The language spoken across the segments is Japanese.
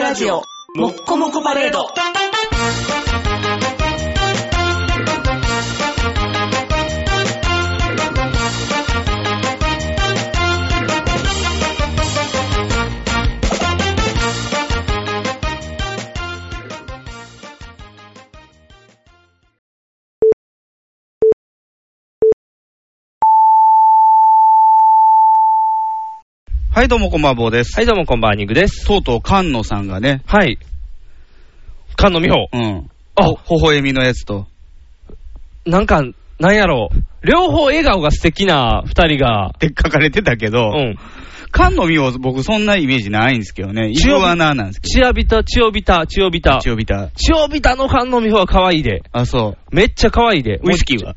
ラジオ、もっこもこパレード。はい、どうもこんばんは坊です。はい、どうもこんばんは、ニグです。とうとう菅野さんがね、はい。菅野美穂。うん。あほ、微笑みのやつと。なんか、なんやろう。両方笑顔が素敵な二人が、って書かれてたけど、うん。菅野美穂、僕そんなイメージないんですけどね。イグアナなんですけチアビタ、チオビタ、チオビど。タ。一応見た。チオビタの菅野美穂は可愛いで。あ、そう。めっちゃ可愛いで。ウイスキーは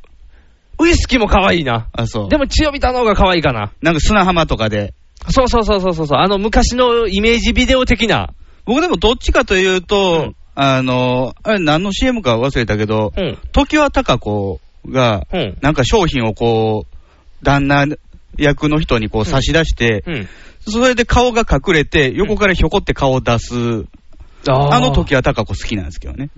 ウイスキーも可愛いな。あ、そう。でも、チオビタの方が可愛いかな。なんか砂浜とかで。そうそうそうそうそう。あの、昔のイメージビデオ的な。僕でもどっちかというと、うんあの、あれ何の CM か忘れたけど、うん。時は高子が、うん。なんか商品をこう、旦那役の人にこう差し出して、うん。それで顔が隠れて、横からひょこって顔を出す、ああの時は。は高子好きなんですけどね。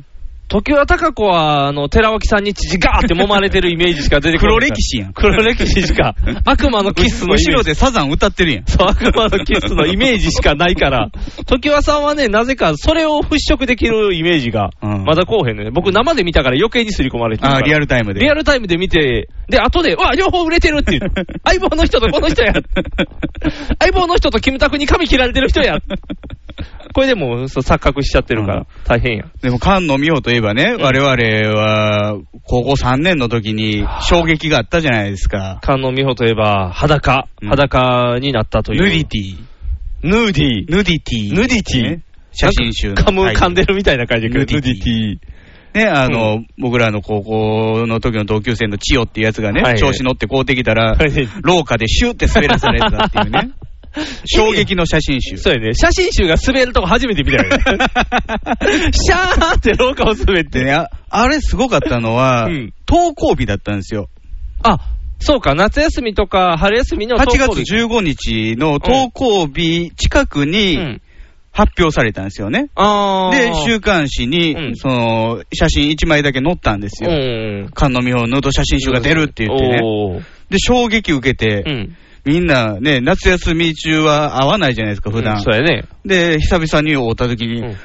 時は高子は、あの、寺脇さんに父ガーって揉まれてるイメージしか出てこな黒い。歴史やん。黒歴史し か、悪魔のキスのイメージ後ろでサザン歌ってるやん。そう、悪魔のキスのイメージしかないから、時和さんはね、なぜかそれを払拭できるイメージが、うんまだこうへんのね。僕生で見たから余計に刷り込まれてるから。あーリアルタイムで。リアルタイムで見て、で、後で、うわ、両方売れてるっていう。 相棒の人とこの人や。相棒の人とキムタクに髪切られてる人や。これでもうそう錯覚しちゃってるかうんら、大変や。 でも菅野美穂といえばね、うん我々は高校3年の時に衝撃があったじゃないですか。菅野美穂といえば、裸、うん裸になったとヌいう。ディティ。ヌーディー。ヌディティ。ヌディティね写真集のなんかタイトル噛む噛んでるみたいな感じやけど、ヌディティィー。ね、あの、僕らの高校の時の同級生の千代っていうやつがね、はい調子乗ってこうてきたら、はい廊下でシューって滑らされたっていう ね、衝撃の写真集。そうやね。写真集が滑るとこ初めて見たよ ね。シャーって廊下を滑っでて。ね、ああれすごかったのは、うん登校日だったんですよ。あ、そうか、夏休みとか春休みの8登校月日15日の登校日近くうにん。発表されたんですよね。あで、ー。週刊誌うに、んその、写真1枚だけ載ったんですうよ。ん。菅野美穂ヌード写真集が出るって言ってね。おーで、衝撃受けうて、ん。みんなね、夏休み中は会わないじゃないですか、普う段ん。そうやね。で、久々に会った時うにん、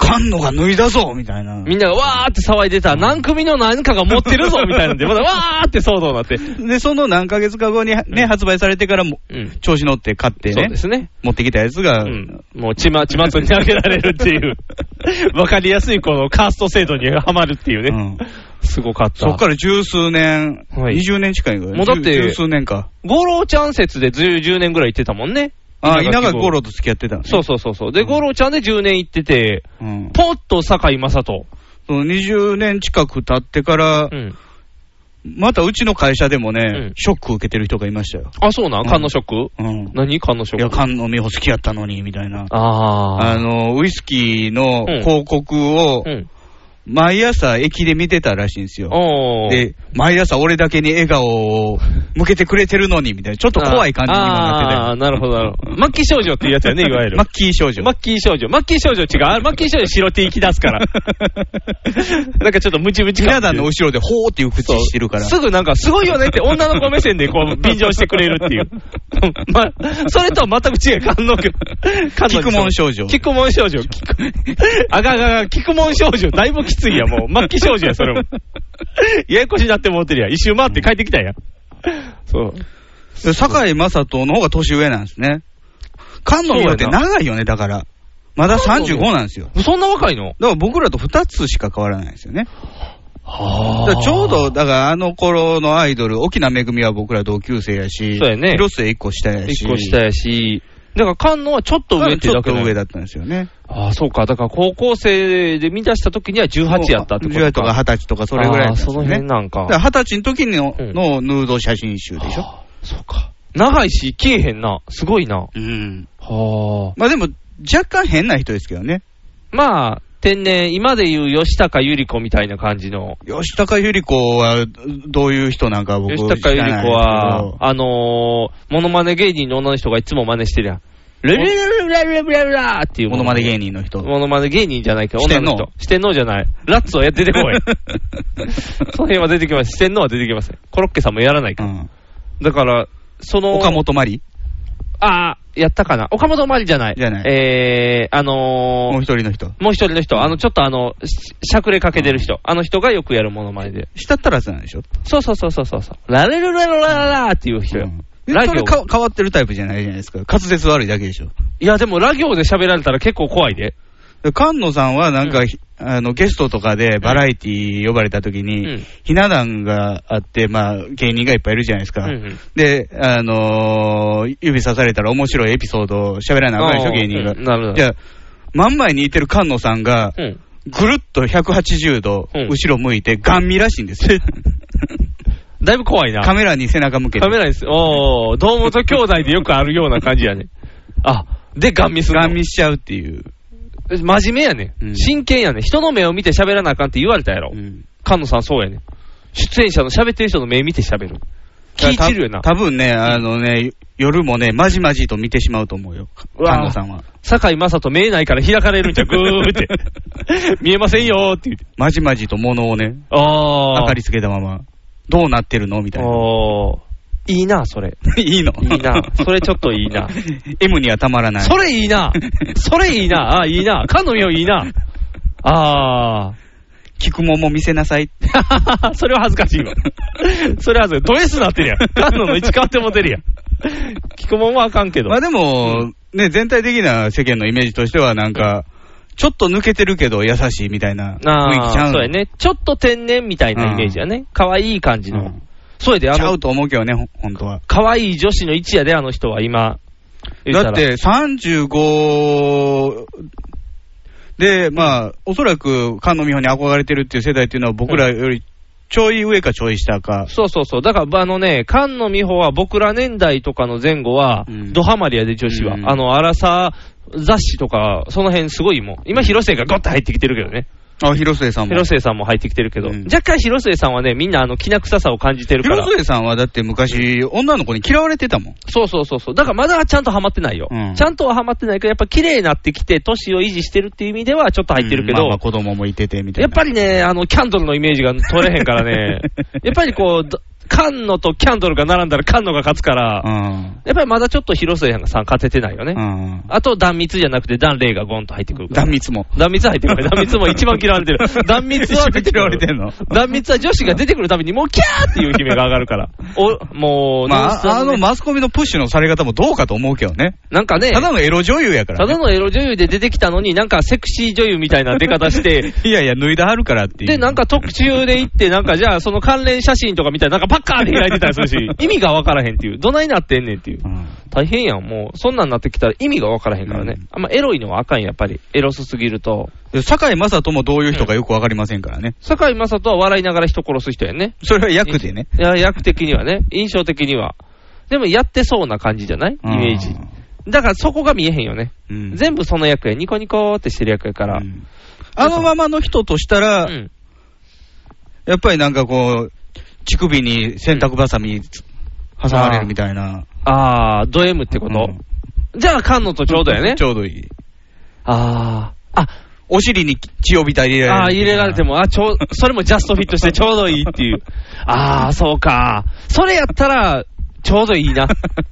菅野が脱いだぞみたいな。みんながわーって騒いでた、何組の何かが持ってるぞみたいなんで、まだわーって騒動になって。で、その何ヶ月か後にね、発売されてからも、うん。調子乗って買ってそうねで、すね。持ってきたやつがう、ん。もう、ちま、ちまつにあげられるって いう。わかりやすい、このカースト制度にはまるっていううねん。すごかっ た。そっから十数年、はい20年近いぐらい。もうだって十十数年か。五郎ちゃん説で10 10年ぐらい行ってたもんね。あ、稲垣希望吾郎と付き合ってたのねそうそうそうそう。で、五郎ちゃんで10年行ってて、うん。ポッと堺井雅人。その20年近く経ってからう、ん。またうちの会社でもね、うんショック受けてる人がいましたよ。あ、そうなうんん缶のショック、うん。い何缶のショや、ック菅野美穂好きやったのに、みたいな。ああー。の、ウイスキーのうん広告をう、ん。毎朝駅で見てたらしいんですよ。おー。で、毎朝俺だけに笑顔を向けてくれてるのに、みたいな。ちょっと怖い感じにもあなー、ってなるほど、なるほど。マッキー少女っていうやつ やね、いたわゆよ。る。マッキー少女。マッキー少女。マッキー少女違う。 あマッキー少女白手行き出すから。なんかちょっとムチムチひ感な壇の後ろで、ほーっていう口してるから。すぐなんか、すごいよねって、女の子目線でこ う、便乗してくれるっていう。 まあ、それとは全く違う、観音君。キクモン少女。キクモン少女。キクあががが、キクモン少女。だいぶきついや、もう。末期少女や、そ れも。ややこしになってもうてるやん。一周回って帰ってきたんや。そう。堺雅人の方が年上なんですね。菅野美穂って長いよね、だから。まだ35なんですよ。そんな若いのだから僕らと2つしか変わらないんですよね。だはからちょうど、だからあの頃のアイドル、沖縄めぐみは僕ら同級生やし、そうやね広末1個下やし。一個下やし。だから、観音はちょっと上上っってちいうょだっけとだよ上だったんですよね。ああ、そうか。だから、高校生で見出した時には18やったってことか。 18とか20歳とかそれぐらいだああったんでそすのよ辺ね。なんかだ。から20歳の時の,、うんのヌード写真集でしょ。はあそうか。長いし、消えへんな。すごいな。はうん。あ。まあでも、若干変な人ですけどね。まあ、天然、今で言う吉高由里子みたいな感じの。吉高由里子はどういう人なんか僕吉高知由里子らないんですけどは、あのー、モノマネ芸人の女の人がいつも真似してるやん。ルルルルラルラルラルラっていうモノマネ芸人の人。モノマネ芸人じゃないけど、四天女王の人。四天王じゃない。ラッツはや出てこい。その辺は出てきます。四天王は出てきません。コロッケさんもやらないか うら。んだから、その、岡本まりああ、やったかな。岡本まりじゃない。じゃないえー、あのーもう一人の人。もう一人の人、あの、ちょっとあの、ししゃくれかけてる人。あの人がよくやるモノマネで。したったらずなんでしょそうそうそうそうそうそう。ラレルレロラララーっていう人よ。うんラそ行れ。か変わってるタイプじゃないじゃないですか。滑舌悪いだけでしょ。いや、でもラ行で喋られたら結構怖いで。で菅野さんはなんか、うんひあのゲストとかでバラエティー呼ばれた時に、うんひな壇があって、まあ、芸人がいっぱいいるじゃないですか。うんうんで、あのー指さされたら面白いエピソードを喋らなあかんでしょ、あー芸人が。うんなるほどじゃあ、真ん前にいてる菅野さんが、うん。ぐるっと180度、うん後ろ向いて、ガン見らしいんです よ。だいぶ怖いな。カメラに背中向けて。カメラです。おー、堂本兄弟でよくあるような感じやね。あ、で、ガン見するの。ガン見しちゃうっていう。真面目やね、うん真剣やね人の目を見て喋らなあかんって言われたやろ。うん菅野さんそうやね出演者の喋ってる人の目見て喋る。気い散るよな。た多分ね、あのね、夜もね、まじまじと見てしまうと思うよ、うわ菅野さんは。堺雅人見えないから開かれるん じゃん、ぐーって。見えませんよーって言って。まじまじと物をね、あー。明かりつけたまま、どうなってるのみたいな。おー。いいな、それ。 いいのいいなそれちょっといいな。 M にはたまらない。 それいいな。それいいな。あー、いいな。菅野美桜いいな。あー。菊もも見せなさい。 それは恥ずかしいわ。それは恥ずかしい。ド S なってるやん。菅野の位置変わってもてるやん。聞くもんはあかんけどま。あでも、ね、全体的な世間のイメージとしては、なんか、ちょっと抜けてるけど優しいみたいな雰囲気ちあゃあ、うそうやね。ちょっと天然みたいなイメージやね。可愛い感じうのん。そうやで、あちゃのう、と思うけどね、ほ本当は。可愛い女子の位置やで、あの人は今。言だうたっら、て35で、まあ、おそらく菅野美穂に憧れてるっていう世代っていうのは、僕らよりちょい上かちょい下か、そうそうそう。だから、あのね、菅野美穂は僕ら年代とかの前後はうん、ドハマりやで、女子は。うんあの、荒さ雑誌とか、その辺すごいもん。今、広末がゴッと入ってきてるけどね。あ広末さんも。広末さんも入ってきてるけど、うん若干広末さんはね、みんなあの、きな臭さを感じてるから広。末さんはだって昔、女の子に嫌われてたもん。そうそうそうそう。だからまだちゃんとハマってないよ。うんちゃんとはハマってないけど、やっぱ綺麗になってきて、年を維持してるっていう意味ではちょっと入ってるけうんど、まあまあ子供もいててみたいやな。、っぱりね、あの、キャンドルのイメージが取れへんからね やっぱりこう、ど菅野とキャンドルが並んだら菅野が勝つから、うん。やっぱりまだちょっと広末さん勝ててないよね。うん。あと、断密じゃなくて、断霊がゴンと入ってくるから。断密も。。断密入ってくる。断密も一番嫌われてる 断密は出一番てくる嫌われてんの断密は女子が出てくるたびに、もうキャーっていう悲鳴が上がるから。お、もう、まノンスタあ、あねのマスコミのプッシュのされ方もどうかと思うけどね。なんかね、ただのエロ女優やからたね、だのエロ女優で出てきたのに、なんかセクシー女優みたいな出方して、 いやいや、脱いだはるからっていう。で、なんか特集で行って、なんかじゃあ、その関連写真とか見たら、なんかパッカーって開いてたりする し、意味がわからへんっていう、どないなってんねんっていうう。ん、大変やん、もう、そんなんなってきたら意味がわからへんからねうん。あんまエロいのはあかん、やっぱり。エロすすぎると。で堺雅人もどういう人かよくわかりませんからね。堺雅人は笑いながら人殺す人やんね。それは役でね。いや、役的にはね。印象的には。でも、やってそうな感じじゃないイメージ。だから、そこが見えへんよね。うん全部その役や。ニコニコってしてる役やから。うんあのままの人としたら、うんやっぱりなんかこう、乳首に洗濯ばさみ挟まれるみたいな。。あー、ド M ってこと、じゃあ、菅野とちょうどやねちょうどいい。あー。あ、お尻に血をびたり入れらあーれる。入れられて。も、あ、ちょう、それもジャストフィットしてちょうどいいっていう。ああ、そうか。それやったら、ちょうどいいな。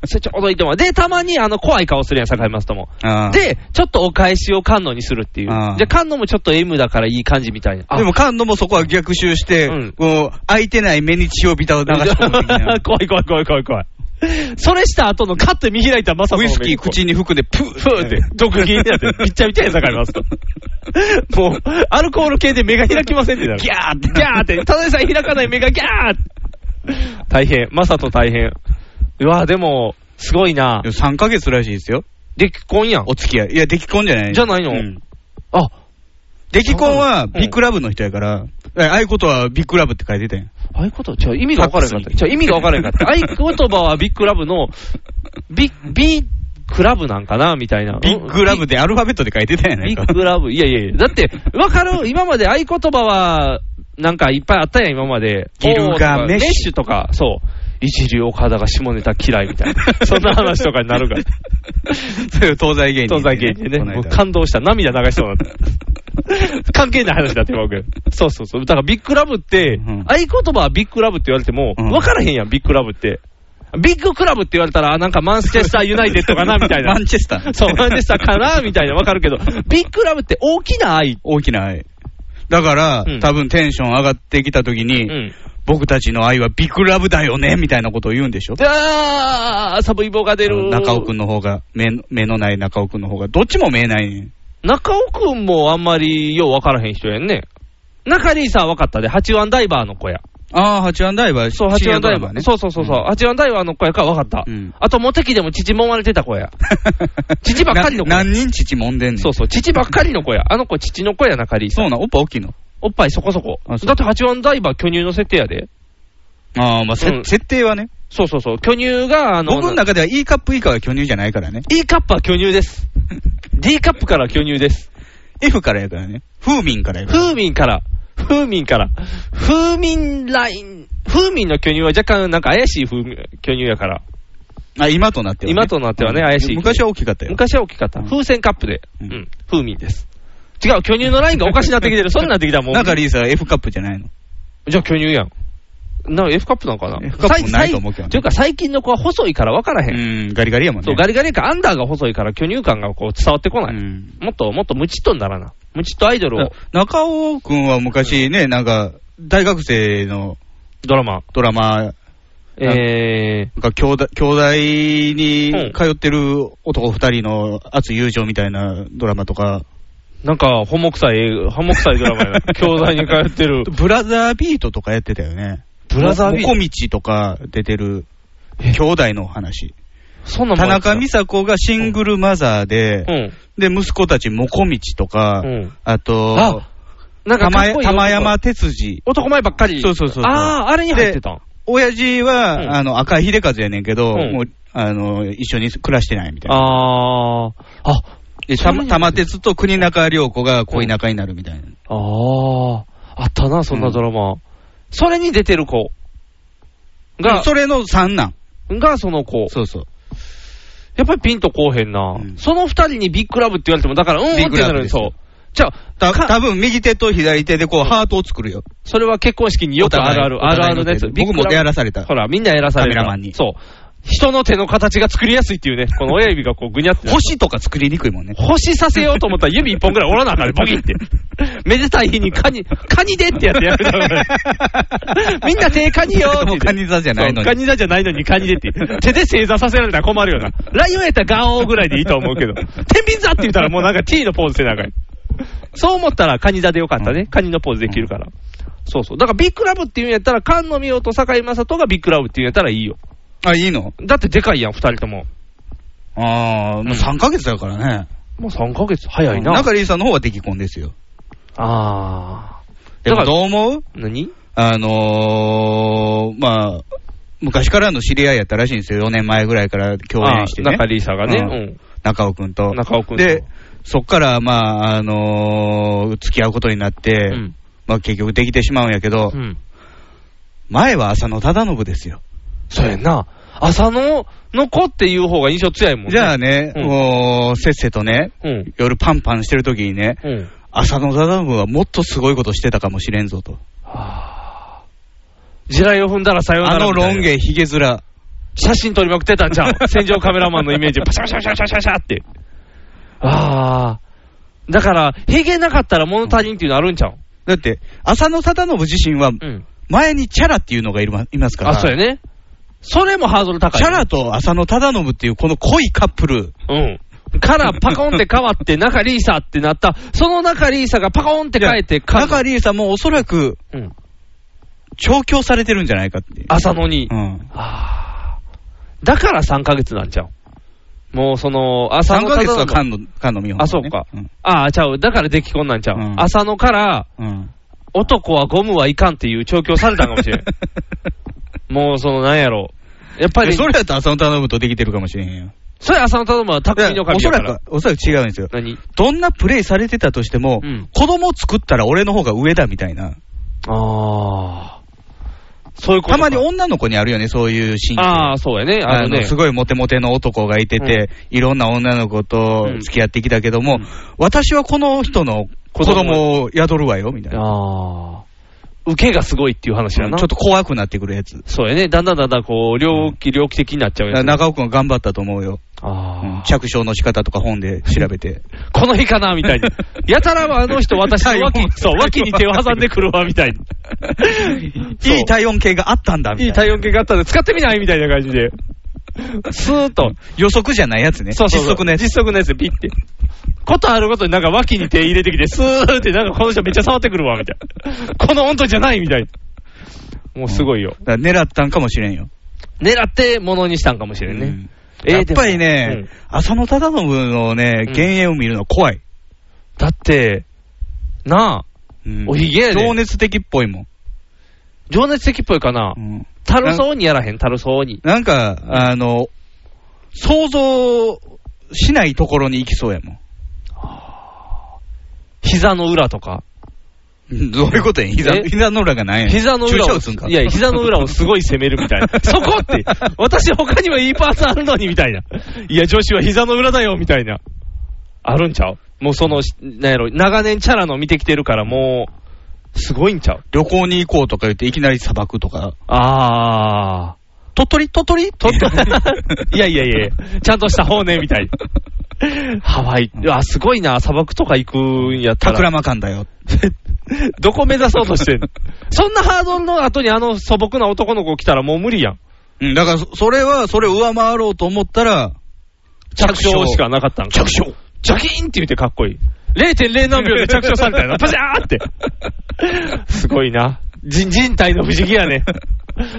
それちょうどいいと思う。で、たまにあの、怖い顔するやん、坂井正人も。 あーで、ちょっとお返しを菅野にするっていう。じあゃーあ菅野もちょっと M だからいい感じみたいな。あでも、菅野もそこは逆襲して、うんこう、開いてない目に血をびたを流し 込む的な怖い怖い怖い怖い怖い。それした後のカッて見開いたまさウイスキー口に含んで、プーふーって、毒気になって、びっちゃびちゃに下が りますと。もう、アルコール系で目が開きませんってなる。ギャーって、ギャーって、ただでさえ開かない目がギャーって。大変、マサト大変。うわでも、すごいな。 3ヶ月らしいですよ。で、婚やん。お付き合い。いや、出来婚じゃない。じゃないのうんあ、出来婚はうんビッグラブの人やから、えああいうことはビッグラブって書いてたんや。ああいうことじゃあ意味が分からへんかった。じゃあ意味が分からへん かった。あい言葉はビッグラブの、ビ、ビクラブなんかなみたいな。ビッグラブでアルファベットで書いてたんやないビか。ッグラブ。いやいやいや。だって、わかる今まで合言葉は、なんかいっぱいあったやん、今まで。ギルガメッシュおーとかメッシュとか、そう。一流岡田が下ネタ嫌いみたいな、そんな話とかになるから。そういう東西芸人、東西芸人ね、この間もう感動した、涙流しそうになった。 関係ない話だって、僕。そうそうそう。だからビッグラブって、うん合言葉はビッグラブって言われても、うん分からへんやん、ビッグラブって。ビッグクラブって言われたら、あなんかマンチェスターユナイテッドかな、みたいな。マンチェスターねそう、マンチェスターかな、みたいな、分かるけど、ビッグラブって大きな愛。 大きな愛。だから、うん多分テンション上がってきたときうに、ん。僕たちの愛はビッグラブだよね、みたいなことを言うんでしょあー、サブイボが出る。中尾くんの方が、目の、目のない中尾くんの方が、どっちも目ないねん。中尾くんもあんまりよう分からへん人やんね。中里さん分かったで、八腕ダイバーの子や。ああ、八番ダイバー、そう、八深幡夜ドダライバーね。ね。そうそうそうそう、八幡ダイバーの子やから分かった。うんあと、モテキでも父もまれてた子や。父ばっかりの子な何人父もんでんねん。そうそう、父ばっかりの子や。あの子、父の子や、中里さそん。うなん、おっぱ大きいの。おっぱいそこそこ。あそうだって、八腕ダイバー巨乳の設定やで。ああ、まあ、せうん設定はね。そうそうそう、巨乳が、あの、僕の中では E カップ以下は巨乳じゃないからね。 E カップは巨乳 です。D カップから巨乳です。 F からやからね。風民からやから。風民から、風民から、風民ライン、風民の巨乳は若干なんか怪しい風味巨乳やから。あ、今となってはね。今となってはねうん怪しい昔は大きかったよ。昔は大きかった。うん風船カップで。ううんん。風味です。違う、巨乳のラインがおかしになってき てる。そんなになってきたらもう。中リーサは F カップじゃないの。じゃあ巨乳やん。な、F カップなんかな F カップもないと思うけどね最というか最近の子は細いから分からへうん。ん、ガリガリやもんね。そう、ガリガリか、アンダーが細いから巨乳感がこう伝わってこない。うんもっと、もっとムチっとにならな。ムチっとアイドルを、中尾くんは昔ね、なんか、大学生のドラマ。ドラマえが兄弟、兄弟に通ってる男二人の熱い友情みたいなドラマとか、ー、なんか、ホモ臭い、ホモ臭いドラマや な。兄弟に通ってる。ブラザービートとかやってたよね。ブラザービーモトコミチとか出てる兄弟の話。そんな田もんやった中美佐子がシングルマザーで、で、息子たちモコミチとか、うん。うん。あと、あ、なんか玉かっこいい玉山哲司。男前ばっかり。そうそうそうそうああ、あれに入ってたん。親父は、うんあの、赤井秀和やねんけど、うんもう、あの、一緒に暮らしてないみたいな。あー。あ、で、そういう玉の玉鉄と国中涼子が恋仲になるみたいな。あー。あったな、そんなドラマ。それに出てる子。が、それの三男。がその子。そうそう。やっぱりピンとこうへんな。うんその二人にビッグラブって言われても、だから、うん、うんっビてッグなラブるですそう。じゃあ、たか多分右手と左手でこう、ハートを作るよ。それは結婚式によくあるあおる、あ互いるあるのやつ。お互いの手で僕もやらされたほら、みんなやらされた。カメラマンにそう。人の手の形が作りやすいっていうね、この親指がこうぐにゃってなる。星とか作りにくいもんね。星させようと思ったら指一本ぐらい折らな あかんね、ボギって。めでたい日にカニ、カニで ってやってや るから。みんな手カニよーって言もっうて。カニ座じゃないのそうカに。ニ座じゃないのにカニでって。手で正座させられたら困るよな。ライオンやったらガオーぐらいでいいと思うけど。天秤座って言ったらもうなんか T のポーズせなあかん。そう思ったらカニ座でよかったね。カニのポーズできるから。そうそう。だからビッグラブっていうんやったら、菅野美桜と坂井正人がビッグラブっていうんやったらいいよ。あ、いいのだってでかいやん、二人とも。ああ、もう3ヶ月だからね。もう3ヶ月早いな。中里さんの方は出来婚ですよ。あー。でだもから、どう思う何あのー、まあ、昔からの知り合いやったらしいんですよ。4年前ぐらいから共演してあね中。リーサがうんね。中尾くんうとん。。中尾くんと。で、そっから、まあ、あのー、付き合うことになって、うん。まあ結局できてしまうんやけど、うん。前は浅野忠信ですよ。そうやんな。浅野の子っていう方が印象強いもんね。じゃあね、うんもう、せっせとね、うん。夜パンパンしてる時にね、うん。浅野忠信はもっとすごいことしてたかもしれんぞと。はぁ。地雷を踏んだらさようあならのみたいな。ロン毛、ヒゲ面。写真撮りまくってたん じゃん。戦場カメラマンのイメージ、パシャパシャパシャパシャパシャって。あー。だから、平げなかったら物足りんっていうのあるんちゃうだって、浅野忠信自身は、うん。前にチャラっていうのがいるまいますから。あ、そうやね。それもハードル高い。チャラと浅野忠信っていうこの濃いカップル。うん。からパコンって変わって、中リーサってなった、その中リーサがパコンって変えて、か中里さんもおそらくうん、調教されてるんじゃないかっていう。浅野に。うん。あーだから3ヶ月なんちゃう。もうその、浅3野ヶ月ただはの菅野、菅野美穂、ね。あ、そうかん。ああ、ちゃう。だから出来婚なんちゃう。うん浅野から、 うん。男はゴムはいかんっていう調教されたんかも しれん。もうその、なんやろ。やっぱり、でそそれれ、だったら浅野忠信とできてるかもしれへんよ。浅野頼むは匠のお神そやからら。く、おそらく違うんですよ。何どんなプレイされてたとしても、うん子供作ったら俺の方が上だみたいな。ああ。そういうことたまか。に女の子にあるよね、そういうシーン。ああ、そうやね。ああののね。すごいモテモテの男がいてて、いろんな女の子と付き合ってきたけども、うん私はこの人の子供を宿るわよ、みたいな。ああ。受けがすごいっていう話ちやょな。っと怖くなってくるやつ。そうやね。だんだんだんだん、こう、猟奇、猟奇的になっちゃうやつ。中尾くんは頑張ったと思うよ。うんああ。着床の仕方とか本で調べて。この日かなみた いに。やたらあの人、私の体温脇、そう、脇に手を挟んでくるわ、みたいに。 いい体温計があったんだ、みたいいな。い体温計があったんで、使ってみないみたいな感じで。スーッと。予測じゃないやつね。そうそうそう実測のやつ。実測のやつでピッて。ことあるごとになんか脇に手入れてきて、スーってなんかこの人めっちゃ触ってくるわ、みたいな。この温度じゃないみたいな。もうすごいよ。だから狙ったんかもしれんよ。狙ってものにしたんかもしれんね。うんやっぱりね、うん浅野忠信のね、うん幻影を見るのは怖い。だって、なあ、うんおひげやで情熱的っぽいもん。情熱的っぽいかなう。んたるそうにやらへん、たるそうに。なんか、あの、想像しないところに行きそうやもん。膝の裏とか。どういうことや膝え膝の裏がない膝の注裏射を打つんか。、いや、膝の裏をすごい攻めるみたい な。そこって、私他にはいいパーツあるのにみたいな。いや、女子は膝の裏だよみたいな。あるんちゃうもうその、しなんやろ、長年チャラの見てきてるからもう、すごいんちゃう旅行に行こうとか言っていきなり砂漠とか。あー。鳥取鳥取鳥取 いやいやいや、ちゃんとした方ね、みたいな。ハワイ、あ、すごいな、砂漠とか行くんやったら。桜間館だよ。どこ目指そうとしてんのそんなハードルの後にあの素朴な男の子来たらもう無理やん。うん、だからそ、それは、それを上回ろうと思ったら、着床しかなかったんか。着床ジャキーンって言ってかっこいい。0.0何秒で着床された よな。パシャーって。すごいな。人人体の不思議やね。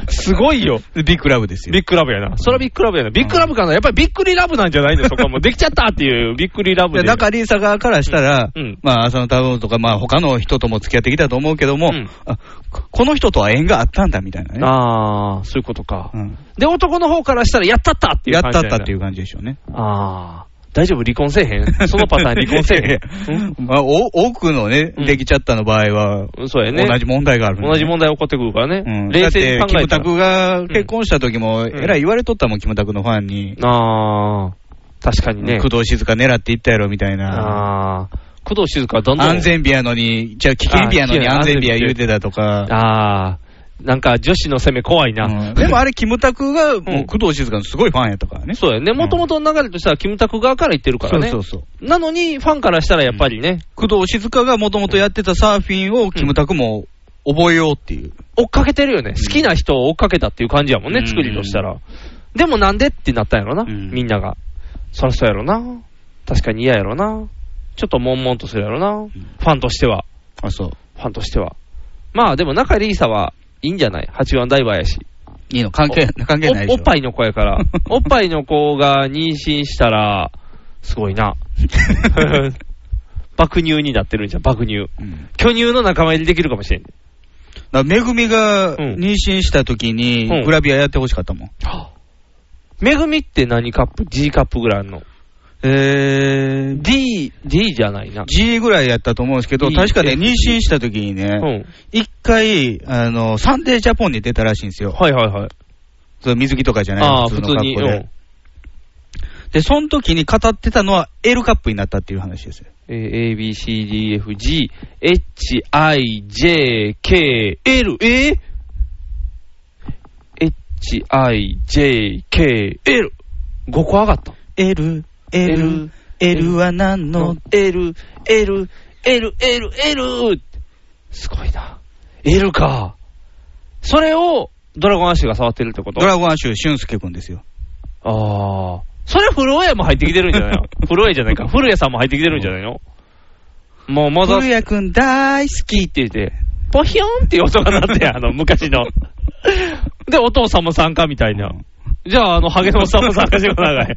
すごいよ。ビッグラブですよ。ビッグラブやな。それはビッグラブやな。ビッグラブかなやっぱりビッグリラブなんじゃないのそこはもうできちゃったっていうビッグリラブでで。中リーサ側からしたら、うんうんまあ、浅野太郎とか、まあ、他の人とも付き合ってきたと思うけども、うんあここの人とは縁があったんだみたいなね。ああ、そういうことかう。んで、男の方からしたら、やったったっていうやっ感じたっやなたっていう感じでしょうね。ああ。大丈夫離婚せえへんそのパターン離婚せ えへん。まあ、お多くのねうん、できちゃったの場合は、うんそうやね。同じ問題がある、同じ問題起こってくるからうね。ん、だ冷っ静てに、考キえムたタら。クが結婚した時も、んえらい言われとったもん、キムタクのファンに。ああ、確かにね工。藤静香狙っていったやろみたいな。ああ、工藤静香はどんどん。安全日やのに、じゃあ危険日やのにあ安全日や言うてたとか。ああ、なんか女子の攻め怖いな。 うんでもあれ、キムタクが、もうんう工藤静香のすごいファンやったからね。そうやね。もともとの流れとしては、キムタク側から言ってるからねそう。そうそう。なのに、ファンからしたらやっぱりね、工藤静香がもともとやってたサーフィンをキムタクも覚えようっていう。追っかけてるよね。好きな人を追っかけたっていう感じやもんうね、ん作りとしたら。でもなんでってなったんやろな、うんみんなが。そりゃそうやろな。確かに嫌やろな。ちょっと悶々とするやろな。ファンとしては。あ、そう。ファンとしては。まあでも中リーサはいいんじゃない ?8 番ダイバーやし。いいの関係、関係ないでおしおょ。っぱいの子や から。おっぱいの子が妊娠したら、すごいな。 爆乳になってるんじゃん、爆乳。うん。だか巨乳の仲間入りできるかもしれん。らめぐみがうん妊娠した時にうんグラビアやってほしかったもん。 めぐみって何カップ ?G カップぐらいあんの。えー、 D、D じゃないな。 G ぐらいやったと思うんですけど、いい確かね、え妊娠した時にうね、ん。一回、あの、サンデージャポンに出たらしいんですよ。はいはいはい。その水着とかじゃあなあ、い普普通通の格に。好うでん。で、その時に語ってたのは L カップになったっていう話ですよ。えー A, B, C, D, F, G, H, I, J, K, L, えー ?H, I, J, K, L。5個上がった。 L、 L L、L は何の L、L、L、L、L! すごいな。L か。それを、ドラゴンアッシュが触ってるってことドラゴンアッシュ、俊介くんですよ。ああ。それ、古江も入ってきてるんじゃないの古江じゃないか。古江さんも入ってきてるんじゃないのもう、まだ、古好谷くん大好き。きって言って、ポヒョンっていう音が鳴って、あの、昔の。で、お父さんも参加みたいな。じゃあ、あの、ハゲのおっさんも参加してください。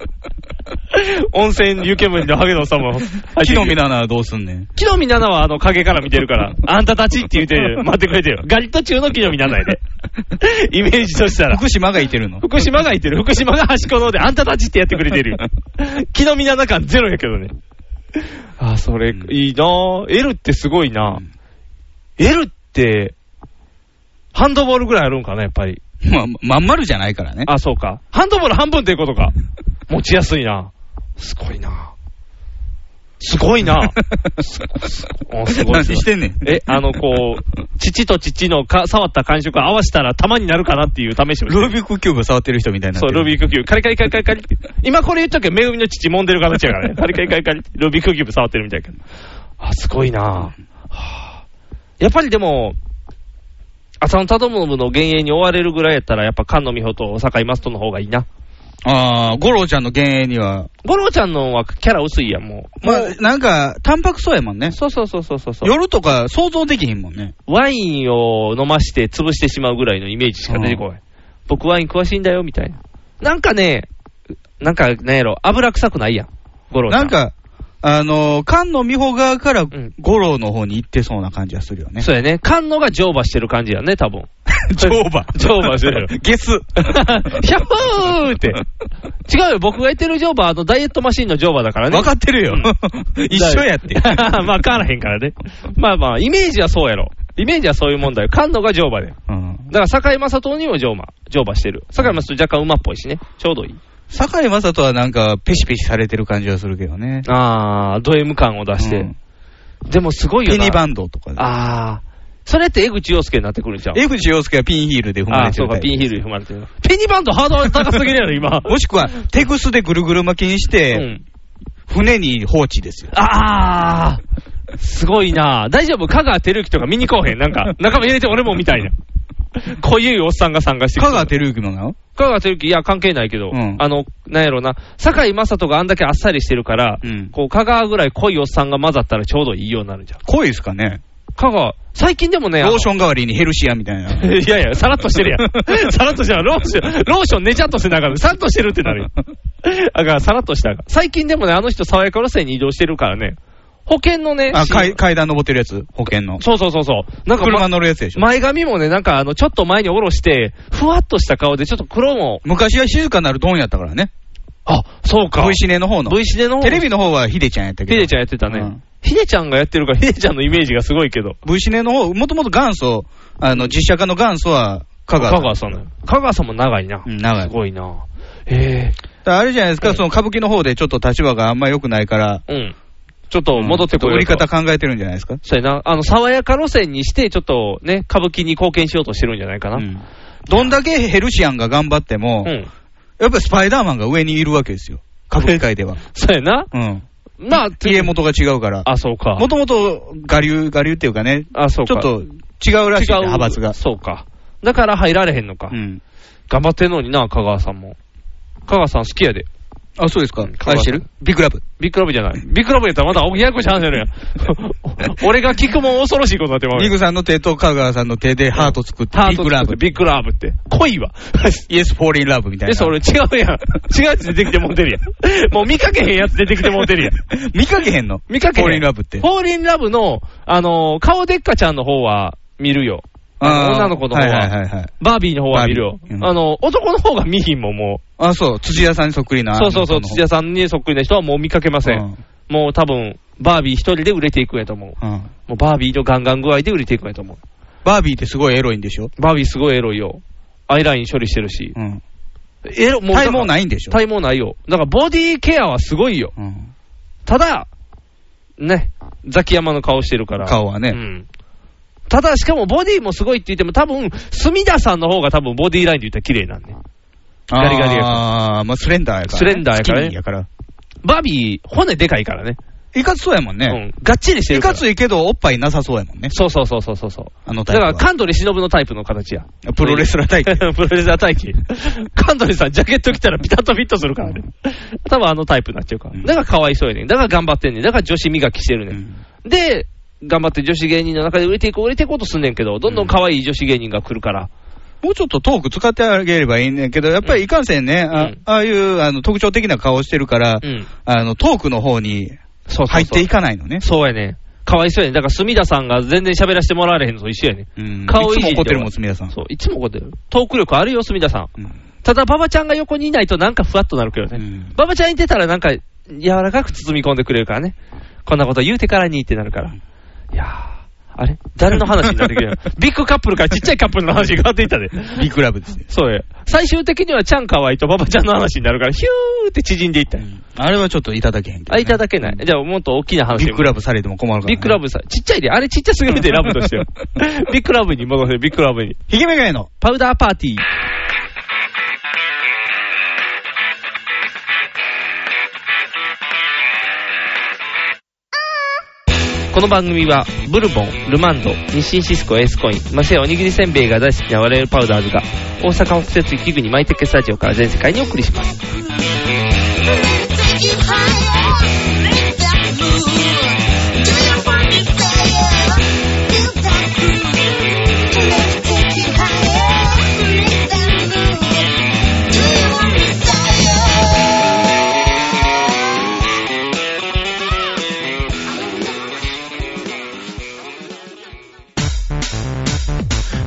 温泉湯煙のハゲのおっさんも入ってき木て。の実ならどうすんねん。木の実奈々はあの影から見てる から、あんたたちって言って待ってくれてる。ガリット中の木の実奈 々やで。イメージとしたら。福島がいてるの。福島がいてる。福島が端っこの方で、あんたたちってやってくれて るよ。木の実奈々感ゼロやけどね。あ、それ、うんいいなぁ。L ってすごいなぁうん L って、ハンドボールぐらいあるんかな、やっぱり。まあ、まん丸じゃないからね。あ、そうか。ハンドボール半分っていうこと か。持ちやすいな。すごいな。すご い な。すすおすごい何すごいしてんねん。え、あの、こう、父と父のか触った感触を合わせたら玉になるかなっていう試しをしてルービックキューブ触ってる人みたいになってそう、る。ルービックキューブ。カリカリカリカリカリって。今これ言っちゃうけど、めぐみの父揉んでる形やからね。カリカリカリカリって。ルービックキューブ触ってるみたいやけど。あ、すごいなぁ、はあやっぱりでも、浅野忠信の幻影に追われるぐらいやったら、やっぱ菅野美穂と坂井正人の方がいいな。ああ、五郎ちゃんの幻影には。五郎ちゃんのはキャラ薄いやん、もう。まあ、なんか、タンパクそうやもんね。そうそうそうそうそうそう。夜とか想像できひんもんね。ワインを飲まして潰してしまうぐらいのイメージしか出てこない。僕ワイン詳しいんだよ、みたいな。なんかね、なんか、なんやろ、油臭くないやん。五郎ちゃん。なんか、あのー、菅野美穂側からん五郎の方に行ってそうな感じはするよね。そうやね。菅野が乗馬してる感じやね、多分。乗馬乗馬してる。 ゲス。ヒャッホーって。違うよ、僕が言ってる乗馬、あの、ダイエットマシンの乗馬だからね。わかってるよ。 一緒や って。だから まあ、変わらへんからね。まあまあ、イメージはそうやろ。イメージはそういうもんだよ。菅野が乗馬で。うんだから、井雅人にも乗馬、乗馬してる。井雅人若干馬っぽいしね。ちょうどいい。堺雅人はなんか、ペシペシされてる感じはするけどね。あー、ド M 感を出して。うんでも、すごいよピな。ニバンドとかで。あー。それって江口洋介になってくるじゃん。江口洋介はピンヒールで踏まあれー、てそるうか、タイプピンヒールに踏まれてる。ペニバンドハードル高すぎるやろ、今。 もしくは、テグスでぐるぐる巻きにしうて、ん。船に放置ですよ。あー、すごいな大丈夫香川照之とか見に来おへん。なん か、仲間入れて俺もみたいな。こういうおっさんが参加してく香る。川照之もなの香川照之、いや、関係ないけど、うんあの、なんやろな、坂井正人があんだけあっさりしてるから、うんこう、香川ぐらい濃いおっさんが混ざったらちょうどいいようになるじゃん。濃いですかね香川、最近でもね、あロのーション代わりにヘルシアみたいな。 いやいや、さらっとしてるや ん。さらっとしてる。ローション、ローション寝ちゃっとしてながら、さらっとしてるってなるよ。 だから、さらっとしたらあかん。最近でもね、あの人、爽やか路線に移動してるからね、保険のね、あ、階 CM 階段登ってるやつ保険の。そうそうそうそう。なんか、車ま乗るやつでしょ前髪もね、なんか、あの、ちょっと前に下ろして、ふわっとした顔で、ちょっと黒も、昔は静かなるドンやったからね。あ、そうか。 V シネの方の。 V シネの方テレビの方はヒデちゃんやったけヒど。デちゃんやってたうねん。ヒデちゃんがやってるから、ヒデちゃんのイメージがすごいけど。 V シネの方、もともと元祖、あの、実写化の元祖は香川。香川さんだよ。香川さんも長いな。うん、長い。すごいな。だへからあれじゃないですうか、んその歌舞伎の方でちょっと立場があんま良くないから、え。うん。ちょっと戻ってこよう売とり方考えてるんじゃないですか。そうやな。あの、爽やか路線にして、ちょっとね、歌舞伎に貢献しようとしてるんじゃないかな。ううん。んどんだけヘルシアンが頑張っても、やっぱりスパイダーマンが上にいるわけですよ。歌舞伎界では。そうやな。うん。まあ、家元が違うから。あ、そうか。もともと、我流、我流っていうかね、あ、そうちょか。っと違うらしいね、違う派閥が。そうか。だから入られへんのか。うん。頑張ってんのにな、香川さんも。香川さん好きやで。あ、そうですかうん。愛してるビッグラブ。ビッグラブじゃない。ビッグラブやったらまた、おぎやこちゃんじゃねえやん。 俺が聞くもん恐ろしいことになってまうリよ。グさんの手と香川さんの手でハート作って、ハービットグラブ。ビッグラブって。恋は。 イエス・フォーリン・ラブみたいで、な。それ違うやん。違うやつ出てきてもうてるやん。もう見かけへんやつ出てきてもうてるやん。見かけへんの見かけへんフォーリン・ラブってフ。ォーリンラブの、あのー顔でっかちゃんの方は見るよ。あのあー女の子の方は,、はいはいはいはい。バービーの方は見るよバービー。うんあの、男の方が見ひんもんもあ、そう、土屋さんにそっくりう。な。そうそうそう、土屋さんにそっくりな人はもう見かけません。うんもう多分、バービー一人で売れていくんやと思う。さん。うんもうバービーのガンガン具合で売れていくんやと思う。バービーってすごいエロいんでしょバービーすごいエロいよ。アイライン処理してるし。うん。エロ、もう体毛いないんでしょ体毛ないよ。だからボディケアはすごいよ。うん。ただ、ね、ザキヤマの顔してるから。顔はうね。ん。ただ、しかもボディもすごいって言っても、多分、隅田さんの方が多分ボディラインで言ったら綺麗なんで。ガリガリやああー、まあスレンダーやからね。スレンダーやからスねキニーやから。バービー、骨でかいからね。いかつそうやもんね。うん。がっちりしているから。かついけど、おっぱいなさそうやもんね。そうそうそうそうそうそう。あのタだイプかはら、カントリー忍のタイプの形や。プロレスラータイ プ。プロレスラー待機。カントリーさん、ジャケット着たらピタッとフィットするからね。多分あのタイプになっちゃうかうら。んだからかわいそうやねん。だから頑張ってんねん。だから女子磨きしてるねん。で、頑張って女子芸人の中で売れていこう、売れていこうとすんねんけど、どんどん可愛い女子芸人が来るから。もうちょっとトーク使ってあげればいいんだけど、やっぱりいかんせんね、あうんああいうあの特徴的な顔してるから、うん。あのトークの方にそうそうそう入っていかないのね。そうやね。かわいそうやね。だから、隅田さんが全然喋らせてもらわれへんのと一緒やね。うん顔いいじりつも怒ってるでもん、はすみださん。そう、いつもこうやってる。トーク力あるよ、隅田さうん。んただ、馬場ちゃんが横にいないとなんかふわっとなるけどね。うん馬場ちゃんいてたらなんか、柔らかく包み込んでくれるからね。こんなこと言うてからにってなるから。いやー。あれ誰の話になってくるやん。 ビッグカップルからちっちゃいカップルの話に変わっていったで。ビッグラブですね。そうや。最終的にはちゃんかわいとババちゃんの話になるから、ヒューって縮んでいったんやあれはちょっといただけへんけど、あ、いただけない。じゃあもっと大きな話ビにッグラブされても困るから、ビッグラブさ、ちっちゃいで、あれちっちゃすぎるで、ラブと しては。ビッグラブに戻せ、ビッグラブに。ヒゲメガネの。パウダーパーティー。この番組は、ブルボン、ルマンド、日清シスコ、エースコイン、マセオおにぎりせんべいが大好きな我々パウダーズが、大阪北節雪国マイテックスタジオから全世界にお送りします。 Take you higher, make that move. Do your funky style, feel that groove. Let's take you higher, make that move. Do your funky style.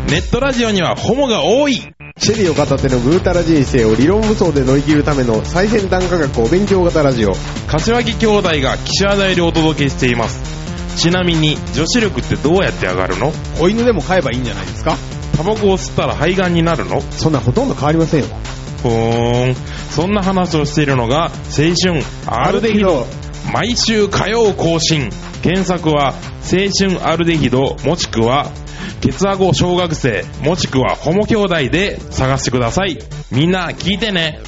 ネットラジオにはホモが多いシェリーを片手のぐうたら人生を理論武装で乗り切るための最先端科学お勉強型ラジオ。柏木兄弟が岸和田よりお届けしていますちなみに女子力ってどうやって上がるの子犬でも飼えばいいんじゃないですかタバコを吸ったら肺がんになるのそんなほとんど変わりませんよ。ふーんそんな話をしているのが青春アルデヒド毎週火曜更新検索は青春アルデヒドもしくはケツアゴ小学生もしくはホモ兄弟で探してくださいみんな聞いてね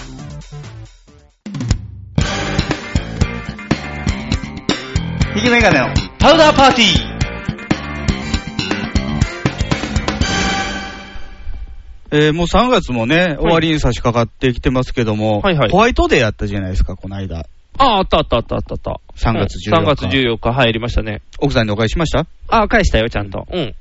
ヒゲメガネの。パウダーパーティーえーもう3月もね、終わりに差し掛かってきてますけども、はいはいホワイトデーやったじゃないですか、この間。ああ、あったあったあったあったあった。 3月14日うん3月14日入りましたね。奥さんにお返ししましたああ、返したよ、ちゃんと。うん。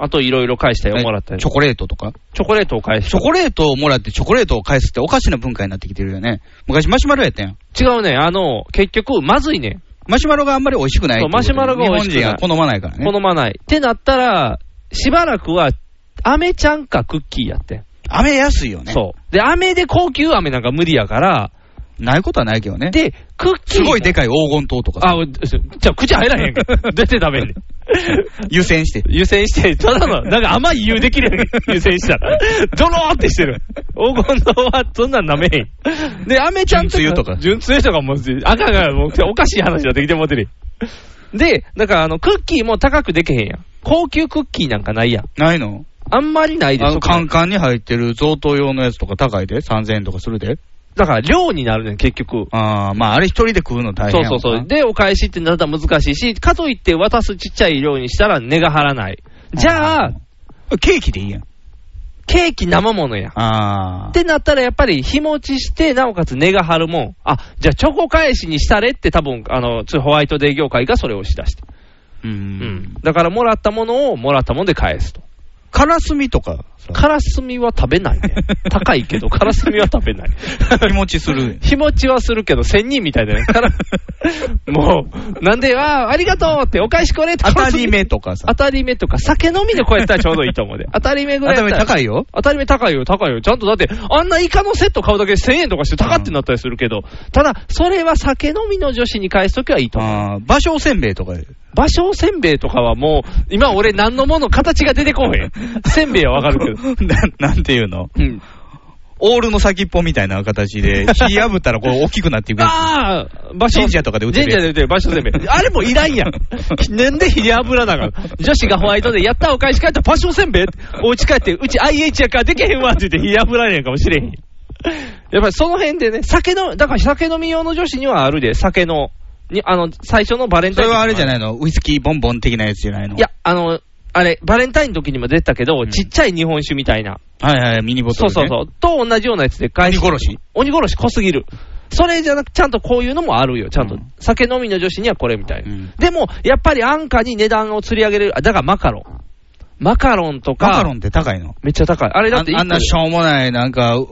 あと、いろいろ返したよ、もらったよ。チョコレートとかチョコレートを返しチョコレートをもらってチョコレートを返すっておかしな文化になってきてるよね。昔マシュマロやったやん。違うね、あの、結局、まずいね。マシュマロがあんまり美味しくないってことで。そうマシュマロが美味しくない日本人が好まないからね。好まない。ってなったら、しばらくは、飴ちゃんかクッキーやってん。飴安いよね。そう。で、飴で高級飴なんか無理やから、ないことはないけどね。で、クッキー。すごいでかかい黄金塔とかさあ、うじゃあ口入 らへんから。出て食べんねん。優先して。湯煎して、た だの、なんか甘い湯できるやん、湯煎したら。ドローってしてる。黄金のはそんなん舐めへん。で、アメちゃんとか。純つゆとか純つゆとかも、赤がもうおかしい話だってきてもうてるやん。で、だからあの、クッキーも高くできへんやん。高級クッキーなんかないやん。ないのあんまりないであしょの、。カンカンに入ってる贈答用のやつとか高いで、3000円とかするで。だから量になるねん、結局。ああ、まああれ一人で食うの大そ変うやそもうんなそう。で、お返しってなったら難しいし、かといって渡すちっちゃい量にしたら値が張らない。じゃあ、ケーキでいいやん。ケーキ生ものやん。ああっ。てなったら、やっぱり日持ちして、なおかつ値が張るもん。あ、じゃあチョコ返しにしたれって多分、あの、ホワイトデー業界がそれをしだした。ううんん。。だから、もらったものをもらったもんで返すと。カラスミとかさ、カラスミは食べ ないね。高いけど、カラスミは食べない。日持ちする。日持ちはするけど、仙人みたいだね。から もう、なんで、ああ、ありがとうって、お返しこれって。当たり目とかさ当。たり目とか、酒飲みでこうやったらちょうどいいと思うで。 当たり目ぐらいやったら。高いよ。当たり前高いよ、高いよ。ちゃんとだって、あんなイカのセット買うだけで1000円とかして高ってなったりするけど、ただ、それは酒飲みの女子に返すときはいいと思う。ああ、芭蕉せんべいとかで。芭蕉せんべいとかはもう、今俺何のもの形が出てこへん。せんべいはわかるけど。けど。 ななんていうのうん。オールの先っぽみたいな形で、火破ったらこう大きくなっていくやつ。ああ、場神社とかで売ってる神社で売ってる、場所せんべい。あれもいらんやん。 なんでひで油だから。女子がホワイトで、やったお返し帰った、場所せんべいお家帰って、うち IH やからできへんわって言って、ひで油やんかもしれへん。やっぱりその辺でね、酒の、だから酒飲み用の女子にはあるで、酒の、に、あの、最初のバレンそタイれン。はあれじゃいないのウイスキーボンボン的なやつじゃないのい。や、あの、あれ、バレンタインの時にも出てたけど、ちっちゃい日本酒みたいな。はいはい、ミニボトそルうね。そうそう。と同じようなやつで返し鬼殺し鬼殺し濃すぎる。それじゃなく、ちゃんとこういうのもあるよ。ちゃんと。うん酒飲みの女子にはこれみたいな。うんでも、やっぱり安価に値段を釣り上げれる。あだからマカロン。マカロンとか。マカロンって高いのめっちゃ高い。あれだって一個ああんなしょうもない、なんか、う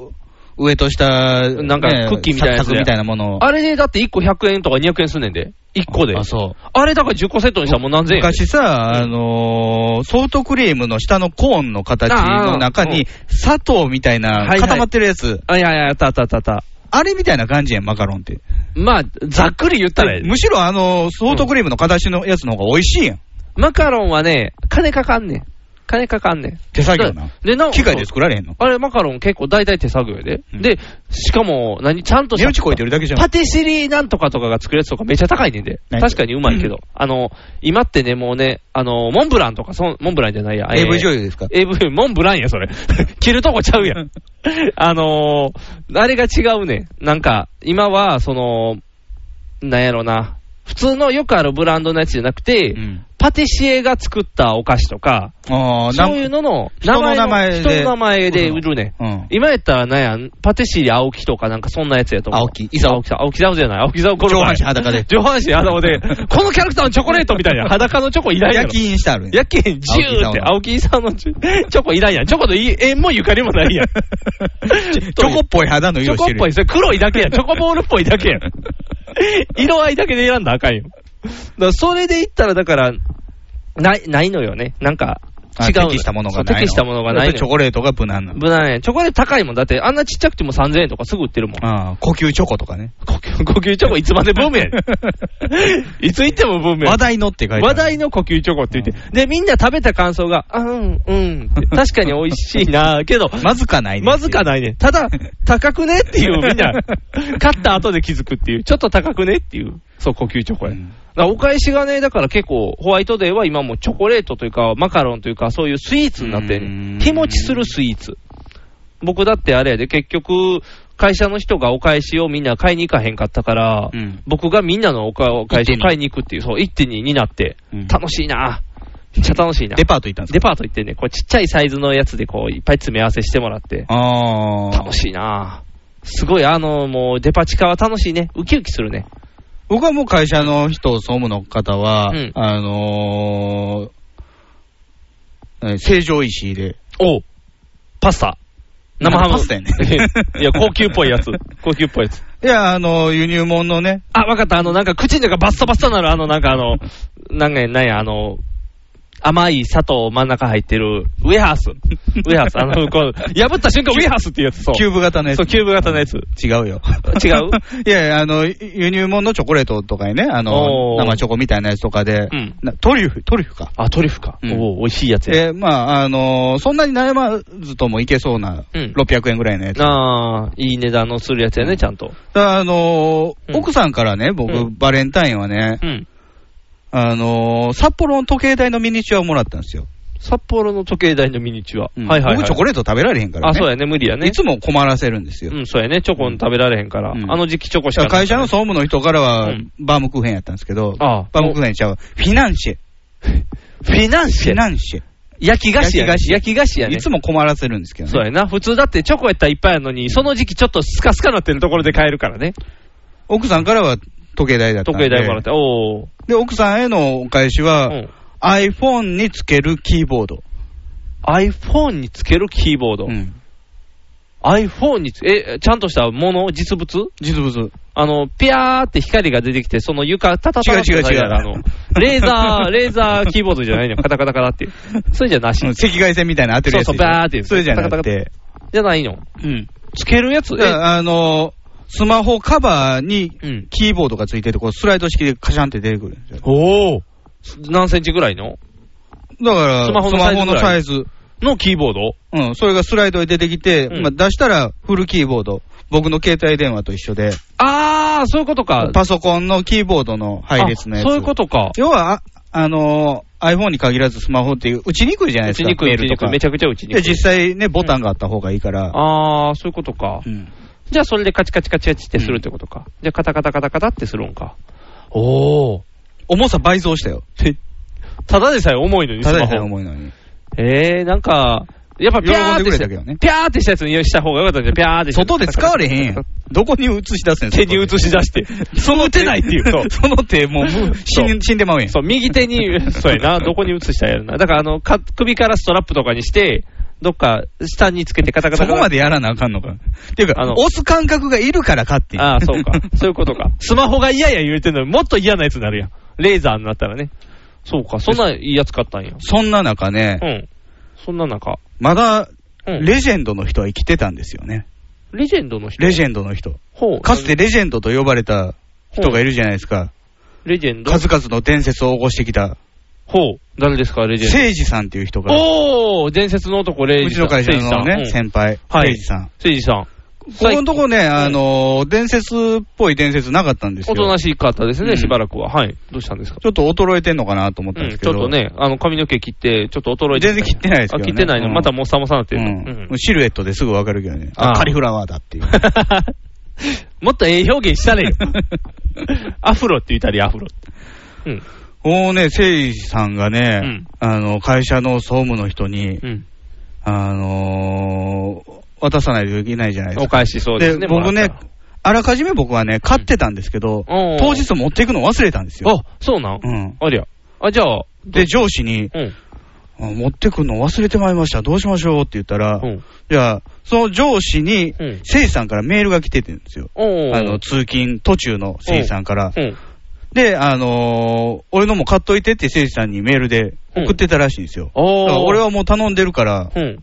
上と下、なんかねクッキーみたいなやつサクサクみたいなものを。あれでだって1個100円とか200円すんねんで。1個で。あ、そう。あれだから10個セットにしたらもう何千円。昔さ、あのーソフトクリームの下のコーンの形の中ああうんに、砂糖みたいはいなはい固まってるやつ。あ、いやいや、あったあったあったあった。あれみたいな感じやん、マカロンって。まあ、ざっくり言ったら、むしろあの、ソフトクリームの形のやつの方が美味しいやん。マカロンはね、金かかんねん。金かかんねん。手作業な。で、なお機械で作られへんの。あれ、マカロン結構大体手作業やで。うんで、しかも、何、ちゃんとし値た打ち超えてるだけじゃん。パティシリなんとかとかが作るやつとかめっちゃ高いねんで。何確かにうまいけど。あの、今ってね、もうね、あの、モンブランとか、そんモンブランじゃないや。えー AV 女優ですか AV、モンブランや、それ。 着るとこちゃうやん。あのー、あれが違うねん。なんか、今は、その、なんやろな。普通のよくあるブランドのやつじゃなくて、うんパティシエが作ったお菓子とか、ああ、そういなうんのの人の名前で人の名前で売るねん。うん。今やったらなんや、パティシリ青木とかなんかそんなやつやと思う。青木伊沢青木さん。青木沢じゃない。青木沢上半身裸で上半身裸で、このキャラクターのチョコレートみたい な。裸のチョコいらんやろ夜。勤してあるんややけん、ジューって、青木伊沢のチョチョコいらんやん。チョコとい縁もゆかりもないやん。チョコっぽい肌のチ色ョしコてっるぽい、それ黒い だけやん。チョコボールっぽいだけやん。色合いだけで選んだらあかんよ。だからそれで言ったら、だから、ない、ないのよね。なんか、あ違うの。適したものがないそうの。適したものがないやっぱのりよチョコレートが無難なの。無難やんチョコレート高いもん。だって、あんなちっちゃくても3000円とかすぐ売って るもん。ああ、呼吸チョコとかね。呼吸呼吸チョコいつまでブームやね ん。いつ行ってもブームや話ね題のって書いてあん。る。話題の呼吸チョコって言って。で、みんな食べた感想が、あうん、うんって。確かに美味しい なぁけど、まずかないねまずかないねん。ただ、高くねっていう、みんな、買った後で気づくっていう。ちょっと高くねっていう。そう、呼吸チョコや。うんだからお返しがね、だから結構、ホワイトデーは今もうチョコレートというか、マカロンというか、そういうスイーツになってうーるん。日持ちするスイーツ。僕だってあれやで、結局、会社の人がお返しをみんな買いに行かへんかったから、うん僕がみんなのおかお返し一手をに買いに行くっていう、そう、一手にになって、うん楽しいなめっちゃ楽しいなデパート行ったんですデパート行ってね、こうちっちゃいサイズのやつでこういっぱい詰め合わせしてもらって、かああ。楽しいなすごい、あの、もうデパ地下は楽しいね。ウキウキするね。僕はもう会社の人、総務の方は、うんあのー、え成城石井で。おパスタ。生ハム。パスタやねいや、高級っぽいやつ。高級っぽいやつ。いや、あの、輸入物のね、あ、わかった。あの、なんか口の中バッサバッサなる、あの、なんかあの、なんや、なんや、あの、甘い砂糖真ん中入ってる、ウェハース。ウェハース。あの、こう、破った瞬間、ウェハースっていうやつ、そう。キューブ型のやつそう、。キューブ型のやつ。違うよ。違う いやいや、あの、輸入物のチョコレートとかにね、あの、おー生チョコみたいなやつとかで、うんなトリュフ、トリュフか。あ、トリュフか。うんおお美味しいやつや。えーまあ、あのーそんなに悩まずともいけそうな、うん600円ぐらいのやつ。ああ、いい値段のするやつやね、ちゃんと。だからあのーうん奥さんからね、僕、うんバレンタインはね、うん。あのー札幌の時計台のミニチュアをもらったんですよ。札幌の時計台のミニチュア。うんはいはい、はい。僕、チョコレート食べられへんからね。あ、そうやね、無理やね。いつも困らせるんですよ。うん、そうやね。チョコ食べられへんから。うんあの時期チョコしかだなかいら会社の総務の人からは、うんバームクーヘンやったんですけど、ああバームクーヘンちゃう、フィナンシェ、 フィナンシフィェ。ナンシェ、焼き菓子や、ね。焼き菓子焼き菓子やね。いつも困らせるんですけどね。そうやな。普通だってチョコやったらいっぱいあるのに、その時期ちょっとスカスカなってるところで買えるからね。奥さんからは時計台だったん時で。計台もらって。おー。で、奥さんへのお返しは、うん iPhone につけるキーボード。 iPhone につけるキーボード。うん。 iPhone につ、え、ちゃんとしたもの実物実物。あの、ピャーって光が出てきて、その床、タタタタって違う違う違うやるあの、レーザ ー、レーザーキーボードじゃないのよ。カタカタカタって。それじゃなし。うん赤外線みたいなの当てるやつ。そうそうバーってそれじゃなくカタカて。じゃないの。うん。つけるやつだかえ、らあの、スマホカバーにうん。キーボードがついてて、こうスライド式でカシャンって出てくるんですよ。おお。何センチぐらいのだから、スマホスのマサイズホぐのらいサイズ。のキーボードうん、それがスライドで出てきて、うんまあ、出したらフルキーボード。僕の携帯電話と一緒で、あー、そういうことか。パソコンのキーボードの配列のやつ。あそういうことか。要は、あ、あのー iPhone に限らずスマホっていう、打ちにくいじゃない打ですちか。にくい、メ打ーちルとにくかい。めちゃくちゃ打ちにくで、い。実際ね、ボタンがあった方がいいから。あー、そういうことかう。んじゃあ、それでカチカチカチカチってするってことか。じゃあ、カタカタカタカタってするんか。おー。重さ倍増したよ。ただでさえ重いのに、スただマでさえホ。重いのに。えー、なんか、やっぱピャー喜ってんでくれしたたけどねピャーってしたやつにした方がよかったんじゃん。ピャーってした外で使われへんやん。どこに映し出すねん手に映し出して。その手ないって いう。そうその手、もう、もう死そん死んでまうやん。そう、右手 に、そうやな、どこに移したらやるな。だから、あの、か首からストラップとかにして、どっか下につけてカタカそタカタ。こまでやらなあかんのか。っていうか、あの押す感覚がいるからかっていう。ああ、そうか。そういうことか。スマホが嫌や言うてんのにもっと嫌なやつになるやん。レーザーになったらね。そうか、そんないいやつ買ったんや。 そんな中ね、うん。そんな中。まだ、うん。レレジェンドの人は生きてたんですよね。ジェンドの人レジェンドの人。ほう。かつてレジェンドと呼ばれた人がいるじゃないですか。レジェンド数々の伝説を起こしてきた。ほう。誰ですか、レジェンド。聖司さんっていう人が、おー伝説の男、レイうジちさん。の会社のレね、イジさん先輩、はい聖司さん。うんレイジさん。ここのとこね、いあのー、伝説っぽい伝説なかったんですおとなよ。しかったですうね、んしばらくは。はい。どうしたんですかちょっと衰えてんのかなと思ったんうんですちけど。ょっとね、あの、髪の毛切って、ちょっと衰えて全然切ってないですけどねあ、切ってないの。うんまたもっさもさなってうるの。ん。シルエットですぐわかるけどね。ああ、ーカリフラワーだっ ていう。もっとええ表現したれよ。 アフロって言ったり、アフロって。うん。もうね、誠司さんがね、うんあの、会社の総務の人に、うん。あのー渡さないといけないじゃないでおすか。返しそうですね。僕もねらったら、あらかじめ僕はね、買ってたんですけど、うん当日持っていくの忘れたんですよ。あ、そうなんうん、ありゃ。あ、じゃあ、で、上司に、うん。あ持ってくの忘れてまいりました、どうしましょうって言ったら、うん。じゃあ、その上司に、うん誠司さんからメールが来ててんですよ。おーあの、通勤途中の誠司さんから。うん。で、あのー俺のも買っといてって誠司さんにメールで送ってたらしいんですよ。おだからー俺、はもう頼んでるから、うん。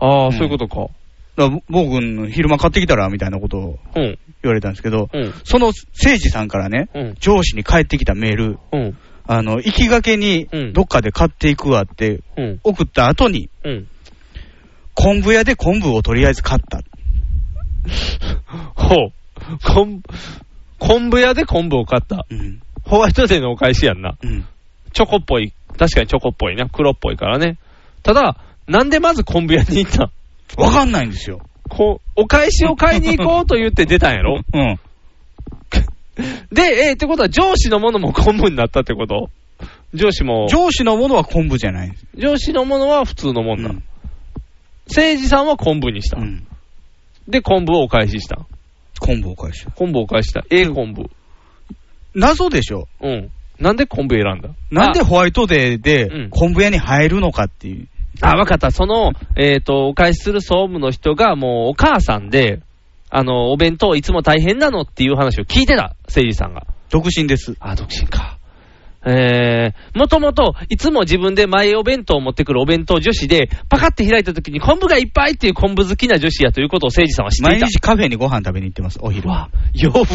あうあ、んそういうことか。だから僕の昼間買ってきたらみたいなことをうん。言われたんですけど、うん。その誠司さんからね、うん。上司に帰ってきたメール、うん。あの行きがけにうんどっかで買っていくわってうん。送った後に、うん。昆布屋で昆布をとりあえず買った。ほう。昆布、昆布屋で昆布を買った。うんホワイトデーのお返しやんな。うんチョコっぽい。確かにチョコっぽいな。黒っぽいからね。ただ、なんでまず昆布屋に行ったんわかんないんですよ。こう、お返しを買いに行こうと言って出たんや ろうん。で、えーってことは上司のもの も昆布になったってこと上司も、上司のものは昆布じゃないんです。上司のものは普通のもんだ。うん誠治さんは昆布にした。うんで、昆布をお返しした。昆布を返した。昆布をお返した。A 昆布。謎でしょ。うん。なんで昆布選んだなんであホワイトデーうでん昆布屋に入るのかっていう。あ、わかった。その、えっ、と、お返しする総務の人がもうお母さんで、あの、お弁当いつも大変なのっていう話を聞いてた、誠治さんが。独身です。あ、独身か。えー、もともと、いつも自分で前お弁当を持ってくるお弁当女子で、パカって開いた時に昆布がいっぱいっていう昆布好きな女子やということを誠治さんは知って毎いた。日カフェにご飯食べに行ってます、お昼。わ、洋風。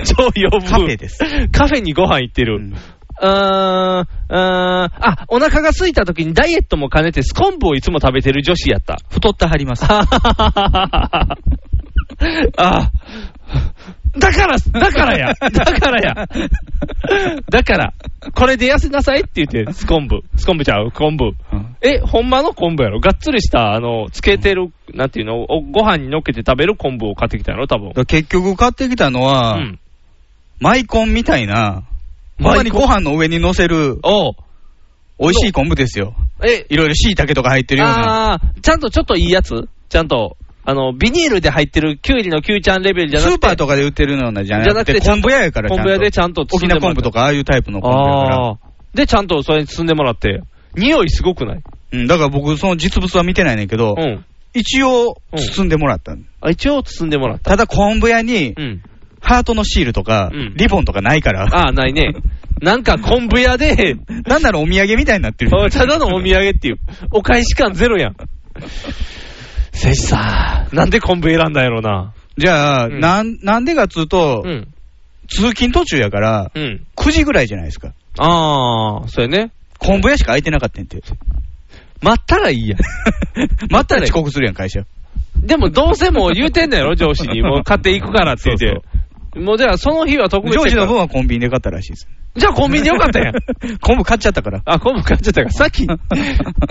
超洋風。カフェです。カフェにご飯行ってる。ううんん、ーん、うーん、あ、お腹が空いた時にダイエットも兼ねて、スコンブをいつも食べてる女子やった。太ってはります。ああ。だから、だからや。だからや。だから、これで痩せなさいって言って、スコンブ。スコンブちゃう昆布。うんえ、ほんまの昆布やろがっつりした、あの、つけてる、なんていうの、おご飯に乗っけて食べる昆布を買ってきたやろ多分だか。ら結局買ってきたのうは、ん。マイコンみたいな、ほんまにご飯の上に乗せるおう美味しい昆布ですよ。え、いろいろ椎茸とか入ってるような。ああ、ちゃんとちょっといいやつちゃんと、あの、ビニールで入ってるキュウリのキュウちゃんレベルじゃスなーくて。パーとかで売ってるようなじゃじゃななくくて、て昆布屋やからちゃん昆と。布屋でちゃんと沖縄昆布とか。か、ああいうタイプの昆布やから。ああ。で、ちゃんとそれに積んでもらって。匂いすごくないうん、だから僕、その実物は見てないねんけど、うん。一応、包んでもらった、ん、あ、一応包んでもらった。ただ、昆布屋にう、ん。ハートのシールとか、うんリボンとかないから、ああ、ないね。なんか昆布 屋で、なんならお土産みたいになってる。おただのお土産っていう。お返し感ゼロやん。せいさん、なんで昆布選んだんやろな。じゃあ、うんなん、なんでかっつうと、うん。通勤途中やから、うん。 9時ぐらいじゃないですか。ああ、そうやね。昆布屋しか空いてなかった んて。待ったらいいやん。まったら遅刻するやん、会社。でもどうせもう言うてんの やろ、上司に。もう買っていくからって言って。もうじゃあその日は特別上司の分分はコンビニで買ったらしい です。じゃあコンビニでよかったやん。昆布買っちゃったから。あ、昆布買っちゃったから、さ っき、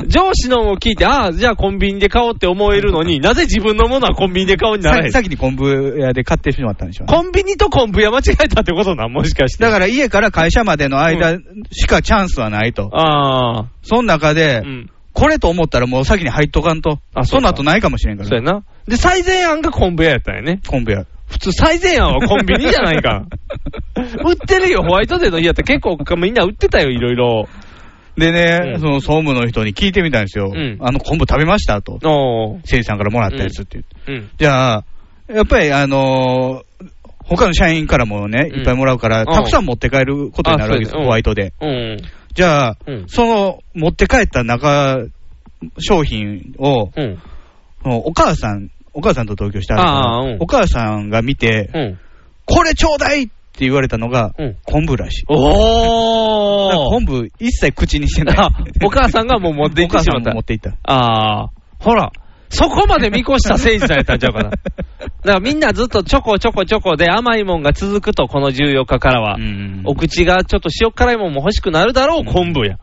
上司のを聞いて、ああ、じゃあコンビニで買おうって思えるのに、なぜ自分のものはコンビニで買おうにならなさい先に昆布屋で買ってしまったんでしょうね。コンビニと昆布屋間違えたってことなん、もしかして。だから家から会社までの間しかチャンスはないと。ああ、その中で、うん。これと思ったらもう先に入っとかんと。あそそうかの後ないかもしれんかそうやら。な。で、最善案が昆布屋やったんやね。昆布屋。普通最善案はコンビニじゃな いか。売ってるよ、ホワイトデーの日やったら結構みんな売ってたよ、いろいろ。でね、うんその総務の人に聞いてみたんですよ。うんあの昆布食べましたと。おー。せいさんからもらったやつって言って。うん。じゃあ、やっぱりあのー他の社員からもね、うんいっぱいもらうから、うんたくさん持って帰ることになるわけです、あそうやねうんホワイトで。うん。じゃあ、うんその持って帰った中、商品を、うん。そのお母さん、お母さんと同居したああら、うんお母さんが見て、うん。これちょうだいってって言われたのが、うん昆布らしい。だからおー昆布一切口にしてなあい。お母さんがもう持って行ってしまお母さんっもた持。っていった。ああ、ほら、そこまで見越した誠治さんやったんち ゃ うかな。だからみんなずっとチョコチョコチョコで甘いもんが続くと、この14日からは。うんお口がちょっと塩辛いもんも欲しくなるだろう、昆布や。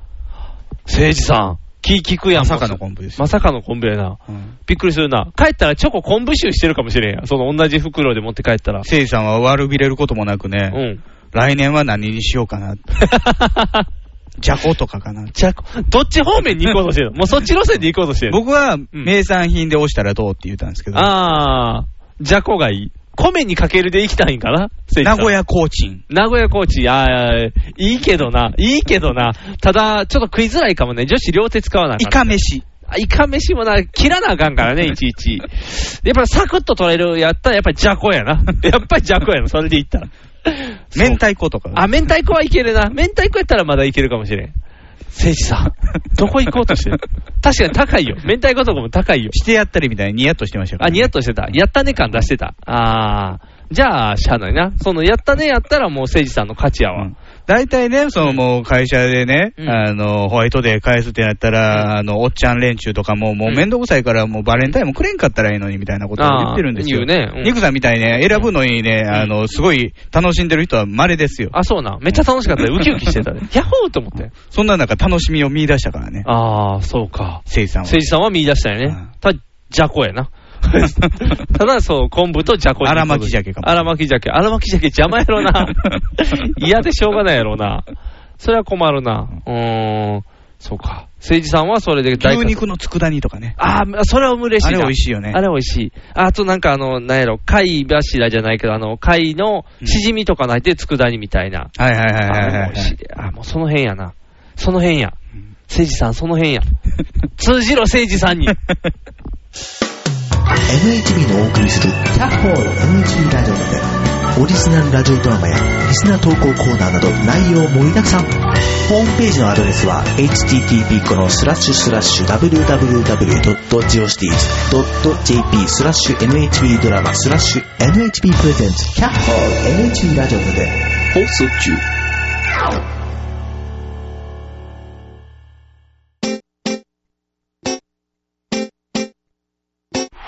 誠治さん、気聞くやん。まさかの昆布ですよまさかの昆布やな。うんびっくりするな。帰ったらチョコ昆布臭してるかもしれんやん。その同じ袋で持って帰ったら。せいさんは悪びれることもなくうね、ん。来年は何にしようか な。じゃことかかな。じゃあ、どっち方面に行こうとし てるのもうそっち路線で行こうとしてる。僕は名産品で押したらどうって言ったんですけど、ああ、じゃこがいい。米にかけるで行きたいんかな誠治さ名ん古屋コーチン。名古屋コーチ、あーいいけどな、いいけどな、ただ、ちょっと食いづらいかもね、女子両手使わなあイかんカ飯。あイカ飯もな、切らなあかんか らね、いちいち。やっぱりサクッと取れるやったら、やっぱりじゃこやな。 やっぱりじゃこやな、それでいったら。明そう。太子とか。あ、明太子はいけるな。明太子やったらまだいけるかもしれん。誠治さん、どこ行こうと してる確かに高いよ。明太子とかも高いよ。してやったりみたいにニヤッとしてましたからあ、ニヤッとしてた。やったね感出してた。あー。じゃあ、しゃあないな。その、やったねやったらもう、誠治さんの勝ちやわ。うん大体ね、そのもう会社でね、うんあの、ホワイトデー返すってなったら、あの、おっちゃん連中とかも、もうめんどくさいから、もうバレンタインもくれんかったらいいのにみたいなことを言ってるんですよ。あー言うねうんニクさんみたいにね、選ぶのにね、んあの、すごい楽しんでる人は稀ですよ。あ、そうな。めっちゃ楽しかったよ。ウキウキして たね。ヤッホーと思って。そんな中、楽しみを見出したからね、あー、そうか。せいさんは。誠治さんは見出したようねん。ただ、じゃこやな。 ただ、そう、昆布とじゃこ荒巻鮭かも荒巻鮭。荒巻鮭邪魔や ろな。嫌でしょうがないやろな。それは困るな。うーん。そうか。誠治さんはそれで大牛活躍肉の佃煮とかね。ああ、それは嬉しあいれな美味しいよねあ。れ美味しい。あとなんかあの、なんやろ、貝柱じゃないけど、あの、貝のしじみとかないで佃煮みたいな。はいはいはいはいあはもうし い。あ、もうその辺やな。その辺や。誠治さん、その 辺や。通じろ、誠治 さんに。 NHB のお送りする「キャッホール NHB ラジオ」でオリジナルラジオドラマやリスナー投稿コーナーなど内容盛りだくさんホームページのアドレスは http このスラッシュスラッシュ www.geocities.jp スラッシュ NHB ドラマスラッシュ NHB プレゼンツキャッホール NHB ラジオで放送中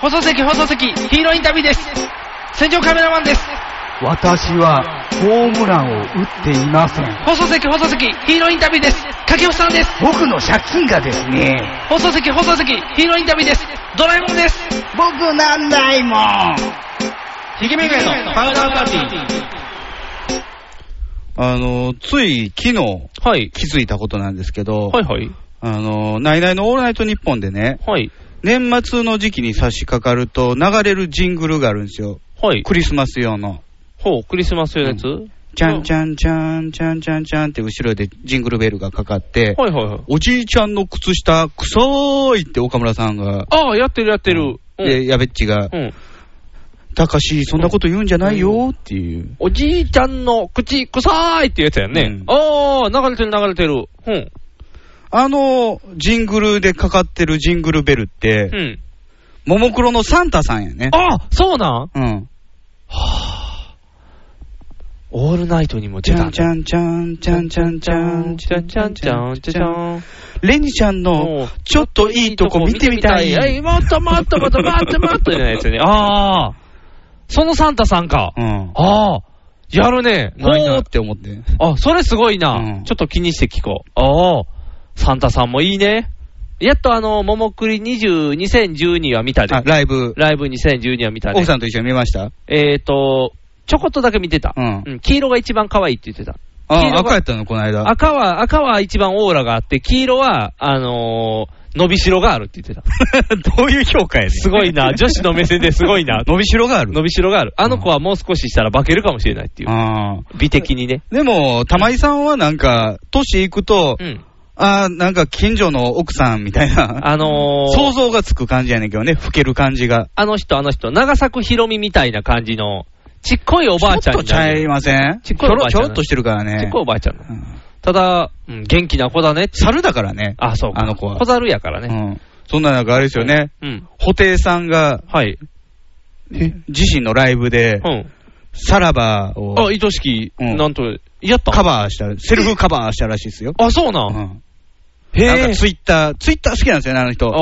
放送席、放送席、ヒーローインタビューです。戦場カメラマンです。私はホームランを打っていません。放送席、放送席、ヒーローインタビューです。掛布さんです。僕の借金がですね、放送席、放送席、ヒーローインタビューです。ドラえもんです。僕なんないもん。ひげめがえのパウダーパーティあの、つい昨日、ー。はい。気づいたことなんですけど、はいはい。あの、ナイナイのオールナイトニッポンでね、はい。年末の時期に差し掛かると流れるジングルがあるんですよ。はい。クリスマス用の。ほう、クリスマス用のやつ、ちゃんちゃんちゃんちゃんちゃんちゃんって後ろでジングルベルがかかって、はいはいはい。おじいちゃんの靴下、くそーいって岡村さんが、ああ、やってるやってる。うん。で、やべっちが、うんたかし、そんなこと言うんじゃないよっていう。おじいちゃんの口、臭いってやつやんね。うんああ、流れてる流れてる。うん。あの、ジングルでかかってるジングルベルってう、ん。ももクロのサンタさんやね。ああ、そうなんうん。オールナイトにもち出ゃたんんちだ。ゃんちゃんちゃんちゃんちゃんちちゃゃんんちちゃゃんんちちゃゃんんちゃん。ちゃんちゃん。レニちゃんの、ちょっといいとこ見てみたい。え、もっともっともっともっともっとじゃないですよね。ああ、そのサンタさんか。うん。ああ、やるね。ないほなうって思って。あ、それすごいな。うんちょっと気にして聞こう。ああ、サンタさんもいいね。やっとあの、ももくり20 2012は見たであ、。ライブ、ライブ2012は見た奥ね。さんと一緒に見ましたえっ、ー、と、ちょこっとだけ見てた、うんうん。黄色が一番可愛いって言ってた。黄色あ、が赤やったの、この間。赤は、赤は一番オーラがあって、黄色は、あのー伸びしろがあるって言ってた。 どういう評価やねんすごいな。女子の目線ですごいな。 伸びしろがある。伸びしろがある。あの子はもう少ししたら化けるかもしれないっていう。ああ。美的にね。でも、玉井さんはなんか、年いくと、うん。ああ、なんか近所の奥さんみたいな、あのー、想像がつく感じやねんけどね、老ける感じが。あの人、あの人、長作ひろみみたいな感じの、ちっこいおばあちゃんちょっとにちゃなるいませんちちっょこいおばろあちちゃょんろっとしてるからちっね。こいおばあちゃんなうの。んただ、うん、元気な子だね。猿だからね。あ、そうか。あの子は小猿やからうね。ん。そんな中、あれですよね。うん。布袋さんが、はい。自身のライブでう、ん。さらばをあ、愛しき、うんなんと、やったカバーした、セルフカバーしたらしいですよ。あ、そうな。うんんへなんかえ。ツイッター、ツイッター好きなんですよね、あの人。布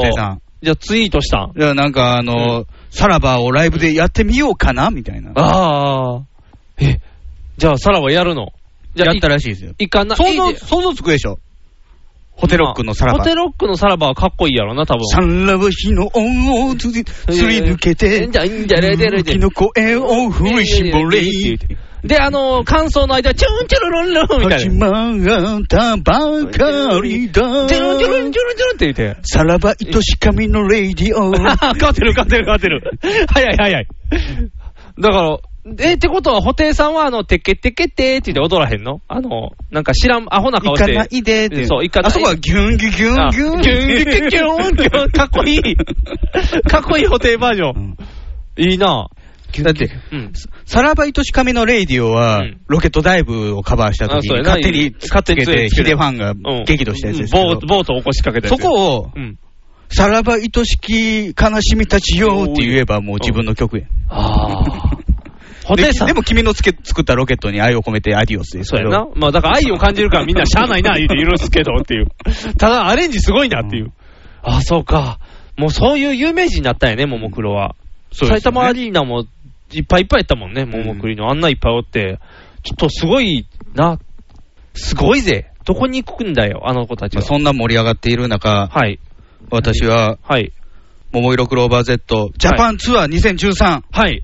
袋さああ。ん。じゃあツイートしたん。いやなんかあの、さらばをライブでやってみようかなみたいな。ああ。え、じゃあさらばやるのじゃあやったらしいですよ。いかな、想いい像、で想像つくでしょ。ホテロックのさらばホ。テロックのさらばはかっこいいやろな、多分。さらば日の恩をつり、すり抜けて、じゃあ、いいんじゃねえでれで木。の声を振り絞れ、で、あの、感想の間、チュンチュルルンルンみたい始 な。まったばかりだチ。ュルンチュルンチュルンチュルンって言って。さらば愛しかみのレイディオ。変わってる変わってる変わってる。早い早い。だから、え、ってことは、布袋さんは、あの、てけてけてーって言って踊らへんのあの、なんか知らん、アホな顔行しかて。ないでって。そう行かないあそこはギュンギュンギュンあギギュュン。ンギュンギュンギュンギュンかっこいい。かっこいい布袋バージョン。いいなだって、うん。さらば愛しかみのレイディオは、うんロケットダイブをカバーしたあ時そうにやな勝手に勝手につけて、ヒデファンがうん激怒したやつですけボーどト、、ボートを起こしかけたやそつ。こをう、ん。さらば愛しき悲しみたちよって言えばもう自分の曲や。ああ。布 で袋さんで。も君のつけ作ったロケットに愛を込めてアディオスですそうけやどな。まあだから愛を感じるからみんなしゃあないな言うて許すけどっていう。ただアレンジすごいなっていう。ああ、そうか。もうそういう有名人になったんやね、ももクロは。そうで埼すよね玉アリーナもいっぱいいっぱいやったもんね、ももクリの。あんないっぱいおって。ちょっとすごいな。すごいぜ。どこに行くんだよ、あの子たちまあは。そんな盛り上がっている中、はい。私は、はい。桃色クローバー Z、ジャパンツアー2013、はい。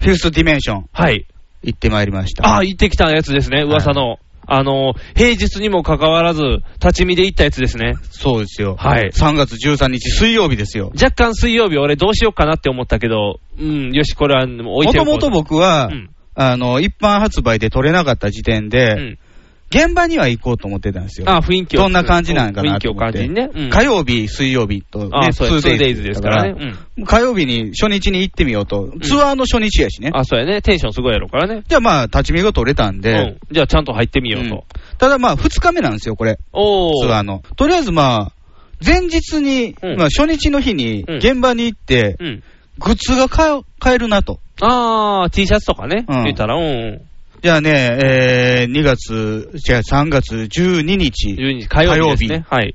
フィフスディメンション、はい。行ってまいりました。ああ、行ってきたやつですね、噂の。あのー、平日にもかかわらず、立ち見で行ったやつですね。そうですよ。はい3月13日水曜日ですよ。若干水曜日、俺どうしようかなって思ったけど、うん、よし、これはもう置いもてとおこうもと僕は、うんあの、一般発売で取れなかった時点で、うん。現場には行こうと思ってたんですよ。あ雰囲気を。どんな感じなんかな雰囲気とを思っ感てじにね。うん火曜日、水曜日と、ね、あそうや、2 2days d a y ですからね。火曜日に初日に行ってみようと。ツアーの初日やしねうん。。あ、そうやね。テンションすごいやろからね。じゃあまあ、立ち見が取れたんうで、ん。じゃあ、ちゃんと入ってみよううんと。ただまあ、2日目なんですよ、これ。おー。ツアーの。とりあえずまあ、前日に、うんまあ初日の日にうん現場に行って、うん。グッズが買え買えるなと。あー、T シャツとかね。うん言ったら、うん。じゃあね、えー、2月、じゃあ3月12日、 12日火曜日ですね。はい。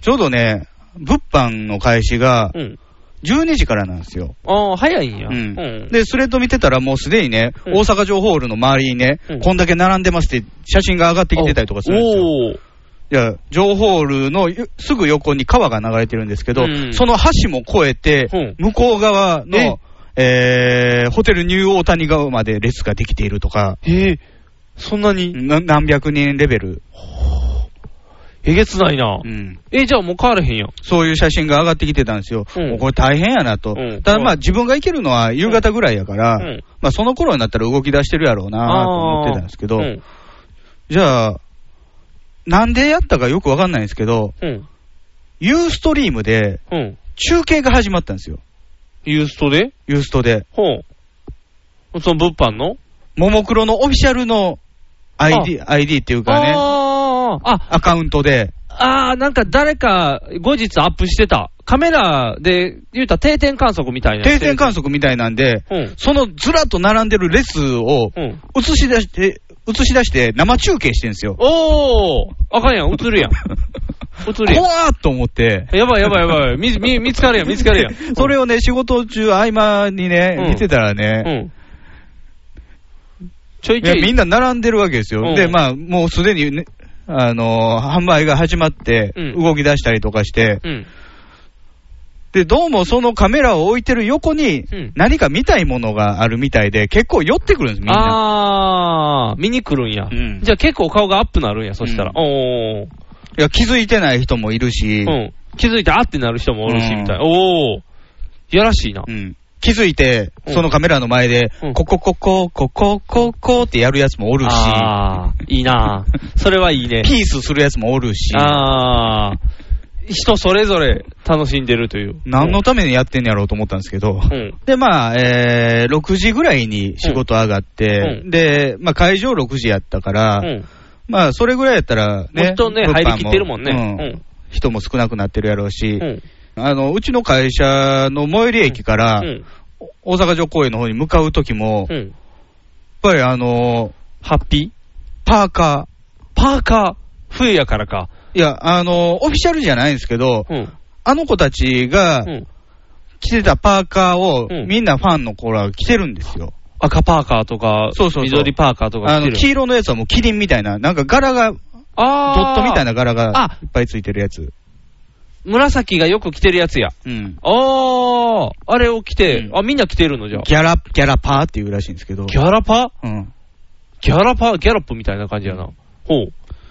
ちょうどね、物販の開始がうん。 12時からなんですよ。あー、早いんや。ううんん。で、スレッド見てたら、もうすでにね、うん大阪城ホールの周りにね、うんこんだけ並んでますって写真が上がってきてたりとかするんですよ。おー。いや、城ホールのゆすぐ横に川が流れてるんですけど、うんその橋も越えて、向こう側の、えーホテルニューオータニ側まで列ができているとか、えー、そんなにな何百人レベル、えげつないなう。んえ、じゃあもう変われへんやん。そういう写真が上がってきてたんですよ。うんもうこれ大変やなと。うんただまあ自分が行けるのは夕方ぐらいやから、うんまあその頃になったら動き出してるやろうなと思ってたんですけど、うん。じゃあ、なんでやったかよくわかんないんですけど、うん。ユーストリームでうん。中継が始まったんですよ。ユーストでユーストで。ほう。その物販のももクロのオフィシャルの ID, ID っていうかね、あーあ、アカウントで、あー、なんか誰か後日アップしてた。カメラで、言うたら定点観測みたいな。定点観測みたいなんで、測。そのずらっと並んでる列をうん。うん。映し出して、映し出して生中継してるんですよ。おーあかんやん、映るやん。映るや怖ーっと思って。ん。やばいやばいやばい。見、見、見つかるやん、見つかるやん。 それをね、仕事中、合間にね、うん見てたらうね、ん。ちょいいちょやい。みんな並んでるわけですうよ。んで、まあ、もうすでにね、あのー販売が始まってう、ん動き出したりとかして、うん。で、どうもそのカメラを置いてる横にうん、何か見たいものがあるみたいで、結構寄ってくるんです、みんな。あー、見に来るんや。うんじゃあ結構顔がアップなるんや、そしたら。うおー。いや、気づいてない人もいるし、うん。気づいて、あってなる人もおるし、うんみたいな。おー。やらしいな。うん気づいて、うんそのカメラの前でう、んここ、ここ、ここ、ここってやるやつもおるし、あー、い いなそれはいいね。ピースするやつもおるし、あー。人それぞれ楽しんでるという。何のためにやってんやろうと思ったんですけど、うん。で、まあ、えー、6時ぐらいに仕事上がって、うんで、まあ、会場6時やったから、うん。まあ、それぐらいやったらもね、う人ね、物販入りきってるもんね。人も少なくなってるやろうし、うん。うん。あの、うちの会社の最寄り駅から、うん。大阪城公園の方に向かう時も、うやっん。ぱりあの、ハッピーパーカパーカー、冬やからか。ー、いや、あの、オフィシャルじゃないんですけど、うん。あの子たちがうん。着てたパーカーを、うんみんなファンの子らが着てるんですよ。赤パーカーとか、そうそうそう緑パーカーとかあ着ての、る。黄色のやつはもうキリンみたいな、なんか柄が、ドあーットみたいな柄があいっぱいついてるやつ。紫がよく着てるやつや。うん。あー、あれを着て、うんあ、みんな着てるのじゃあ。ギャラ、ギャラパーっていうらしいんですけど。ギャラパうん。ギャラパギャラップみたいな感じやな。ほう。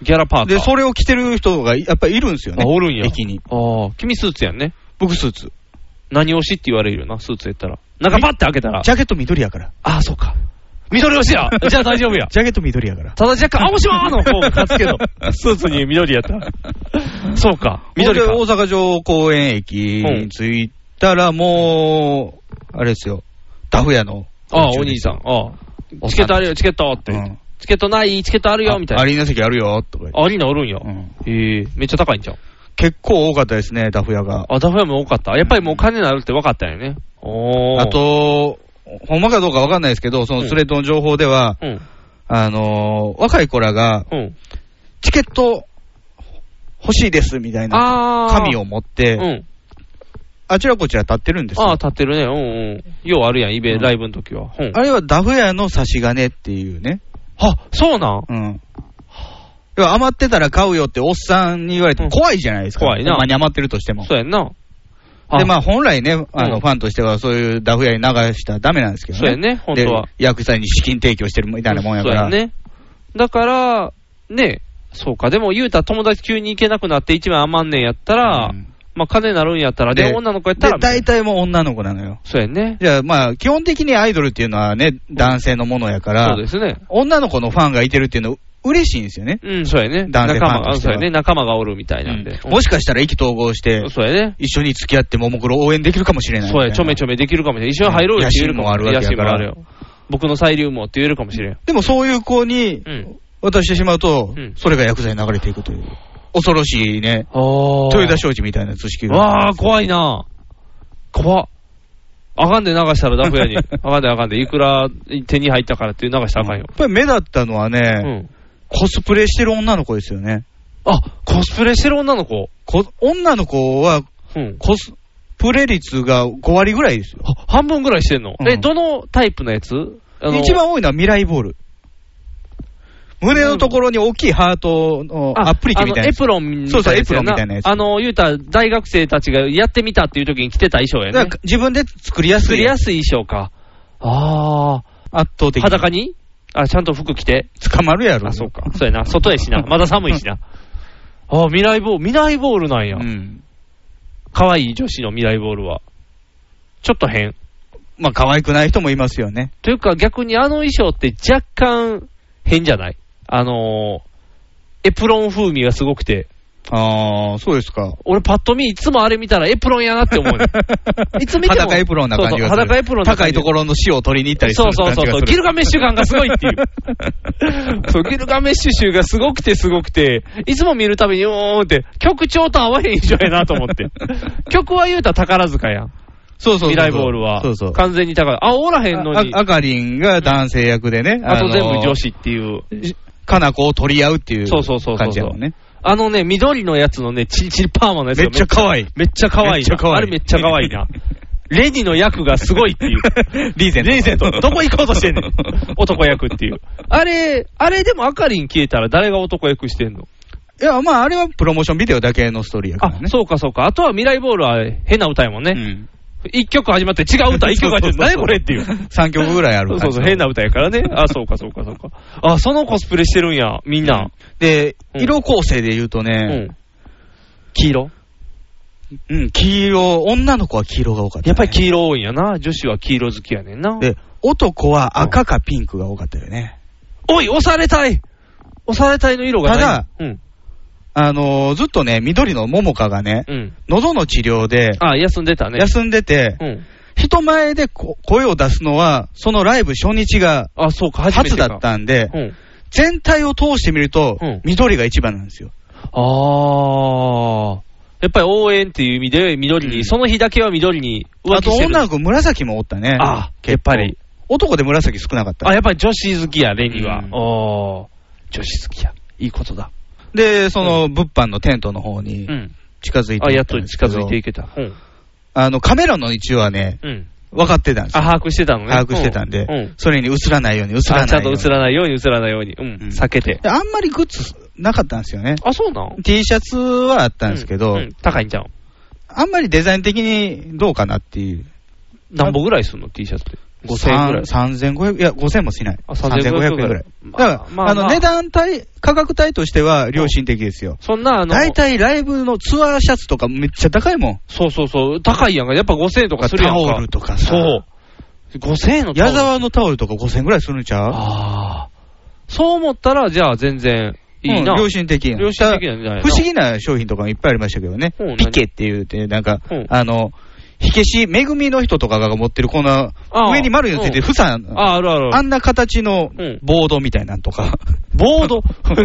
ギャラパーカー。で、それを着てる人がやっぱりいるんですよね。あ、おるんや。駅に。あー、君スーツやんね。僕スーツ。何押しって言われるよな、スーツやったら。中パッて開けたら。ジャケット緑やから。あー、そうか。緑押 しや。じゃあ大丈夫や。ジャケット緑やから。ただ若干、青島の 方が勝つけど、スーツに緑やったら。そうか。緑かで。大阪城公園駅に着いたら、もう、あれですよ。ダフ屋の。ああ、お兄さん。ああ。チケットあるよ、チケットって。うんチケットないチケットあるよ、みたいアな。リーナ席あるよ、とか言ってありなおるんや。うんへえ、めっちゃ高いんじゃん。結構多かったですね、ダフ屋が。あ、ダフ屋も多かった。やっぱりもう金になるって分かったんやね。おー。あ、と、ほんまかどうかわかんないですけど、そのスレッドの情報では、うん、あのー若い子らが、うん。チケット欲しいです、みたいなあー。紙を。持っうて、ん。あちらこちら立ってるんですあー、よ。立ってるね。うんうん。ようあるやん、イベ、うんライブの時は。うん。あれはダフ屋の差し金っていうね。あ、そうなんうん。要は余ってたら買うよっておっさんに言われてうもん怖いじゃないですか。怖いなほんまに余ってるとしても。そうやんな。で、まあ、あ本来ね、あうんの、ファンとしてはそういうダフ屋に流したらダメなんですけどそうやね、本で当は。、役者に資金提供してるみたいなもんやから。そうやね。だから、ね、そうか。でも、言うたら友達急に行けなくなって1枚余んねんやったら、うんまあ、金になるんやったら、で、で女の子やっでたら、、大体もう女の子なのよ。そうやね。じゃあまあ、基本的にアイドルっていうのはね、男性のものやかそらう、ですね。女の子のファンがいてるっていうの嬉しいんですよね。うん、そうやね。男性仲間ファンとしてはあそうやね。仲間がおるみたいなんで。うんもしかしたら意気投合してうん、そうやね。一緒に付き合ってももクロ応援できるかもしれないみそたういや、な。ちょめちょめできるかもしれん。一緒に入ろうよって言えるかもし野れん。心もあるわけやから野心もあるよ僕の再流もって言えるかもしれん。でもそういう子にうん。渡してしまうと、うんそれが薬剤に流れていくという、恐ろしいね、ああ。豊田商事みたいな図式が。わあ、怖いな。怖っ。あかんで流したらダフ屋 に。あかんであかんで。いくら手に入ったからって流したらあかんやよ。っぱり目立ったのはうね、ん。コスプレしてる女の子ですよね。あ、コスプレしてる女の子。こ女の子はうん。コスプレ率が5割ぐらいですよ。あ半分ぐらいしてんの。うんえ、どのタイプのやつあの一番多いのはミライボール。胸のところに大きいハートのあアプリケみたいあなのエ。プロンみたいなやつやな。そうそうエプロンみたいなやつあの、言うたら、大学生たちがやってみたっていう時に着てた衣装やだねか。ら自分で作りやす作い。りやすい衣装か。あ圧倒あ。的に。裸にあ、ちゃんと服着て。捕まるやろ。あ、そうか。そうやな。外やし な。まだ寒いしな。ああ、未来ボール、未来ボールなんやう。ん。可愛い女子の未来ボールは。ちょっと変。まあ、可愛くない人もいますよね。というか逆にあの衣装って若干変じゃないあのー、エプロン風味がすごくて。ああ、そうですか。俺パッと見いつもあれ見たらエプロンやなって思う ねん いつ見ても裸エプロンな感じがする。そうそう裸エプロンな感高じいところの塩を取りに行ったりすそるうそうそうそう、ギルガメッシュ感がすごいって いう。そう、ギルガメッシュ集がすごくてすごくて、いつも見るたびに、うーんって、曲調と合わへん以上やなと 思って。曲は言うたら宝塚やん。そうそうそう未来ボールは。そうそう。完全に宝あ、おらへんのにあ。あかりんが男性役でね。あと全部女子。子っていう。かなこを取り合うっていうそうそうそうそう感じやもんね。あのね、緑のやつのね、チリチリパーマのやつめがっちゃ可 愛い。めっちゃ可愛めいっなちゃ可愛いあれめっちゃ可愛 いな。レディの役がすごいっていう。リーゼント。リーゼンどこ行こうとしてんね ん。 男役っていう。あれ、あれでもあかりん消えたら誰が男役してんのいや、まあ、あれはプロモーションビデオだけのストーリーやかあらね。、そうかそうか。あとは未来ボールは変な歌やもんうね。ん。一、曲始ま って違う歌、一曲始まって、何これっていう。 3曲ぐらいあそるう 感そうじそう、変な歌やからね。あ、そうかそうかそうか。あ、そのコスプレしてるんや、みんな。で、うん色構成で言うとうね、ん。黄色うん、黄色、女の子は黄色が多かったね。やっぱり黄色多いんやな。女子は黄色好きやねんな。で、男は赤かピンクが多かったよね。おい、押されたい押されたいの色がない。ただ、うん。あのーずっとね、緑の桃花がね、うん。喉の治療であ、休んでたね。休んでて、うん。人前でこ声を出すのは、そのライブ初日があ、そうか、初めて初かだったんで、うん。全体を通してみるとうん、緑が一番なんですよ。あー。やっぱり応援っていう意味で緑に、うんその日だけは緑に浮あ気としてる。女の子、紫もおったね。ああ結構やっぱり。男で紫少なかった。あ、やっぱり女子好きや、レニは。うんおー、女子好きや。いいことだ。で、その、物販のテントの方にうん。近づいてあ、いやっったとんです近けどづいていけた。うん。あの、カメラの位置はね、うん。分かってたんですあ、よ。把握してたのね。把握してたんでうんうん。それに映らないように、映らあちなゃいんよとうに。映らないように映らないように。うんうん。避けて。であんまりグッズなかったんですよね。あ、そうなん T シャツはあったんですけど、うう高いんちゃうあんまりデザイン的にどうかなっていう。何本ぐらいすんの ?T シャツって。5000円ぐらい。 3500、いや、5000もしない。あ3500 3500円ぐらい。だまあから、まああの、まあ値段帯、価格帯としては良心的ですよ。そんな、あの、大体ライブのツアーシャツとかめっちゃ高いもん。そうそうそう、高いやんか。やっぱ5000円とかするやんタか。オルとかさ。そう。5000円のタオ矢ル。沢のタオルとか5000円ぐらいするんちゃうああ。そう思ったら、じゃあ全然いいな。うん良心的やん良心的なんじゃないな不思議な商品とかもいっぱいありましたけどねうん。ピケって言うて、なんかうん、あの、火消し、めぐみの人とかが持ってる、こんなあ、ー上に丸いのついてる、うんふさん、あ、あるあるあある。んな形のうんボードみたいなんとか。ボー ド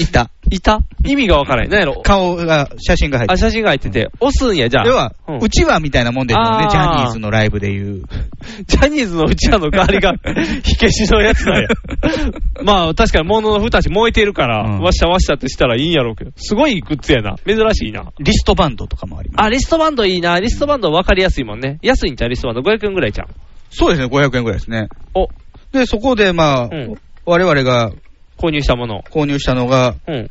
いた。いた意味がわからない。なんやろ顔が、写真が入ってあ、る。写真が入ってて。押すんや、じゃあ。要はう、んうちわみたいなもんですよねあ、ージャニーズのライブでいう。ジャニーズのうちわの代わ りが、火消しのやつなんや。 まあ、確かに物の蓋し燃えてるから、うんわっしゃわっしゃってしたらいいんやろうけど。すごいグッズやな。珍しいな。リストバンドとかもあります。あ、リストバンドいいな。リストバンド分かりやすいもんね。安いんちゃうリストバンド。500円ぐらいちゃう。そうですね、500円ぐらいですね。お、で、そこで、まあうん、我々が購入したもの。購入したのが、うん。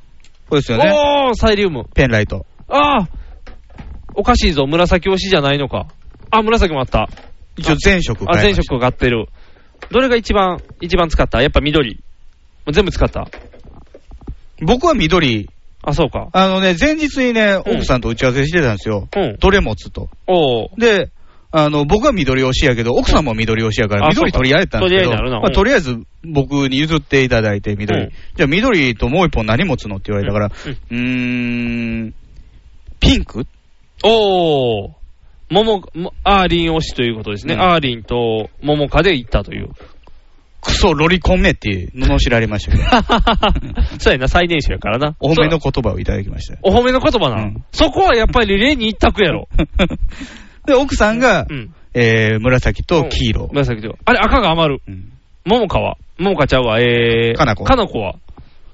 これですよね。おー、サイリウム。ペンライト。ああおかしいぞ、紫推しじゃないのか。あ、紫もあった。一応全色あ、買い全ました色買ってる。どれが一番、一番使ったやっぱ緑。もう全部使った。僕は緑。あ、そうか。あのね、前日にね、うん奥さんと打ち合わせしてたんですよ。うん。どれもつと。おー。で、あの、僕は緑推しやけど、奥さんも緑推しやかうんら、あそう緑か取り合えたんですけど、取り合いになるなまあうんとりあえず僕に譲っていただいて、緑。うんじゃあ、緑ともう一本何持つのって言われたから、うんうーん、ピンクおー。桃、もアーリン推しということですね。うんアーリンと桃花で行ったと いう。クソロリコンめって、罵られました けど、そうやな、最年少やからな。お褒めの言葉をいただきました よ。お褒めの言葉なの、うんそこはやっぱりレに一択やろ。で、奥さんが、うん。えー、紫と黄色。紫と。あれ、赤が余る。うん桃花は。桃花ちゃうわ。えー。かなこかなこは。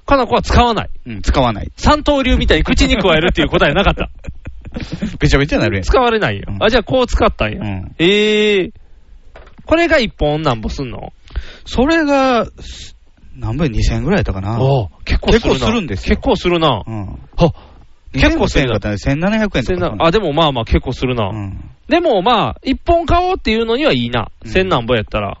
かなこは使わない。うん、使わない。三刀流みたいに口に加えるっていう答えな かった。べちゃべちゃなるやん。使われないよ。うんあ、じゃあこう使ったんや。うんええー。これが一本なんぼすんのそれが、す何分2000円ぐらいやったかな。おう結構するな。結構するんですよ結構するな。うん。あ、結構2000す円るだなったね。1700円とかだったかな。あ、でもまあまあ結構するな。うんでもまあ、一本買おうっていうのにはいいな。うん千なんぼやったら。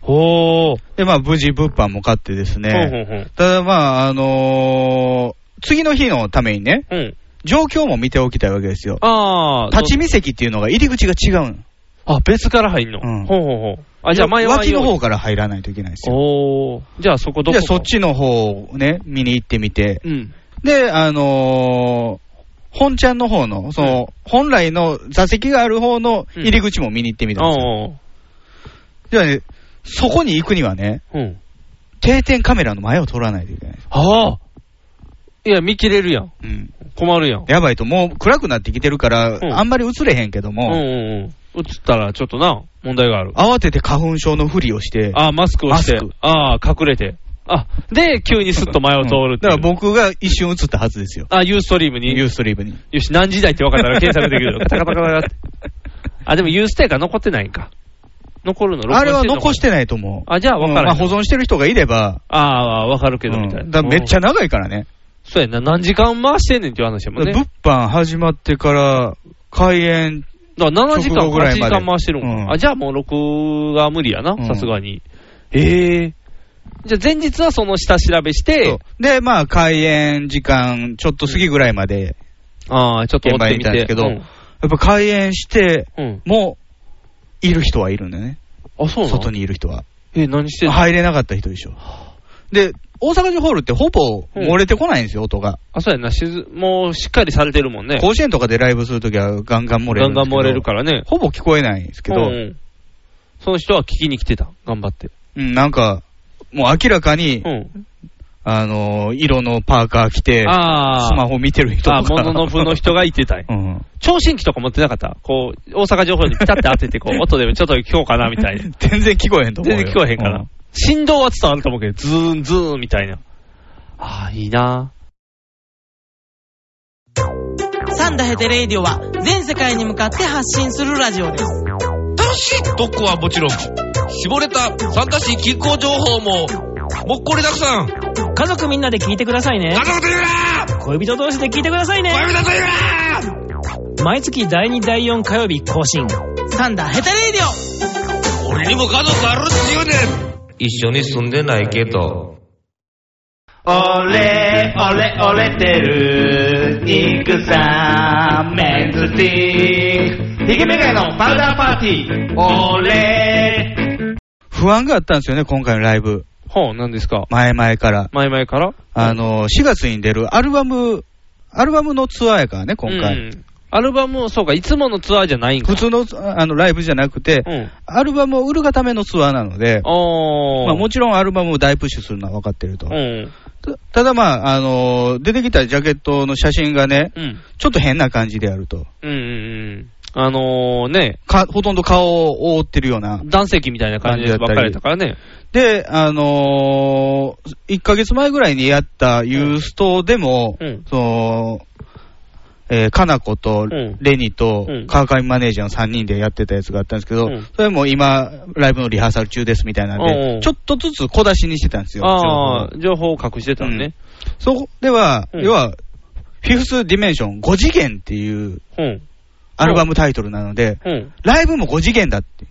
ほー。で、まあ、無事物販も買ってですほんほね。んほん。ただ、まあ、あのー次の日のためにね、うん。状況も見ておきたいわけですよ。あー。立ち見席っていうのが入り口が違うの。あ、別から入んの。うんほうほうほう。あ、じゃあ前は脇の方から入らないといけないんですよ。おー。じゃあそこどじこゃあ、そっ。ちの方をね、見に行ってみて。うん。で、あのー本ちゃんの方の、その、本来の座席がある方の入り口も見に行ってみたんですよ。おー。じゃあね、そこに行くにはね、うん。定点カメラの前を通らないといけない。あー。いや、見切れるやん。うん。困るやん。やばいと、もう暗くなってきてるから、うんあんまり映れへんけどうんうも、んうん。映ったらちょっとな、問題がある。慌てて花粉症のふりをして、あー、マスクをしてマスク。あー、隠れて。あ、で、急にスッと前を通るうっんてだかいうら僕が一瞬映ったはずですよ。あ、ユーストリームに。ユーストリームに。よし、何時代って分かったら検索で きるよ。カタカタカタカタって。あ、でもユーステーが残ってないんか。残るのあれは残してる。ないと思う。あ、じゃあうん分まからあん。保存してる人がいれば、ああ、分かるけどうんみたいな。だからめっちゃうん。長いからね。そうやな、何時間回してんねんっていう話やもんね。だか物販始まってから、開演、ら7時間直後ぐらい8時まで間回してるも。うんんあ、じゃあもう録画は無理やなう、んさすがに。ええ。じゃあ前日はその下調べしてそ、うで、まあ、開演時間ちょっと過ぎぐらいまで、ああ、ちょっと追現場っにていみたんです。てけど、うやっぱ開演して、んうん。もう、いる人はいるんだよね。あ、そうなの外にいる人は。え、何してんの入れなかった人でしょ。で、大阪城ホールってほぼ漏れてこないんですよ、音が。あ、そうやな、しずもうしっかりされてるもんね。甲子園とかでライブするときはガンガン漏れガるンんですガけど。ン漏れるからね。ほぼ聞こえないんですけど、ううんんその人は聞きに来てた、頑張って。なんか、もう明らかにう、ん。あの、色のパーカー着て、ああ。スマホ見てる人とか。あ、もののぶの人がいてたんや うん。聴診器とか持ってなかったこう、大阪情報にピタって当てて、こ う、音でちょっと聞こうかな、みたいな。全然聞こえへんと思う全よ。然聞こえへんから。振動は伝わると思うけど、ズーン、ズーン、みたいな。ああ、いいなサンダヘテレイディオは全世界に向かって発信するラジオです。楽しい特攻はもちろん、絞れた参加し気候情報も、もっこりたくさん。家族みんなで聞いてくださいね家。族と言うな恋人同士で聞いてくださいね。恋人と言うな毎月第2第4火曜日更新。サンダヘタレイディオ俺にも家族あるって言うねん一緒に住んでないけど。俺、俺、俺てる、インクさん、メンズティー。ヒゲメガネのパウダーパーティー。俺、不安があったんですよね、今回のライブ。ほう、何ですか前々から。前々からあの、4月に出るアルバム、アルバムのツアーやからね、今回。うんアルバム、そうか、いつものツアーじゃないんか。普通のあのライブじゃなくて、うん。アルバムを売るがためのツアーなので、ああ。まあ、もちろんアルバムを大プッシュするのは分かってると。うん。たただまあ、あのー出てきたジャケットの写真がね、うん。ちょっと変な感じであると。うん。うん。あのー、ね、かほとんど顔を覆ってるような。男性器みたいな感じでばっかりだったからね。で、あの1ヶ月前ぐらいにやったユーストでも、うんその、えーかなことんレニとうん川上マネージャーの3人でやってたやつがあったんですけど、うんそれも今、ライブのリハーサル中ですみたいなんうんで、ちょっとずつ小出しにしてたんですよ。ああ、情報を隠してたのね。そこでは、うん要は、フィフスディメンション5次元っていううん。アルバムタイトルなので、うん。ライブも5次元だって。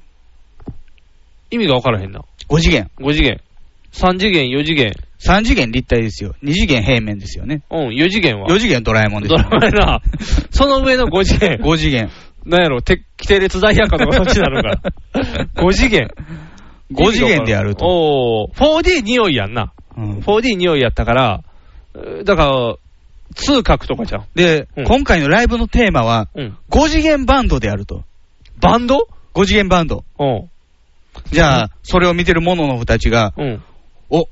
意味がわからへんな。 5次元。 5次元。3次元、4次元。 3次元立体ですよ。2次元平面ですよね。うん、4次元は。 4次元ドラえもんですドよ、ラマやな。その上の5次 元。 5次元。なんやろ、て、規定列大百科とかそっちなの か。5次元。 5次元であると。おー、4D 匂いやんな。うん 4D 匂いやったから、えーだから、通覚とかじゃん。で、うん今回のライブのテーマは、うん。 5次元バンドであると。バンド5次元バンド。うん。じゃあ、それを見てる者の子たちが、うん。お、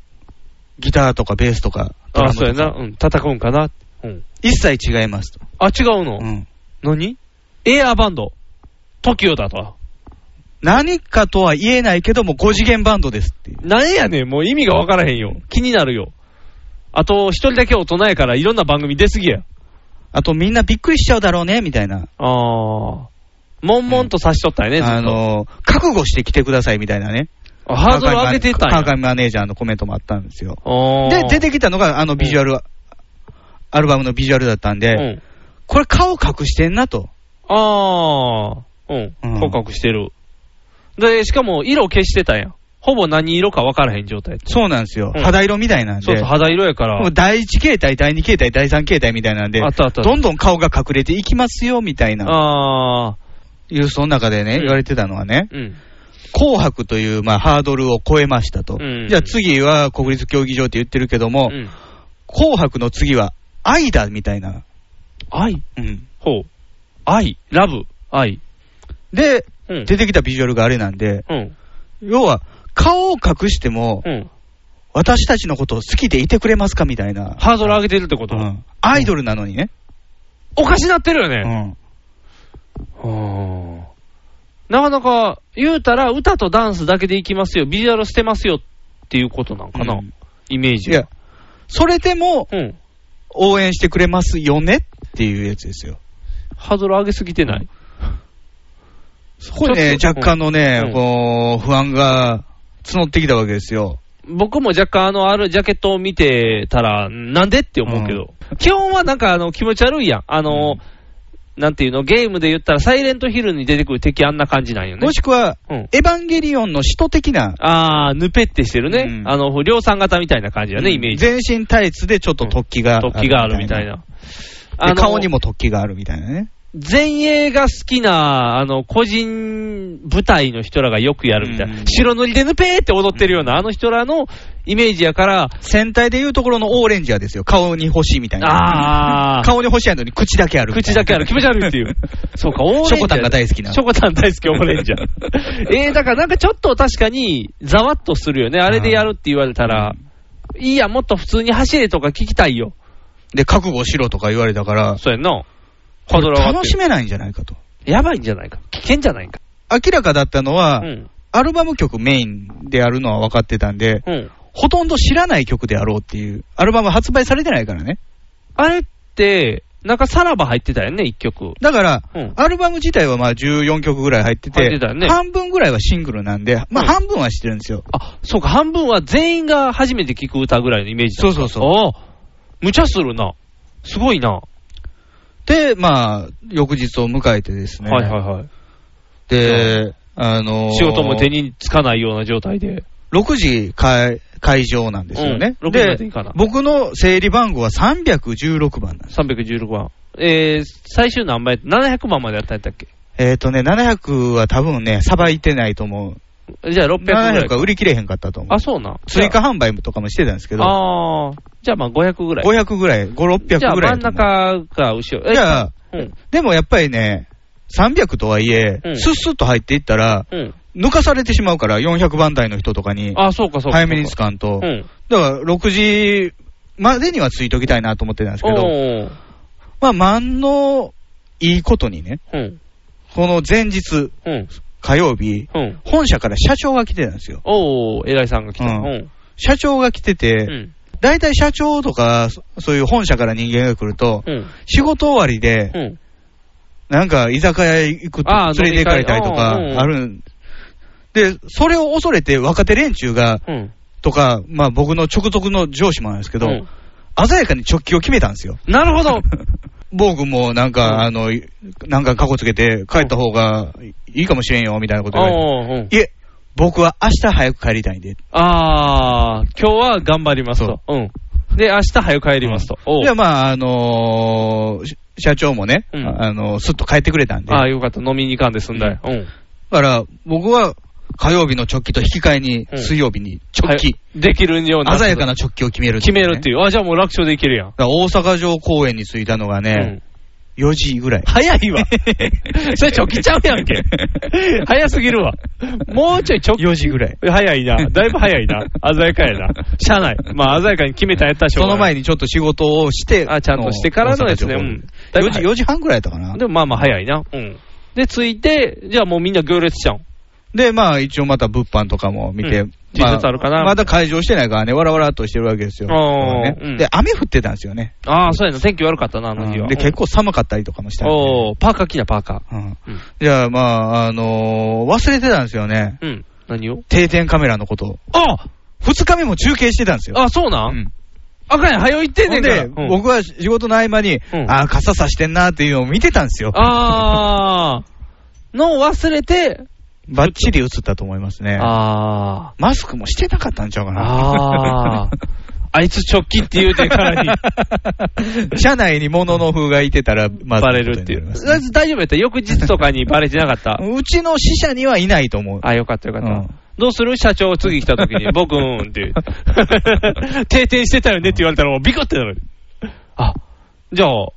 ギターとかベースとか、ドあ、ラムそうやとか、な。うん。叩くんかな。うん。一切違いますと。あ、違うの、うん何エアーバンド。TOKIO だと。何かとは言えないけども、5次元バンドですっていう。なんやねん、もう意味がわからへんよ。気になるよ。あと、一人だけ大人やから、いろんな番組出すぎや。あとみんなびっくりしちゃうだろうね、みたいな。あー。悶々と刺しとったよね、ずっとあの、覚悟して来てくださいみたいなね。あハードル上げてたんや川。上マネージャーのコメントもあったんですよ。でで、出てきたのが、あのビジュアル、アルバムのビジュアルだったんで、うん。これ顔隠してんなと。ああ、うんう。ん告白してる。で、しかも色消してたやん。ほぼ何色か分からへん状態。そうなんですよ。うん肌色みたいなんで。そうそう、肌色やからもう。第1形態、第2形態、第3形態みたいなんであ、ったあった。どんどん顔が隠れていきますよ、みたいな、ああ、いうその中でね、うん言われてたのはね、うん。紅白という、まあ、ハードルを超えましたと。うんじゃあ次は国立競技場って言ってるけども、うん紅白の次は愛だ、みたいな。愛うん。ほう。愛ラブ愛で、うん。出てきたビジュアルがあれなんで、うん。要は、顔を隠しても、うん。私たちのことを好きでいてくれますかみたいな。ハードル上げてるってこうとん。アイドルなのにね。おかしなってるようね。ん。うんなかなか、言うたら、歌とダンスだけでいきますよ。ビジュアル捨てますよっていうことなんかなうん。イメーいジはや。、それでもうん。応援してくれますよねっていうやつですよ。ハードル上げすぎてないそこにね、ちょっと若干のね、うんこう、不安が募ってきたわけですよ。僕も若干あの、あるジャケットを見てたら、なんでって思うけど、基本はなんかあの、気持ち悪いやん。あの、なんていうの、ゲームで言ったら、サイレントヒルに出てくる敵あんな感じなんよねも。しくは、うん。エヴァンゲリオンの使徒的な、あー、ぬぺってしてるね。うんあの、量産型みたいな感じだね、イメージ。全身タイツでちょっと突起が、突起があるみたいな。で顔にも。も突起があるみたいなね。前衛が好きな、あの、個人舞台の人らがよくやるみたいな。うん白塗りでぬぺーって踊ってるような、あの人らのイメージやから、戦隊でいうところのオーレンジャーですよ。顔に星みたいな。あー。顔に星やのに口だけあるみた口いな。だけある。気持ち悪いっ ていう。そうか、オーレンジャーショコタンが大好きなショコタン大好き、オーレン ジャー。えー、だからなんかちょっと確かに、ざわっとするよね。あれでやるって言われたら、いいや、もっと普通に走れとか聞きたいよ。で、覚悟しろとか言われたから、そうやんな。こハードれル上がっ楽てしるめないんじゃないかと。やばいんじゃないか。危険じゃないか。明らかだったのうは、ん。アルバム曲メインであるのは分かってたんで、うん。ほとんど知らない曲であろうっていう、アルバム発売されてないからね。あれって、なんかさらば入ってたよね、一曲。だから、うん。アルバム自体はまあ14曲ぐらい入って入っててたよね半分ぐらいはシングルなんで、まあうん半分は知ってるんですよ。あ、そうか、半分は全員が初めて聞く歌ぐらいのイメージだそうそうそうああ、無茶するな。すごいな。で、まあ、翌日を迎えてですね。はいはいはい。で、あのー仕事も手につかないような状態で。 6時会会場なんですよね。うん6時までいいでかな、僕の整理番号は316番なんです。 316番。えー、最終何番やった ?700 番までやったんやったっけえっ、とね、700は多分ね、さばいてないと思う。じゃあ600ぐらい700。は売り切れへんかったと思うあ、。そうな。追加販売とかもしてたんですけじゃど、ああー、じゃあまあ500ぐらい。 500ぐらい、5、600じゃあぐらい真やんと思う。中か後ろ。えじゃあ、うん。でもやっぱりね、300とはいえう、んスッスッと入っていったら、うん。抜かされてしまうから、400番台の人とかに、あ、そうかそうか。早めにつかんと。うん。だから、6時までにはついときたいなと思ってたんですけど、おーまあ、万のいいことにね、うん。この前日、うん。火曜日、うん。本社から社長が来てたんですよ。おー、偉いさんが来た。ううんん。社長が来てて、うん。大体社長とか、そそういう本社から人間が来ると、うん。仕事終わりで、うん。なんか居酒屋行くと、あー連れて行かれたりとか、飲み会あーうんあるんで、それを恐れて若手連中が、うん。とか、まあ僕の直属の上司もなんですけど、うん鮮やかに直帰を決めたんですよ。なる ほど。僕もなんか、あの、いなんかカコつけて帰った方がいいかもしれんよ、みたいなこと言われおー、うん。て。いえ、僕は明日早く帰りたいんで。あー、今日は頑張りますと。うん。で、明日早く帰りますと。おじゃあー。まあ、あのーし社長もね、うんあのすっと帰ってくれたんで。あー、よかった。飲みに行かんで済んだよ。うん。だから、僕は火曜日の直帰と引き換えに、うん水曜日に直帰、はいできるような。鮮やかな直帰を決める、決めるっていうね。いう。あ、じゃあもう楽勝でいけるやん。だから大阪城公園に着いたのがうんね、。4時ぐらい。早 いわ。それ直帰ちゃうやんけ。早すぎるわ。もうちょい直帰。 4時ぐらい。早いな。だいぶ早いな。鮮やかやな。社内。まあ鮮やかに決めたんやったらしょうそがのない。前にちょっと仕事をして、あちゃんとしてからのですね大阪うん城公園4時、4時半ぐらいだったかな。でもまあまあ早いな。うん。で、着いて、じゃあもうみんな行列しちゃう。で、まあ一応また物販とかも見て、うんま T シャツあるかなまだ開場してないからね、わらわらっとしてるわけですよ。あーねうんで、雨降ってたんですよね。ああ、そうやな。天気悪かったな、あの日は。で、結構寒かったりとかもしたんでおおーパーカー着た、パーカうんうんじゃあ、まあ、あのー忘れてたんですよね。ー。うん。何を定点カメラのことを。あ二日目も中継してたんですよ。あ、そうなん、うんあかんやん、早いってんほねんんから。で、うん僕は仕事の合間に、うんああ、傘さしてんなっていうのを見てたんですよ。ああ、のを忘れて、バッチリ映ったと思いますね。ああ。マスクもしてなかったんちゃうかあなあ。 あいつ直帰って言うてからに 車内にモノノフがいてたら、まずバレるっていこう。とになりますね大丈夫やった翌日とかにバレてなかった。うちの死者にはいないと思う。あ、よかったよかった。うんどうする社長次来た 時に、僕、うんって 言う。定点してたよねって言われたらもうビクってなる。あ、じゃあ、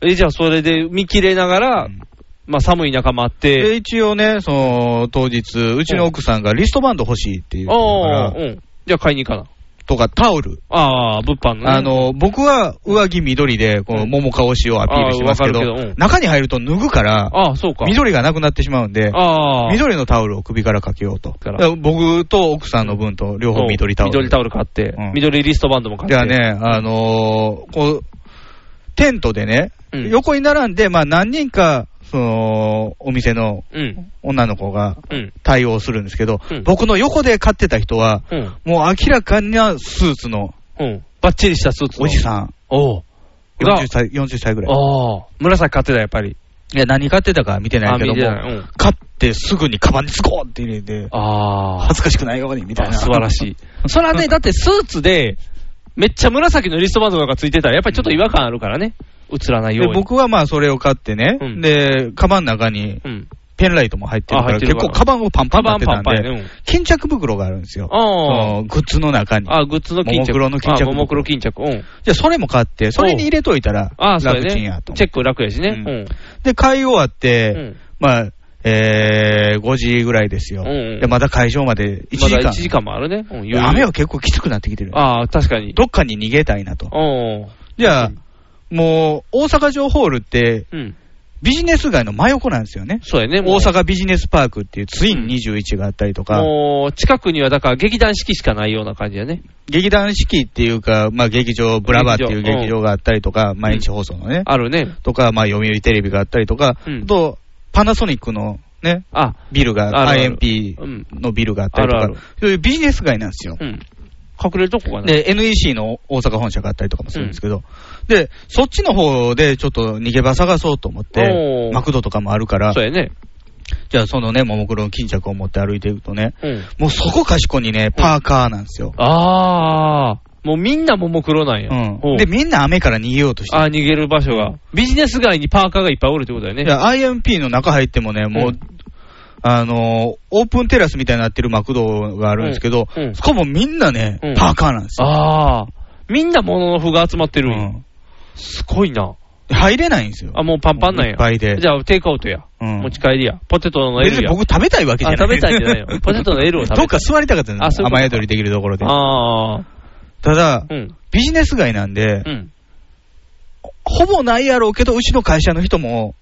え、じゃあそれで見切れながら、うんまあ寒い中もあっで、て、一応ね、その、当日、うちの奥さんがリストバンド欲しいっていうかああ、ら、うん。じゃあ買いに行かな。とかタオル。ああ、物販の、ね。あ、の、僕は上着緑で、この桃かおしをアピールしてますけあーわかるけどどう、ん中に入ると脱ぐから、ああ、そうか。緑がなくなってしまうんで、ああ。緑のタオルを首からかけようと。からだから僕と奥さんの分と両方緑タオル。緑タオル買って、うん緑リストバンドも買って。じゃあね、あのーこう、テントでね、うん横に並んで、まあ何人か、その、お店のうん。女の子がうん。対応するんですけど、うん僕の横で買ってた人は、うん。もう明らかなスーツのうん。バッチリしたスーツの。おじさん、おう。が40歳、40歳ぐらい。ああ。紫買ってた、やっぱり。いや、何買ってたかは見てないけどあ見てもないうん、買ってすぐにカバンに突こうって入れて、あ恥ずかしくないようにみたいあ。な。素晴らしい。 それはね、だってスーツで、めっちゃ紫のリストバンドがついてたら、やっぱりちょっと違和感あるからね。映らないようでに。僕はまあそれを買ってね、うんで、カバンの中にうん。ペンライトも入ってるかあら、入ってる結から構カバンをパンパンになってたんカバンパンパンやでねうん、巾着袋があるんですよ。そあのグッズの中に。あ。あグッズの巾着。ももクロの巾着あ、ももクロ巾着。うん。じゃあそれも買って、それに入れといたらああ、そうや楽ちんやねと。思チっェック楽やしね。て。で、買い終わってう、ん。まあ、えー、5時ぐらいですよ。うんうんで、まだ会場まで1時ま間。だ1時間もあるね。うん、余裕雨は結構きつくなってきてる。ああ、確かに。どっかに逃げたいなと。おーじゃあ、もう、大阪城ホールって、うん。ビジネス街の真横なんですよね。そうやね。もう大阪ビジネスパークっていうツイン21があったりとか、もう、近くにはだから劇団四季しかないような感じやね。劇団四季っていうか、まあ劇場、ブラバーっていう劇場劇場があったりとか、毎日放送のね、あるね。とか、まあ読売テレビがあったりとか、うんあと、パナソニックのね、あ、ビルが、あるある IMP うんのビルがあったりとあかるある、そういうビジネス街なんですよ。うん。隠れるとこがない。で、NEC の大阪本社があったりとかもするんですけど、で、そっちの方でちょっと逃げ場探そうと思っおて、ーマクドとかもあるからそう、やね。じゃあそのね、ももクロの巾着を持って歩いていくとね、うん。もうそこかしこにね、パーカーなんですよ。ああ、もうみんなももクロなんや。うおん。で、みんな雨から逃げようとしてああ、逃げる場所が。ビジネス街にパーカーがいっぱいおるってことだよねい。や、IMP の中入ってもね、もう、うんあのー、オープンテラスみたいになってるマクドがあるんですけど、うんうんそこもみんなね、うんパーカーなんですよ。ああ、みんなモノノフが集まってるんやうんすごいな。入れないんですよ。あ、もうパンパンなんや。いっぱいでじゃあ、テイクアウトや。うん持ち帰りや。ポテトの L 別にや。僕食べたいわけじゃない。あ食べたいんじゃないよ ポテトの L を食べたいどっか座りたかったんであすそういうことか雨宿りできるところで。ああ、ただ、うん。ビジネス街なんでう、ん。ほぼないやろうけど、うちの会社の人も、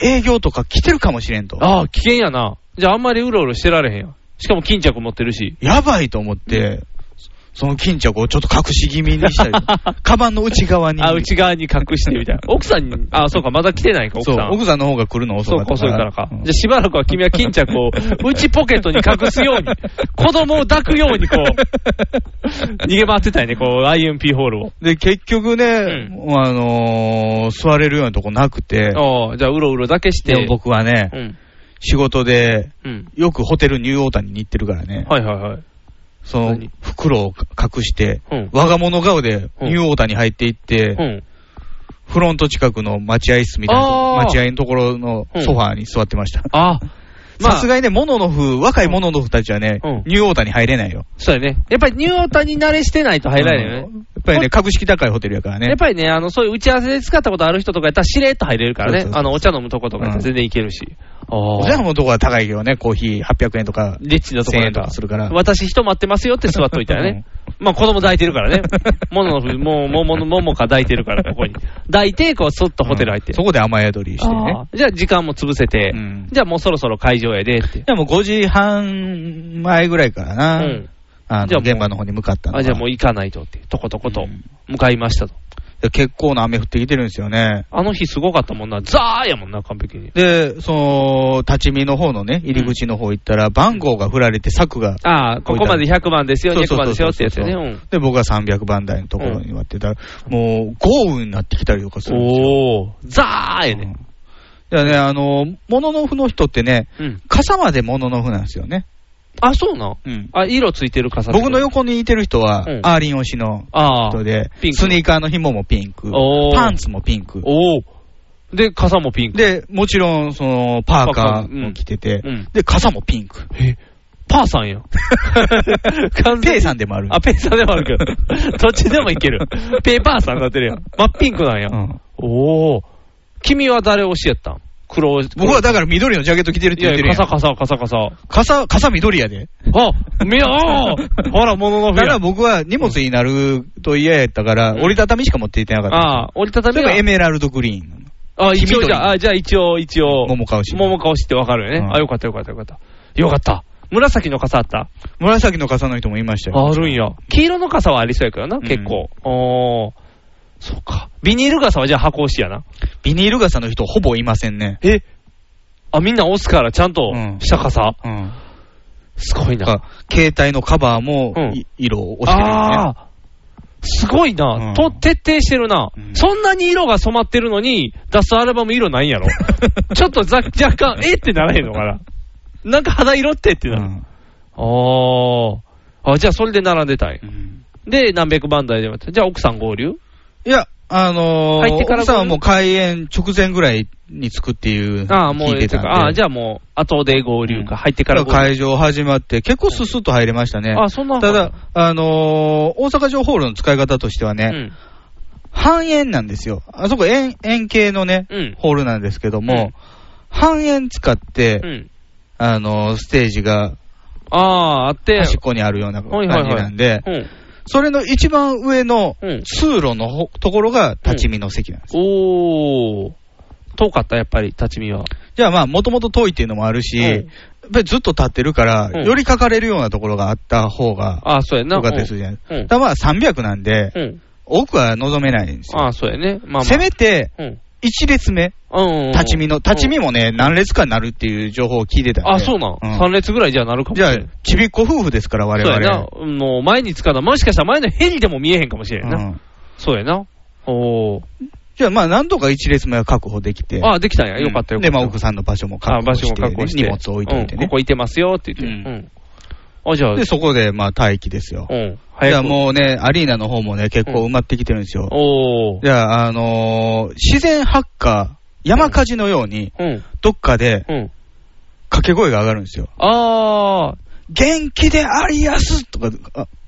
営業とか来てるかもしれんと。ああ、危険やな。じゃあ、あんまりうろうろしてられへんや。しかも巾着持ってるし。やばいと思って、その巾着をちょっと隠し気味にした り、カバンの内側に。あ、内側に隠してみたいな。奥さんに、あ、そうか、まだ来てないか、奥そうさ。ん奥さんの方が来るの遅そうかか、った遅いからか。うんじゃあ、しばらくは君は巾着 を内ポケットに隠すように、子供を抱くようにこう、逃げ回ってたよね、こう、IMP ホールを。で、結局ね、うんもうあのー座れるようなとこなくて、ああ、じゃあ、うろうろだけしでても。僕はね、うん。仕事で、うん。よくホテルニューオータニに行ってるからね、はいはいはい。その何袋を隠して、うん我が物顔でニューオータニ入っていって、うん。フロント近くの待合室みたいなとこ、あー待合のところのソファーに座ってました。ああ、まさあ、すがにね、モノノフ、若いモノノフたちはね、うんニューオータニ入れないよ。そうやね。やっぱりニューオータに慣れしてないと入られないようんね。やっぱりね、格式高いホテルやからね。やっぱりね、あの、そういう打ち合わせで使ったことある人とかやったら、しれっと入れるからねそう。そあうそうの、お茶飲むとことかやったら全然いけるし。あおあ茶。のとこは高いけどね、コーヒー800円とか。リッチなとこ1000な円んかとかするから私人待ってますよって座っといた らね。まあ子供抱いてるからね。もののふ、もう、ももの、ももか抱いてるから、ここに。抱いて、こう、そっとホテル入って。うんそこで雨宿りしてねあ。ーじゃあ時間も潰せて、うんじゃあもうそろそろ会場へでって。でも5時半前ぐらいからうな、ん。あじゃのあもう現場の方に向かったのがあ、じゃあもう行かないとって。とことことうん、向かいましたと。で結構な雨降ってきてるんですよね。あの日すごかったもんな。ザーやもんな、完璧に。で、その、立ち見の方のね、入り口の方行ったら、番号が振られて柵が、ああ、ここまで100万ですよ、そうそ200う万そでうすそようってやつよね。うん。で、僕が300番台のところに割ってたら、もう豪雨になってきたりとかするんですよ。おー、ザーやね。だからね、あの、もののふの人ってね、うん。傘までもののふなんですよね。あ、そうなん。うんあ、色ついてる傘ってこと僕の横にいてる人はうん、アーリン推しのああ。人でピン、クスニーカーの紐もピンク、おーパンツもピンク。おお。で、傘もピンク。で、もちろん、その、パーカーも着てて、うんで、傘もピンク。え、パーさ んやん。完全ペにイさんでもある。あ、ペイさんでもあるけど。 どっちでもいける。ペイパーさんになってるやん。真っピンクなんや。うんおお。君は誰推しやったん黒、僕はだだから緑のジャケット着てるっていや言っていや、るやん。傘、傘、傘、傘。あ、傘、傘緑やで。みああ ほら、もののたふやだ。僕は荷物になると嫌やったから、うん折りたたみしか持っていってなかった。ああ、折りたたそれみががエメラルドグリーン。あ、一黄応緑じゃあ、あじゃあ一応、一応。桃かおし桃かおしってわかるよね。うんあ、よかったよかったよかった。よかった。紫の傘あった紫の傘の人もいましたよ。あるんや。黄色の傘はありそうやけどな、ん結構。おー。そうか。ビニール傘はじゃあ箱押しやな。ビニール傘の人ほぼいませんね。えあ、みんな押すからちゃんとうんした傘、うん。すごいだな。から携帯のカバーもうんい色を押してるよね。ああーすごいな、うんと、徹底してるな、うんそんなに色が染まってるのに、出すアルバム色ないんや ろ。ちょっとざ若干、えってならへんのかな。なんか肌色ってってなる。うんああ。あ、じゃあそれで並んでたい。うんで、何百番台で待って。じゃあ奥さん合流いや、あの入ってー、から奥さんはもう開演直前ぐらいに着くっていうああ、も聞ういええてたとんいうで。か。ああ、じゃあもう、後で合流か。うん入ってから合流。会場始まって、結構ススッと入れましたね。あ、そんな ただ、、あのー大阪城ホールの使い方としてはうね、ん。半円なんですよ。あそこ円、円形のね、うんホールなんですけども、半円使って、うん。あの、ステージがああ、あって、端っこにあるような感じなんで、うん。それの一番上のうん通路のほところが立ち見の席なんです。おー。遠かった、やっぱり、立ち見は。じゃあまあ、もともと遠いっていうのもあるし、うんやっぱりずっと立ってるから、うんよりかかれるようなところがあった方がああ、そうやな。良かったりするじゃないですか。うんだからまあ300なんで、うん。奥は望めないんですよ。ああ、そうやね。まあまあ。せめて、うん。 1列目、うん。立ち見の、立ち見も。もね、何列かになるっていう情報を聞いてたんで。あ、そうなん。ん3列ぐらいじゃなるかもしじゃれあん。、ちびっこ夫婦ですから、我そうや々な。。もう前につかな。もしかしたら前のヘリでも見えへんかもしれんうな。んそうやな。おー。じゃあ、まあ、なんとか1列目は確保できて。ああ、できたんや。よかったよかった。で、まあ、奥さんの場所もあ確場保所しもて、確保して。荷物置いといてうんねここいてますよって言って。ううん。あ、じゃあ、で、そこで、まあ、待機ですよう。ん。じゃ早あ、く。もうね、アリーナの方もね、結構埋まってきてるんですよ。おー。じゃあ、あのー自然発火、山火事のように、うん。どっかでうん。掛け声が上がるんですよ。あー。元気でありやすとか、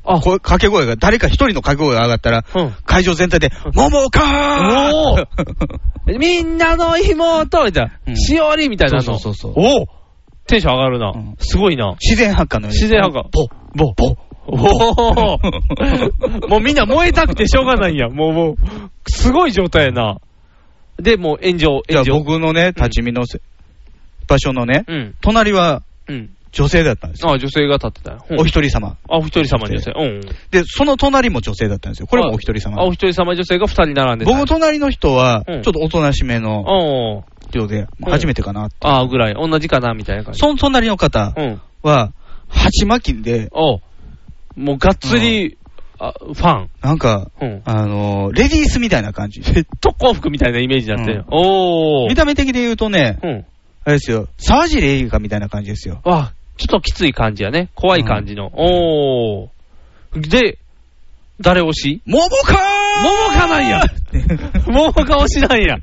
ああ、こう掛け声が、誰か一人の掛け声が上がったら、うん。会場全体で、桃か ーみんなの妹みたいな、うんしおりみたいなの。そうそうそうそうおおテンション上がるな。うんすごいな。自然発火のように。自然派か。ぼ、ぼ、ぼ。おお もうみんな燃えたくてしょうがないんや。もう、もう、すごい状態やな。で、もう炎上、じゃ炎あ上。僕のね、立ち見のせ、場所のね、うん。隣はうん。女性だったんですよ。あ、女性が立ってたよ。うんお一人様。あ、お一人様女性。うん。で、その隣も女性だったんですよ。これもお一人様あ、。お一人様女性が二人並んでた。僕の隣の人は、ちうょんっとおとなしめのおお人で、うん初めてかな。あーぐらい。同じかなみたいな感じ。その隣の方うん。は、鉢巻きで、おうもうがっつり、あファン。なんか、うん。あのー、レディースみたいな感じ。特攻服みたいなイメージになってうんる。おー。見た目的で言うとね、うん。あれですよ、沢尻エリカみたいな感じですよ。あ、ちょっときつい感じやね。怖い感じの。おー。で、誰推し桃かー桃かなん や桃か推しなんや。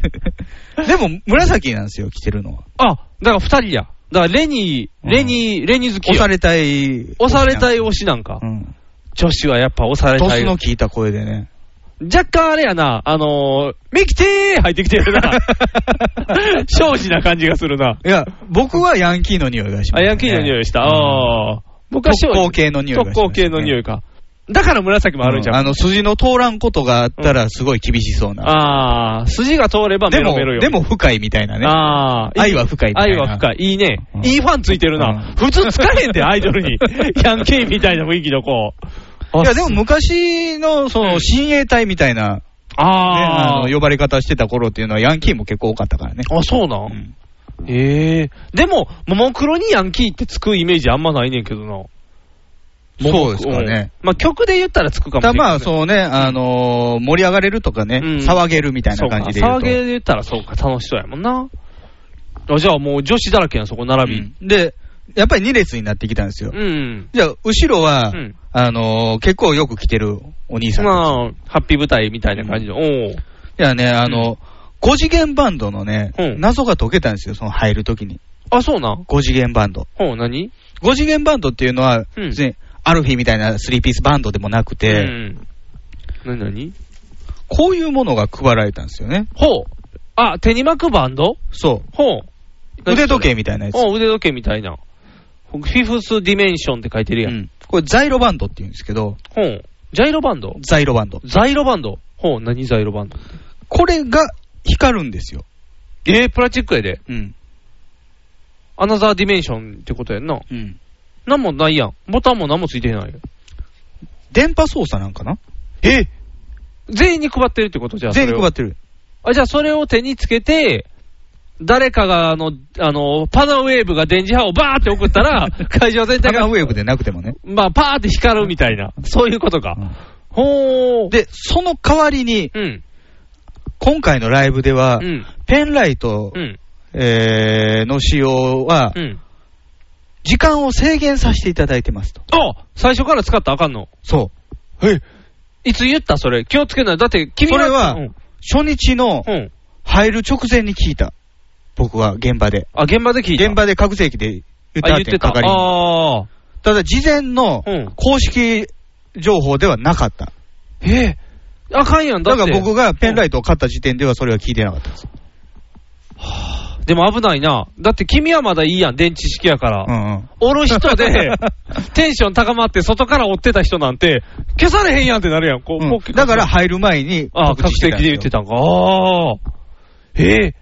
でも、紫なんですよ、着てるのは。あ、だから二人や。だからレニー、うんレニー、レニー好き押やさ。れたい。押されたい推しなんかう。ん。女子はやっぱ押されドたスい。の効いた声でね。若干あれやな、あのー、ミキテー入ってきてる な。少子な感じがするな。いや、僕はヤンキーの匂いがします、あ、ね。ヤンキーの匂いした。うんああ。僕は少子特攻系の匂いがしま特す攻系の匂いか。だから紫もあるんじゃん。あの、筋の通らんことがあったら、すごい厳しそうな。ああ、筋が通ればメでロも、メロよ。でも深いみたいなね。ああ、愛は深いみたい愛な。は深い。いいねう。んいいファンついてるな。普通つかへんで、アイドル に。ヤンキーみたいな雰囲気の子。いや、でも昔の、その、親衛隊みたいな、ね、あああの、呼ばれ方してた頃っていうのは、ヤンキーも結構多かったからね。あ、そうなうんんええ。でも、ももクロにヤンキーってつくイメージあんまないねんけどな。そうですかね。うん。まあ曲で言ったらつくかもたしれだない。まあ、そうね、あのー盛り上がれるとかね、うん騒げるみたいそなうか感じで言う騒と。げで言ったらそうか、楽しそうやもんな。あじゃあもう女子だらけやん、そこ並び。うんで、やっぱり2列になってきたんですよ。うん。じゃあ、後ろは、うんあのー結構よく来てるお兄さんたち。まあ、ハッピー舞台みたいな感じの。おお。いやね、あの、5次元バンドのね、うん謎が解けたんですよ、その入るときに。あ、そうなん。 5次元バンド。おう、何5次元バンドっていうのは、うん別にアルフィーみたいなスリーピースバンドでもなくて、うん。何何こういうものが配られたんですよね。ほう。あ、手に巻くバンドそほう。う。腕時計みたいなやつ。おう腕時計みたいな。フィフスディメンションって書いてるやん。うんこれ、ザイロバンドって言うんですけど、ほう。ジャイロバンドザイロバンド。ザイロバンドほう、何ザイロバンドこれが光るんですよ。えー、プラスチックやで。うん。アナザーディメンションってことやんな。うん。なんもないやん。ボタンも何もついてないよ。電波操作なんかなえ全員に配ってるってことじゃあ。全員に配っってる。あ、じゃあそれを手につけて、誰かが、あの、あの、パナウェーブが電磁波をバーって送った ら、会場全体タガがンウ、ェーブでなくてもね。まあ、パーって光るみたいな。そういうことか。うんほー。、で、その代わりに、うん。今回のライブでは、うん。ペンライト、うん。えーの使用は、うん。時間を制限させていただいてますと。あ最初から使ったらあかんの。そえいつ言ったそれ。気をつけない。だって、君それはうん。う。初日のうん。入る直前に聞いた。僕は現場で。あ、現場で聞いた。現場で各席で言ったあ、っ言っててた。かかり。あー。ただ事前のうん公式情報ではなかった。えーあかんやん。だだって。から僕がペンライトを買った時点ではそれは聞いてなかったです。でも危ないな。だって君はまだいいやん、電池式やから。うんうん。おる人で、 テンション高まって、外から追ってた人なんて、消されへんやんってなるやん。こう、うんこうだから、入る前にああ、確知してたん定です言よってたんか。ああ。ええ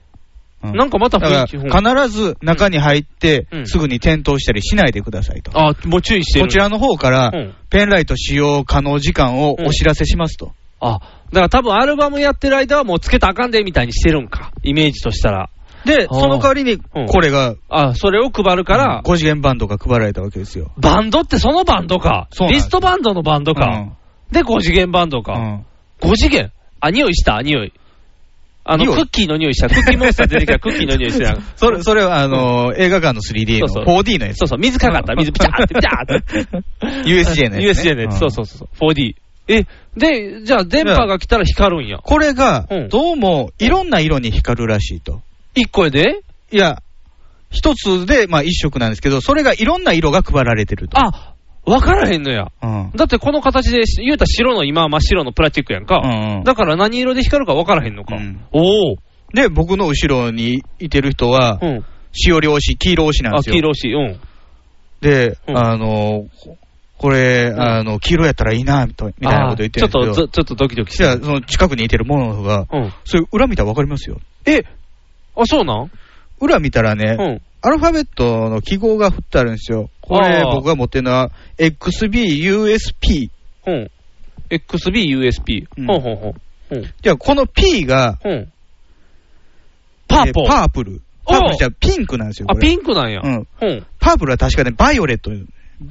うなんかまた雰囲気だから必ず中に入ってう、んすぐに転倒したりしないでくださいと。ああ、もう注意してる。こちらの方からうん、ペンライト使用可能時間をお知らせしますと。あ、だから多分アルバムやってる間はもうつけたらあかんでみたいにしてるんか。イメージとしたら。で、あーその代わりに、うんこれが、あ、それを配るから、 5次元バンドが配られたわけですよ。バンドってそのバンドか。そうなんでリすストバンドのバンドか。で、5次元バンドうか。ん。うん5次元あ、匂いした、匂い。あの、匂いクッキーの匂いした。クッキーモンスター出てきたクッキーの匂い した。それ、それは、あのー、映画館の 3D のそうそう 4D のやつそう。そう、水かかった。水、ピチャーって、ピチャー って。 USJ のやつね USJ のうやんつ。そうそうそう。4D。え、で、じゃあ電波が来たら光るんや。これがう、んどうも、いろんな色に光るらしいと。 1個やでいや、一つで、まあ一色なんですけど、それがいろんな色が配られてると。あ、わからへんのや。うん。だってこの形で、言うたら白の今は真っ白のプラスチックやんか。うんうんだから何色で光るか分からへんのか。うんおお。で、僕の後ろにいてる人はう、ん。しおり推し、黄色推しなんであ、す黄よ。色しい。うん。で、うんあの、ここれ、んあの、黄色やったらいいな、みたいみたいなこと言ってるんですあーけちど、ょっとず、ちょっとドキドキしじゃあ、てそ。の近くにいてるものが、うん。それ裏見たらわかりますよ。え、あ、そうなん裏見たらね、うん。アルファベットの記号が振ってあるんですよ。これあー僕が持ってるのは、XBUSP。うん。XB、USB。ううんん、ほんほんほん。うん。じゃあ、この P が、うん。パーポえーー。パープル。おパーープルじゃピンクなんですよ。あ、これピンクなんや。うん。うん。パープルは確かね、バイオレット。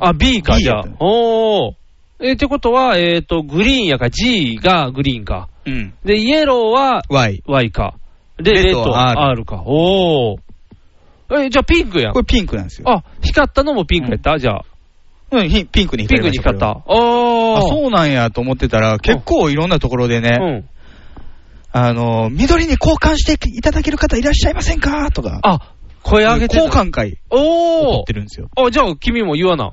あ、B か、 B じゃやっあた。おお。えー、ってことは、えっ、と、グリーンやから G がグリーンか。うん。で、イエローは Y。 Y か。で、レレッッドドは R は R か。おー。え、じゃあピンクやんこ。れピンクなんですよ。あ、光ったのもピンクやった、じゃあ。うん、ひピンクにピ光ンりクまにした光った。おー。あ、そうなんやと思ってたら、結構いろんなところでね、うん。あの、緑に交換していただける方いらっしゃいませんかとか、あ、声上げてた交換会お取ーって。るんですよ。あ、じゃあ君も言わな。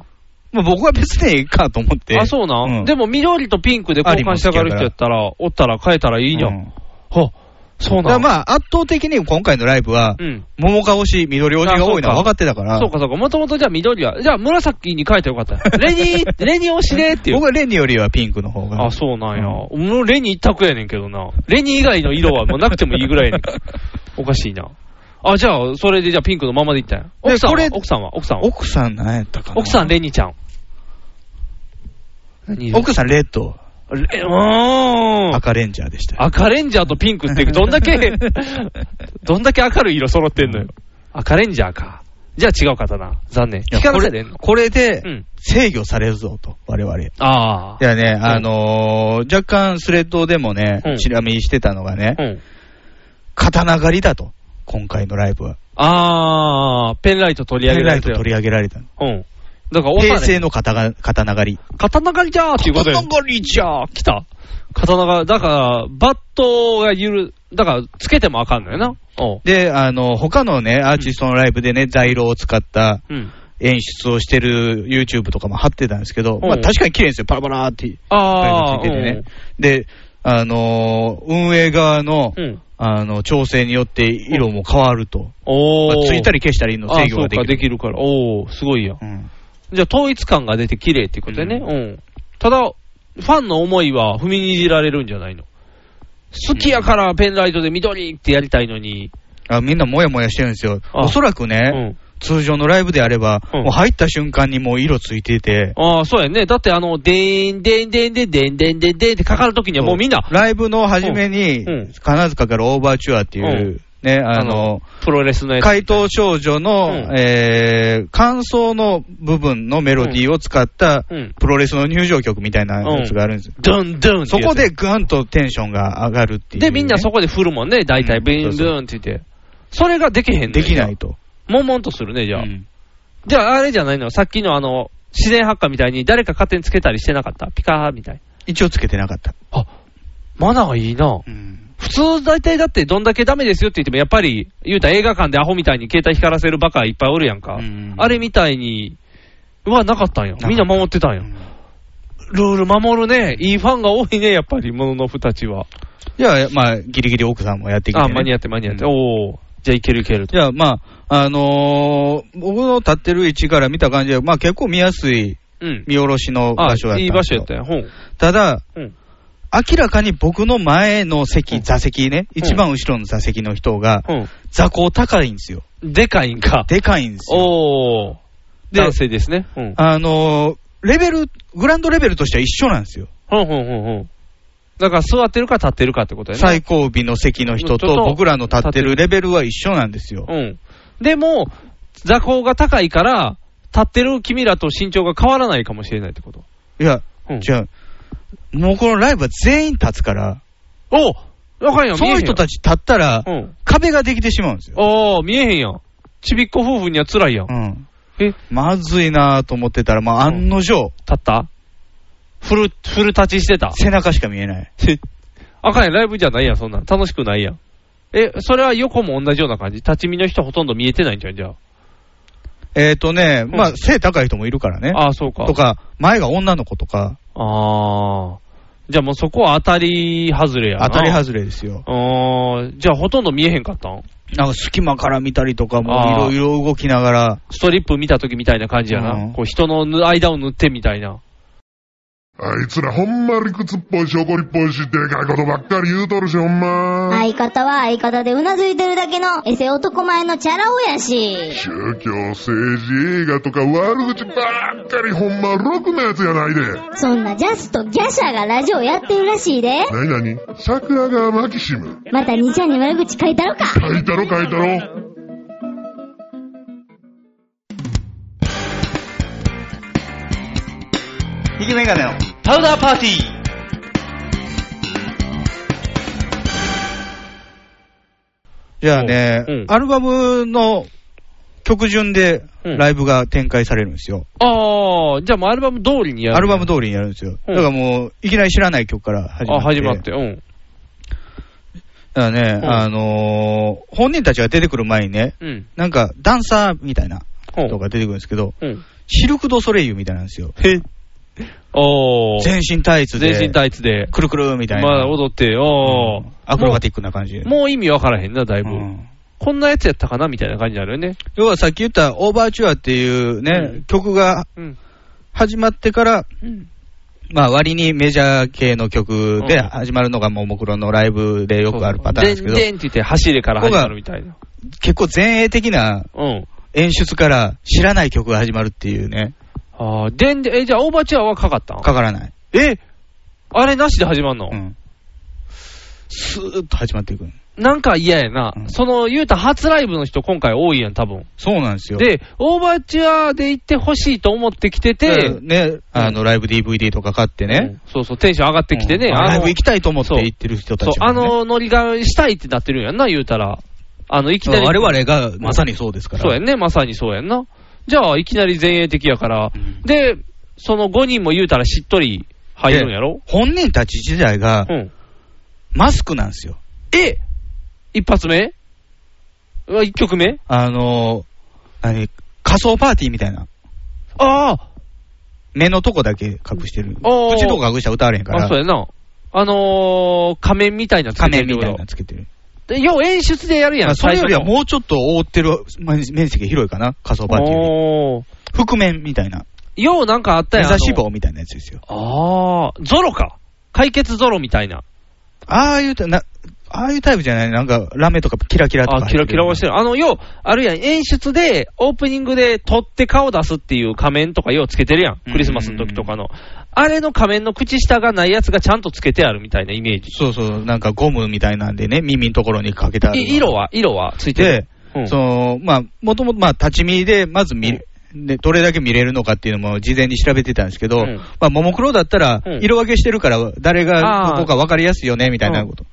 まあ、僕は別にいいかと思って。あ、そうなん、うんでも緑とピンクで交換したがる人やったら、おったら変えたらいいやん。うんは、そうだかならんまあ、圧倒的に今回のライブはう、ん。桃が推し、緑推しが多いのはあ分かってたから、そうかそうか。もともとじゃあ緑は、じゃあ紫に変えてよかったよ。レニ ー、レニー推しでっていう僕。はレニよりはピンクの方が。あ、そうなんや。もうレニー一択やねんけどな。レニー以外の色はもうなくてもいいぐら いやねんけど。おかしいな。あ、じゃあ、それでじゃあピンクのままでいったんや。で奥さんこれは、奥さんは、奥さんは。奥さん何やったかな奥さん、レニーちゃん。何奥さんレッド、レ、うーん。赤レンジャーでした。赤レンジャーとピンクってどん だけ、どんだけ明るい色揃ってんのよ。赤レンジャーか。じゃあ違う方な。残念。いやこ光らせてれんのこれでうん。制御されるぞと、我々。あいやね、あのー若干スレッドでもねう、んちなみにしてたのがねあ。、うん。刀狩りだと、今回のライブは。ああ、ペンライト取りペ上げンらライれてト取り上げられたの。うん。だから、平平成成。の刀が刀狩り。刀狩りじゃーっていうことよ。刀狩りじゃー来た。刀狩り、だから、バットがゆる、だから、つけてもあかんのよな。おう。で、あの、他のね、アーティストのライブでね、材料を使ったうん。演出をしてる YouTube とかも貼ってたんですけど、んまあ確かに綺麗ですよ、パラパラーっていっぱいあのあ、ついててね。で、あのー運営側の、うん。うん。あの、調整によって色も変わると。おまあー。ついたり消したりのああ、制御そがうでか、きでる。きるから。おー、すごいやん。うんじゃあ統一感が出て綺麗っていうことでね。ううん。ただ、ファンの思いは踏みにじられるんじゃないの好きやからペンライトで緑ってやりたいのに。あみんなもやもやしてるんですよ。あおそらくうね、ん。通常のライブであれば、うんもう入った瞬間にもう色ついてて、ああ、そうやね。だってあの、でーん、でーん、でーん、でーん、でーん、でーん、でーん、でーんってかかるときにはもうみんな、ライブの初めに、うんうん必ずかかるオーバーチュアっていう、ね、あの、プロレスのやつ。怪盗少女の、うんえー、感想の部分のメロディーを使った、うん。プロレスの入場曲みたいなやつがあるんですよ。ドゥン、ドゥンってそやつこでぐんとテンションが上がるっていうね、で、みんなそこで振るもんね。大体、うんブイン、そうドゥンって言って。それができへんのよできない。と。もんもんとするね、じゃあう。んじゃあ、あれじゃないのさっきのあの、自然発火みたいに誰か勝手につけたりしてなかったピカーみたい。一応つけてなかった。あ、マナーいいな。うん普通大体だってどんだけダメですよって言っても、やっぱり、言うたら映画館でアホみたいに携帯光らせるバカいっぱいおるやんか。うんあれみたいに、うわ、なかったんやかった。みんな守ってたんや。うんルール守るね。いいファンが多いね、やっぱり、もののふたちは。じゃあ、まあ、ギリギリ奥さんもやってきて、あ、ね。間に合って間に合って。うんおおー。じゃあいけるいけると。じゃあ、まあ、あのー僕の立ってる位置から見た感じは、まあ結構見やすいうん。見下ろしの場所やったんあ、ですよ。いい場所やったよ。ほう。ただ、うん。明らかに僕の前の席、うん座席ね、うん一番後ろの座席の人が、ほ座高高いんですよ。う。でかいんか。でかいんですよ。おー。で男性ですね。うん。あのーレベル、グランドレベルとしては一緒なんですよ。ほうほうほうほう。だから座ってるか立ってるかってことやね。最後尾の席の人人とと僕らの立ってるレベルは一緒なんですよ。うん。でも、座高が高いから、立ってる君らと身長が変わらないかもしれないってこと。いや、うんじゃあ、もうこのライブは全員立つから、おわかんやん、その人たち。ち立ったら、うん。壁ができてしまうんですよ。ああ、見えへんやん。ちびっこ夫婦には辛いやん。う立ん、えまずいなと思ってたら、まあ、うん案の定、ったフル、フル立ちしてた。背中しか見えない。あかんやん、ライブじゃないやん、そんなん。楽しくないやん。え、それは横も同じような感じ立ち見の人ほとんど見えてないんじゃん、じゃあ。えっ、ー、とね、んまあ、背高い人もいるからね。ああ、そうか。とか、前が女の子とか、ああ。じゃあもうそこは当たり外れやな。当たり外れですよ。あーじゃあほとんど見えへんかったんなんか隙間から見たりとかあも、ーいろいろ動きながら、ストリップ見た時みたいな感じやな。うんこう人のぬ間を塗ってみたいな。あいつらほんま理屈っぽいし怒りっぽいし、でかいことばっかり言うとるし、ほんま。相方は相方でうなずいてるだけのエセ男前のチャラ男やし。宗教、政治、映画とか悪口ばっかりほんまろくなやつやないで。そんなジャスとギャシャがラジオやってるらしいで。なになに桜川マキシム。また兄ちゃんに悪口書いたろか。書いたろ書いたろ。ひげメガネのパウダーパーティー。じゃあね、うんアルバムの曲順でうんライブが展開されるんですよ。ああ、じゃあもうアルバム通りにやる。アルバム通りにやるんですよ。うんだからもう、いきなり知らない曲から始まあって。始まって。うん。だからね、うんあのー本人たちが出てくる前にね、うん。なんかダンサーみたいなほ人う。が出てくるんですけど、うん。シルク・ド・ソレイユみたいなんですよ。おー。全身タイツで、全身タイツで。くるくるみたいな。まあ踊って、おー。アクロバティックな感じで。もうもう意味わからへんな、だいぶ。うんこんなやつやったかなみたいな感じになるよね。要はさっき言ったオーバーチュアっていうね、うん曲がうん。始まってから、うん。まあ割にメジャー系の曲でうん始まるのがももクロのライブでよくあるパターンですけど、でんでんって言って走れから始まるみたいな。結構前衛的なうん。演出から知らない曲が始まるっていうね、ああ、でんでん、え、じゃあオーバーチュアはかかったんかからない。えあれなしで始まんの、うん。スーッと始まっていく。なんか嫌やな、うんその言うたら初ライブの人、今回多いやん、多分そうなんですよ。で、オーバーチュアで行ってほしいと思ってきてだかて、らね、あの、ライブ DVD とか買ってうねん、そうそう、テンション上がってきてね、うんあのライブ行きたいと思って行ってる人たそうちもねあのノリがしたいってなってるんやんな、言うたら、あのいきなり、我々がまさにそうですから。そうやんね、まさにそうやんな、じゃあ、いきなり前衛的やから、うんで、その5人も言うたらしっとり入るんやろ、本人たち自体がうん、マスクなんですよ。え一発目 ?1 曲目あの、何仮想パーティーみたいな。ああ目のとこだけ隠してる。おー口とこ隠したら歌われへんかあ、そら、うやな。あのー、仮面みたいなつけ仮て面るみたいよなのつけてる。で、要は演出でやるやまあん。それよりはうもうちょっと覆ってる面積広いかな、仮想パーティーより。おー。覆面みたいな。ようなんかあった目やん。指し棒みたいなやつですよ。あのあー、ゾロか。解決ゾロみたいな。ああいうタイプ、なああいうタイプじゃない、なんかラメとかキラキラとかあ、キラキラはしてる。る。あの、よう、あるやん。演出で、オープニングで撮って顔出すっていう仮面とかようつけてるやん。クリスマスの時とかの。あれの仮面の口下がないやつがちゃんとつけてあるみたいなイメージ。そうそう、なんかゴムみたいなんでね、耳のところにかけてある。い色は色はついてるで、。うんその、まあ、もともと、まあ、立ち見で、まず見る、で、どれだけ見れるのかっていうのも事前に調べてたんですけど、うんまあ、ももクロだったらうん、色分けしてるから、誰がどこか分かりやすいよね、みたいなこと。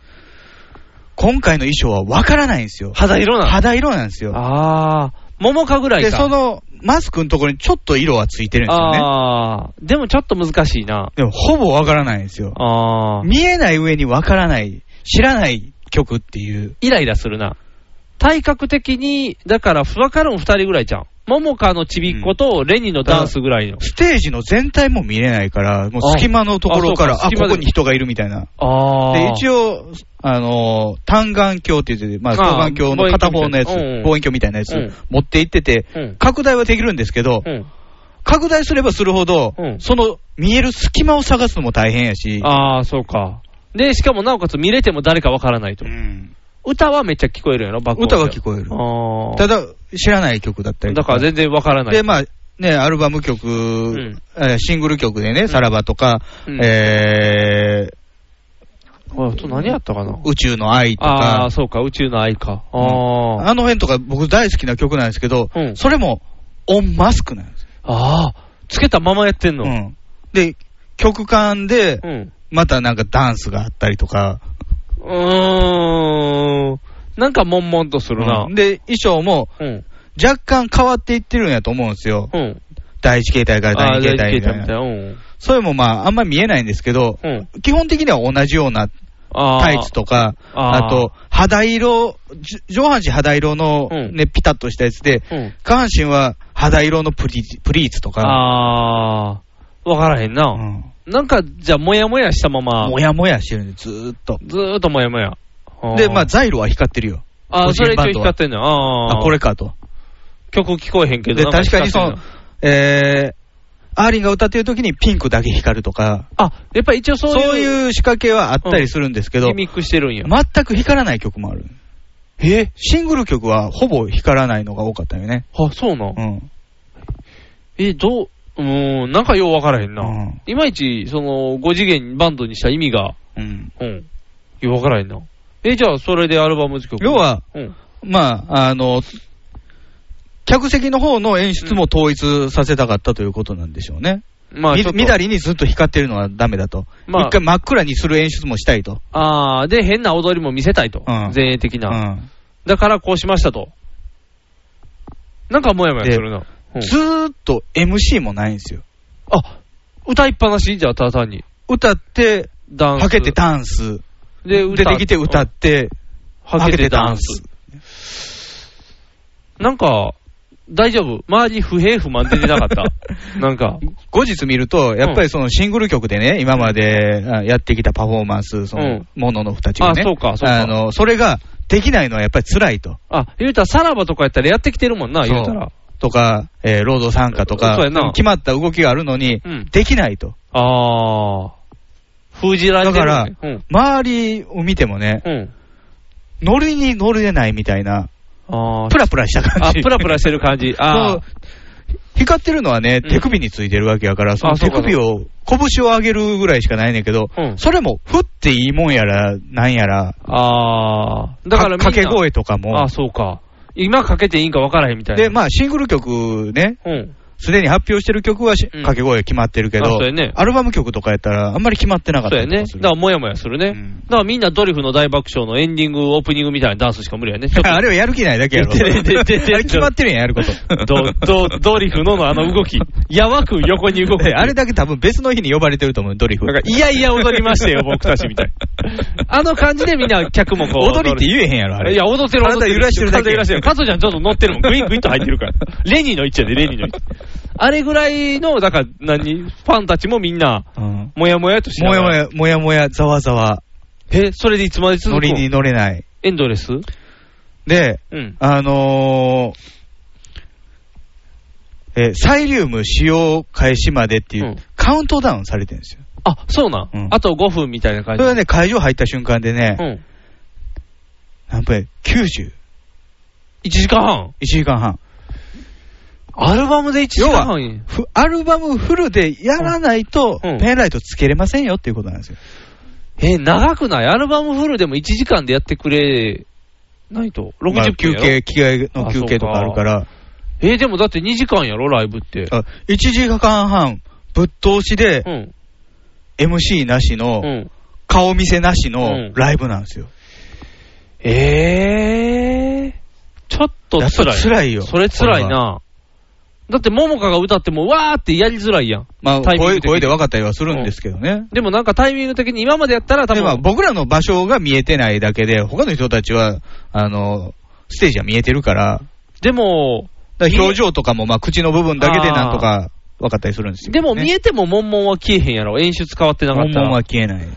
今回の衣装は分からないんですよ。肌色なの肌色なんですよ。ああ、桃かぐらいか。で、その、マスクのところにちょっと色はついてるんですよね。ああ、でもちょっと難しいな。でも、ほぼ分からないんですよ。ああ、見えない上に分からない、知らない曲っていう。イライラするな。体格的に、だから、分かるん二人ぐらいじゃん。モモカのちびっ子とレニのダンスぐらいの。ステージの全体も見れないから、もう隙間のところから、ああそうか隙こ間でこに人がいるみたいな。あで、一応、応、あのー、単眼鏡って言ってて、まあ、あー双眼鏡の片方のやつ、望遠鏡みたいな望遠鏡みたいなやうんうんつ、うん持って行ってて、うん拡大はできるんですけど、うん拡大すればするほど、うんその見える隙間を探すのも大変やし、ああ、そうか。で、しかもなおかつ見れても誰かわからないとう。ん歌はめっちゃ聞こえるんやろ、バック歌は聞こえる。ああ。ただ、知らない曲だったりとだから全然わからない。で、まあ、ね、アルバム曲、んえーシングル曲でね、さらばとか、うんえーあと何やったかな宇宙の愛とあかあ、、そうか、宇宙の愛か。あうんあ。あの辺とか僕大好きな曲なんですけど、うんそれもオンマスクなんですよ。ああ、つけたままやってんの。う。んで、曲間でう、ん。またなんかダンスがあったりとか、うーん。なんか悶々とするなう。んで、衣装もうん。若干変わっていってるんやと思うんですよ。うん。第一形態から第ああ、二大形態体みたいみたいな。な。うん。それもまあ、あんま見えないんですけど、うん。基本的には同じようなああ。タイツとか、あーあと、肌色、じ上半身肌色のうんね、ピタッとしたやつで、うん。下半身は肌色のプリプリーツとか、ああ。わからへんうな。んなんか、じゃあ、もやもやしたまま。もやもやしてるんで、ずーっと。ずーっともやもや。あーで、まあ、、ザイロは光ってるよ。あー個人それ一応バンドは光ってんのよあーあ、これ。かと。曲聞こえへんけど。で、なん確かにそ光っのてんよ、えー、アーリンが歌ってる時にピンクだけ光るとか、あ、やっぱ一応そういう。そうう。いう仕掛けはあったりするんですけど、ギミックしてるんや。全く光らない曲もある。えシングル曲はほぼ光らないのが多かったよね。あ、そうなんう。ん。え、どう、うーん、なんかようわからへんな。うんいまいち、その、5次元バンドにした意味が、うん。うん、ようわからへんな。え、じゃあ、それでアルバム曲。要は、うん。まあ、あの、客席の方の演出も統一させたかったということなんでしょうね。まあ、みちょっとみだりにずっと光ってるのはダメだと。まあ一回真っ暗にする演出もしたいと。ああ、で、変な踊りも見せたいと。うん前衛的うな、ん、だから、こうしましたと。なんか、もやもやするな。うんずーっと MC もないんですよ。あ、歌いっぱなしじゃあ、ただ単に。歌って、ダンス。はけてダンス。で、出てきて歌うっんて、はけてダンス。なんか、大丈夫。周り不平不満出てな かった。なんか。後日見ると、やっぱりそのシングル曲でね、今まであやってきたパフォーマンス、そうのんものの二ちがね、あそうかそうかあの、それができないのはやっぱり辛いと。あ、言うたら、さらばとかやったらやってきてるもんな、そう言うたら。とか、えー労働参加とかそうやな、決まった動きがあるのにうん、できないと。あー。封じられだてかる、らね。、周りを見てもね、うん。うん。乗りに乗れないみたいな、あー。プラプラした感あ、じ。プラプラしてる感じ。あそう光ってるのはね、うん手首についてるわけやから、そあのそう手か首を、拳を上げるぐらいしかないねんけど、うんそれも、振っていいもんやら、なんやら、ー。あー。だからみんな、掛け声とかもあ、、そうか。今かけていいんかわからへんみたいな。で、まあ、シングル曲ね、うん。すでに発表してる曲はし、うん掛け声決まってるけあど、そうやねアルバム曲とかやったら、あんまり決まってなかっそたうりとやね。かすだるから、もやもやするね。うんだから、みんなドリフの大爆笑のエンディング、オープニングみたいなダンスしか無理やね。ちょっ とあれはやる気ないだけやろ。あ出てる出てる出てるれ決まってるやん、やる こと。ドドドリフののあの動き。やばく横に動く。であれだけ多分別の日に呼ばれてると思う、ドリフ。なんか、いやいや踊りましたよ、僕たちみたいな。あの感じでみんな客もこう。踊りって言えへんやろ、あれ。いや、踊ってる、踊って体揺らしてるだけ体揺らしてる。カトちゃんちょっと乗ってるもん。グイングインと入ってるから。レニーの位置やで、レニーの位置。あれぐらいの、だから、何、ファンたちもみんな、うんもやもやとして。もやも。や、もやもや、ざわざわ、え、それでいつまで続乗くりのに乗れない。エンドレスで、うん。あのー、えーサイリウム使用開始までっていう、うんカウントダウンされてるんですよ。あ、そうなんうん。あと5分みたいなそ感じ。れはね、会場入った瞬間でね、うん。何分や ?90、 1時間半。 1時間半。アルバムで1時間半やふアルバムフルでやらないと、うんうんペンライトつけれませんよっていうことなんですよ。え、長くないアルバムフルでも1時間でやってくれないと。60分まあやろ休憩、着替えの休憩とかあるから、えーでもだって2時間やろ、ライブって。あ1時間半ぶっ通しでう、ん。 MC なしの、うん。顔見せなしうんのライブなんですよ。えー、ちょっとやっ辛ぱい。辛いよそれ辛いな。だって、ももかが歌っても、わーってやりづらいやん。まあ、タイミング声的に声で分かったりはするんですけどね。でもなんかタイミング的に今までやったら多でまあ、分、僕らの場所が見えてないだけで、他の人たちは、あの、ステージは見えてるから、でも、だから表情とかも、まあ、口の部分だけでなんとか分かったりするんですよ、でも見えても悶々は消えへんやろ。演出変わってなかった悶ら。々は消えない。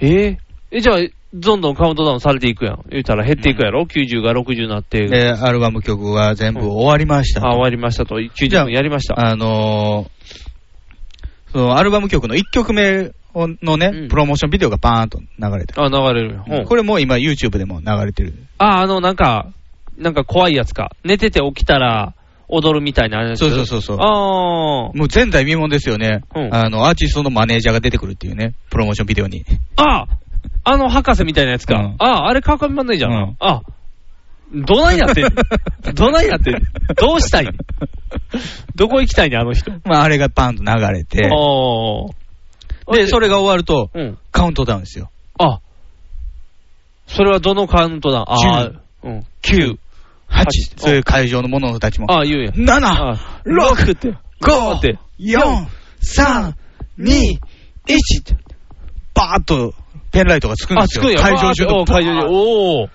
えーえ、じゃあ、どんどんカウントダウンされていくやん。言うたら減っていくやろ、?90 が60になって。で、アルバム曲は全部終わりました。あ、終わりましたと。90分やりました。あのーそのアルバム曲の1曲目をのね、プロモーションビデオがバーンと流れてる。あ、流れるよ。うんこれもう今 YouTube でも流れてる。あ、あの、なんか、なんか怖いやつか。寝てて起きたら踊るみたいな話。そうそうそうそうあーもう前代未聞ですよね、うんあの、アーティストのマネージャーが出てくるっていうね、プロモーションビデオに。 ああの博士みたいなやつか。うんああ、あれ川上マネージャーな、うんあどないなってんの どないなってんのどうしたいのどこ行きたいねんあの人。まあ、あれがバーンと流れて、ああ。で、それが終わると、うん。カウントダウンですよ。あそれはどのカウントだああ。うん。8 9。う、んそういう会場の者たちも、ああ、言うやん。 7、あ6、って。 5って。 4、3、2、1、バーッとペンライトがつくんあ、ですつよ。くんや。会場中わーおのー会場中。おー。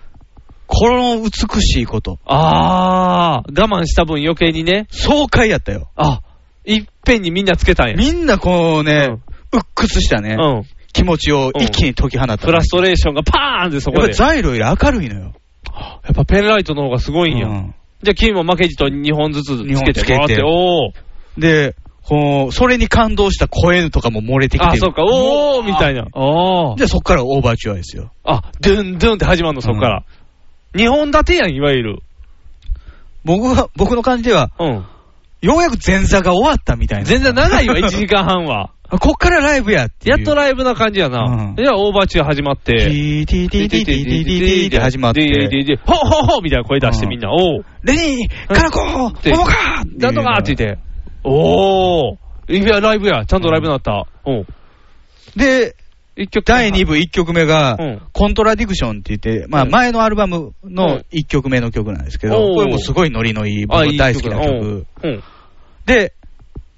この美しいこと。ああ。我慢した分余計にね。爽快やったよ。あ、いっぺんにみんなつけたんや。みんなこうね、鬱屈したね、うん。気持ちを一気に解き放った。フラストレーションがパーンってそやこっで。ぱやっザイロより明るいのよ。ぱペンライトの方がすごいんや。うんじゃあ君も負けじと2本ずつつけて二本つけてもらって、おー。で、こうそれに感動した声とかも漏れてきてあ、そうか、おーみたいな。あー。じゃあそっからオーバーチュアですよ。あ、ドゥンドゥンって始まるの、そっから。二本立てやん、いわゆる。僕は、僕の感じでは、うん。ようやく前座が終わったみたいな。全然長いわ、1時間半は。あこっからライブやっていやう。っとライブな感じやなう。んじゃあ、オーバーチュア始まって。ティーティーティーティーティーティーティーティーって始まっででて、ででほうほうほうみたいな声出してみんな、おう。レニー、カラコー、でモモカーなんとかって言って、おー。いや、ライブや。ちゃんとライブになった。うん。で、一曲。第2部1曲目がうん、コントラディクションって言って、まあうん前のアルバムうのん1曲目の曲なんですけおど、ーこれもすごいノリのいい、あ、い僕い大好きなだ曲。。うんうん。で、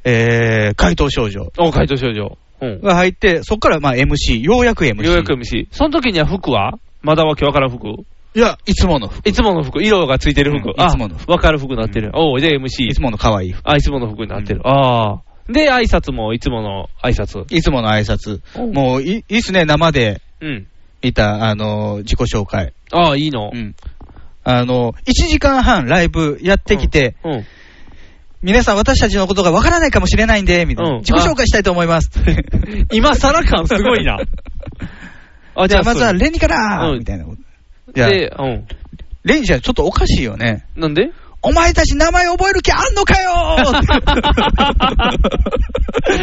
えー、怪盗少女お、怪盗少女。うん。が入って、そこからまあ MC、ようやく MC。ようやく MC。その時には服はまだわけわからん服いや、いつもの服。いつもの服、色がついてる服。うんいつもの服あわかる服になってる。おう、で MC。いつもの可愛い服。あ、いつもの服になってる。ああ。で、挨拶もいつもの挨拶。いつもの挨拶。うんもういいいっすね、生でうん。見た、あのー、自己紹介。ああ、いいの。うんあの、1時間半ライブやってきて、うん。皆さん私たちのことがわからないかもしれないんで、みたいな。うん自己紹介したいと思います。今更感すごいな。あ、じゃあまずはそうレニから、うんみたいなこと。いや、で、うん。レニちゃんちょっとおかしいよね。なんでお前たち名前覚える気あんのか よ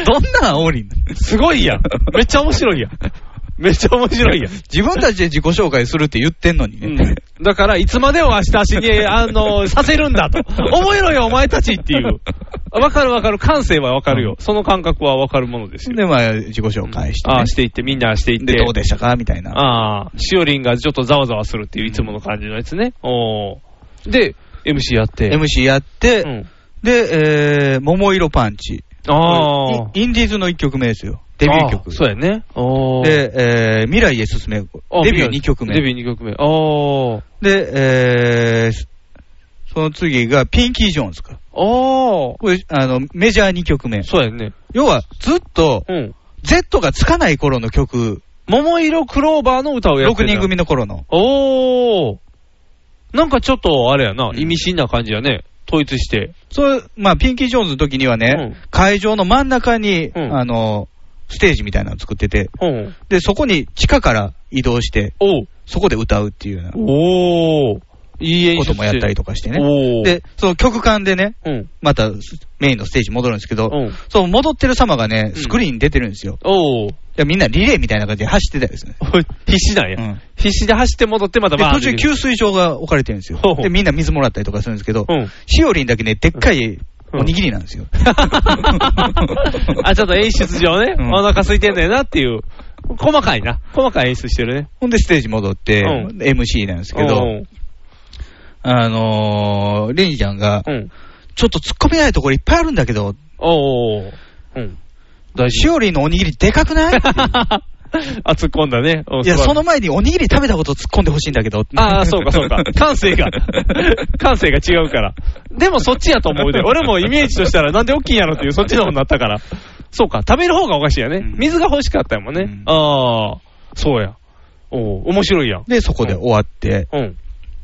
どんな煽りすごいやん。めっちゃ面白いやん。めっちゃ面白いやん。自分たちで自己紹介するって言ってんのにね。うん、だから、いつまでも明日足に、あの、させるんだと。思えろよ、お前たちっていう。わかるわかる。感性はわかるよ。その感覚はわかるものですよ。で、まあ、自己紹介して、ねああ、していって、みんなしていって。で、どうでしたかみたいな。ああ、しおりんがちょっとざわざわするっていういつもの感じのやつね。おーで、MC やって。 MC やって、うん。で、えー、桃色パンチ。ああ。イインディーズの1曲目ですよ。デビューあ曲。そうやね。おーで、えー、未来へ進め。あデビュー2曲目。デビュー2曲目。おー。で、えー、その次がピンキー・ジョーンズか。おー。これ、あの、メジャー2曲目。そうやね。要は、ずっと、うん。 Z がつかない頃の曲、桃色クローバーの歌をやっ6て人た組の頃の。おー。なんかちょっと、あれやな、ん意味深な感じやね。統一して。そう、まあ、ピンキー・ジョーンズの時にはね、う会場の真ん中に、うんあの、ステージみたいなのを作ってて、うん。で、そこに地下から移動して、おう。そこで歌うっていうようなおー。いい演出こともやったりとかしてね。おー。で、その曲間でね、うん。またメインのステージ戻るんですけど、うん。その戻ってる様がね、うんスクリーンに出てるんですよ。おー。いやみんなリレーみたいな感じで走ってたりするんですね。 必死なんや。うん必死で走って戻ってまたでバーン途中、給水場が置かれてるんですよほうほ。うで、みんな水もらったりとかするんですけど、うん。しおりんだけね、でっかいおにぎりなん ですよ。 あ、ちょっと演出上ね、うんお腹空いてんだよなっていう。細かいな。細かい演出してるね。ほんで、ステージ戻って、う MC なんですけど、うんあのー、レニちゃんが、うん。ちょっと突っ込めないところいっぱいあるんだけど、 おー。うん。大し丈お りんのおにぎりでかくない夫。あ、突っ込んだね。うんいや、素晴らしその前におにぎり食べたこと突っ込んでほしいんだけど。ああ、そうか そうか。感性が、感性が違うから。でもそっちやと思うで。俺もイメージとしたらなんで大きいんやろっていう、そっちの方になったから。そうか、食べる方がおかしいやね。水が欲しかったもんね。ああ、そうや。おお面白いやん。 で、そこで終わって。うん。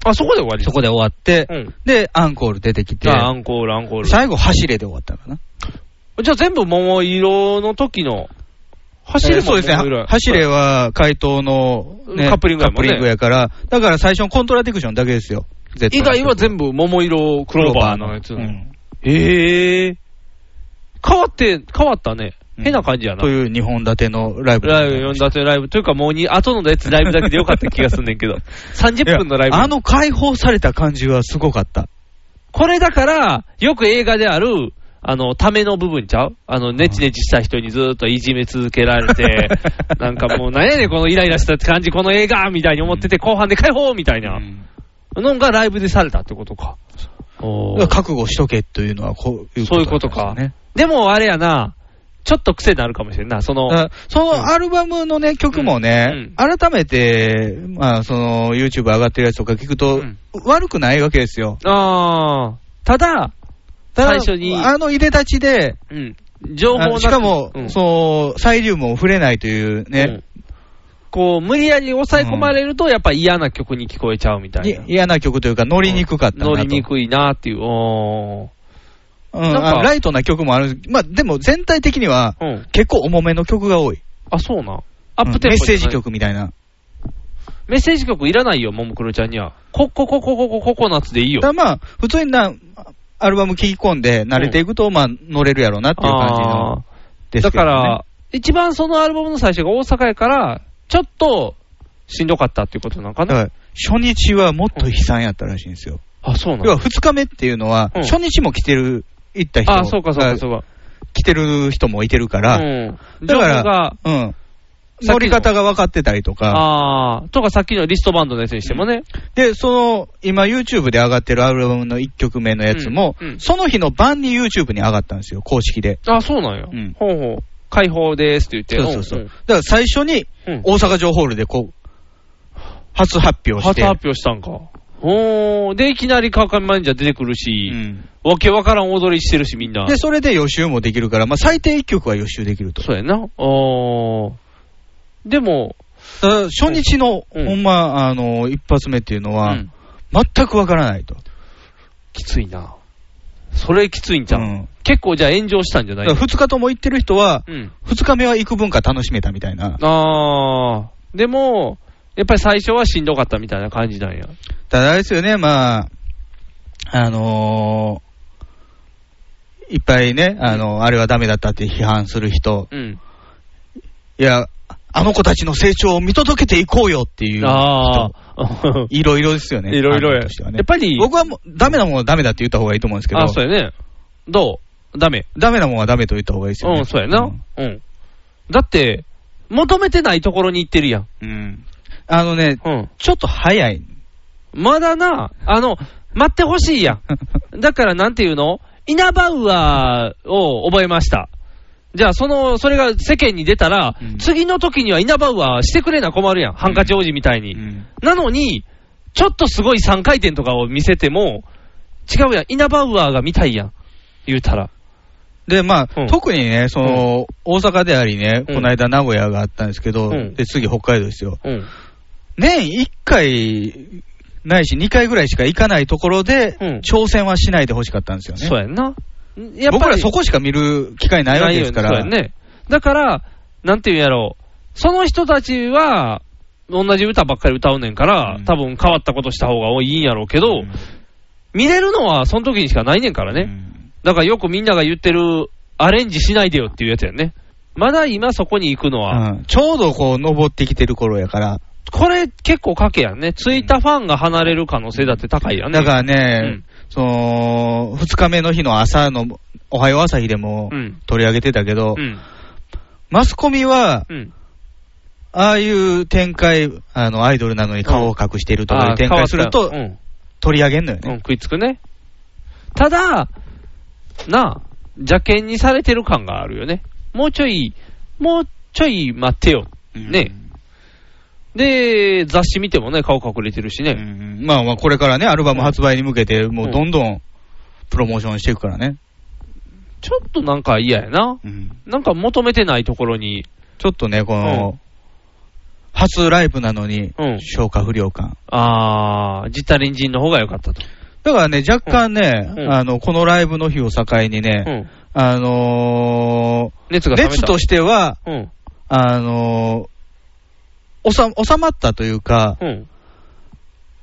あ、そこで終わりそこで終わって、うんで、アンコール出てきて、あアンコール、アンコール。最後、走れで終わったかな。じゃあ全部桃色の時の、走れえもーそうです桃色ねや。走れは回答の、ね、カップリングやもんねカップリングやから、だから最初のコントラディクションだけですよ。絶対以外は全部桃色クローバーのやつう。んへえ。変わって、変わったね。変な感じやな。という2本立てのライブ。ライブ、4だてライブ。というかもうに、後のやつライブだけでよかった気がすんねん けど。30分のライブ。いやあの解放された感じはすごかった。これだから、よく映画である、あの、ための部分ちゃうあの、ネチネチした人にずーっといじめ続けられ て、なんかもう、なんやねん、このイライラした感じ、この映画みたいに思ってて、後半で解放みたいなのがライブでされたってことか。おー覚悟しとけというのはこういうそういうここととなかんですよね。。でも、あれやな、ちょっと癖になるかもしれんな、その、だからそのアルバムのね、曲もね、改めて、まあ、その YouTube 上がってるやつとか聞くと、悪くないわけですよ。あー、ただ、ただ最初に、あのいでたちで、うん、情報なあくしかも、うんそう、サイリウムを触れないというね、こう、無理やり抑え込まれると、やっぱ嫌な曲に聞こえちゃうみたいにな。嫌な曲というか、乗りにくかったなと。乗りにくいなっていう。おうんなんかあライトな曲もある。まあ、でも全体的には、ーうん。結構重めの曲が多い。あ、そうな。アップうテんンメポッじゃなセいージ。曲みたいな。メッセージ曲いらないよ、ももクロちゃんには。ココココココココナッツでいいよた。だまあ、普通にな、アルバム聴き込んで慣れていくと、まあ、乗れるやろうなっていう感じあのーですだけど、かね。ら、一番そのアルバムの最初が大阪やから、ちょっと、しんどかったっていうことなのかだな。から、初日はもっと悲惨やったらしいんですよ。あ、そうな要のは、二日目っていうのは、うん初日も来てる、行った人あ、そうかそうかそうか。来てる人もいてるから、うん。だ情報からが、、うん。さっきの乗り方が分かってたりとか、ああ、とかさっきのリストバンドのやつにしてもね。で、その、今 YouTube で上がってるアルバムの1曲目のやつも、うんうんその日の晩に YouTube に上がったんですよ、公式で。あ、そうなんや。うんほうほう。解放ですって言って。そうそうそう。んんだから最初にうん、大阪城ホールでこう、初発表し初て。発表したんか。おー、で、いきなり川上マンジャ出てくるし、うんわけわからん踊りしてるし、みんな。で、それで予習もできるから、まあ最低1曲は予習できると。そうやな。おー。でも、ただ初日の、うんほんま、あの、一発目っていうのは、うん全くわからないと。きついな。それきついんじゃん。うん結構じゃあ炎上したんじゃなだいから2日とも行ってる人は、うん。 2日目は幾分か楽しめたみたいな。あー。でも、やっぱり最初はしんどかったみたいな感じなんや。ただあれですよね、まあ、あのーいっぱいね、あのあれはダメだったって批判する人、うん。いや、あの子たちの成長を見届けていこうよっていうあ人、ー。いろいろですよね。 いろいろや反応としてはねやっぱり僕はもう、ダメなものはダメだって言った方がいいと思うんですけどあ、、そうやね。どうダメ。ダメなものはダメと言った方がいいですよね。うん、そうやな。うん。だって、求めてないところに行ってるやん。うん。うんあのね、うん。ちょっと早い。まだな、あの、待ってほしいや ん。だから、なんていうのイナバウアーを覚えました。じゃあ、その、それが世間に出たら、うん次の時にはイナバウアーしてくれな困るやん。ハンカチ王子みたいに。うんなのに、ちょっとすごい3回転とかを見せても、違うやん。イナバウアーが見たいやん。言うたら。で、まあ、うん特にね、その、大阪でありね、うんこの間名古屋があったんですけど、うんで、次北海道ですよ。うん。年1回ないし2回ぐらいしか行かないところで、うん挑戦はしないでほしかったんですよね。そうやんな。やっぱり僕らそこしか見る機会ないわけですから。ないよねそうやね。だから、なんていうんやろう。その人たちは、同じ歌ばっかり歌うねんから、うん多分変わったことした方がいいんやろうけうど、ん見れるのはその時にしかないねんからね。うんだからよくみんなが言ってる、アレンジしないでよっていうやつやんね。まだ今そこに行くのは、うんちょうどこう登ってきてる頃やから。これ結構賭けやんね。ついたファンが離れる可能性だって高いやんね。だからね、うんその、2日目の日の朝の、おはよう朝日でもうん取り上げてたけど、うん。マスコミは、うん。ああいう展開、あの、アイドルなのに顔を隠しているとかいあうー展開すると変、わったうん取り上げんのようん、ね。食いつくね。ただ、なあ、邪険にされてる感があるよね。もうちょい、もうちょい待ってよっね。で、雑誌見てもね、顔隠れてるしね。まあまあ、これからね、アルバム発売に向けて、もうどんどんプロモーションしていくからね。ちょっとなんか嫌やな。なんか求めてないところに。ちょっとね、この、初ライブなのに、消化不良感。あー、ジタリンジンの方が良かったと。だからね、若干ね、うんあの、このライブの日を境にね、あのー熱が冷めた熱としては、うん。あのー収収まったというか、うん。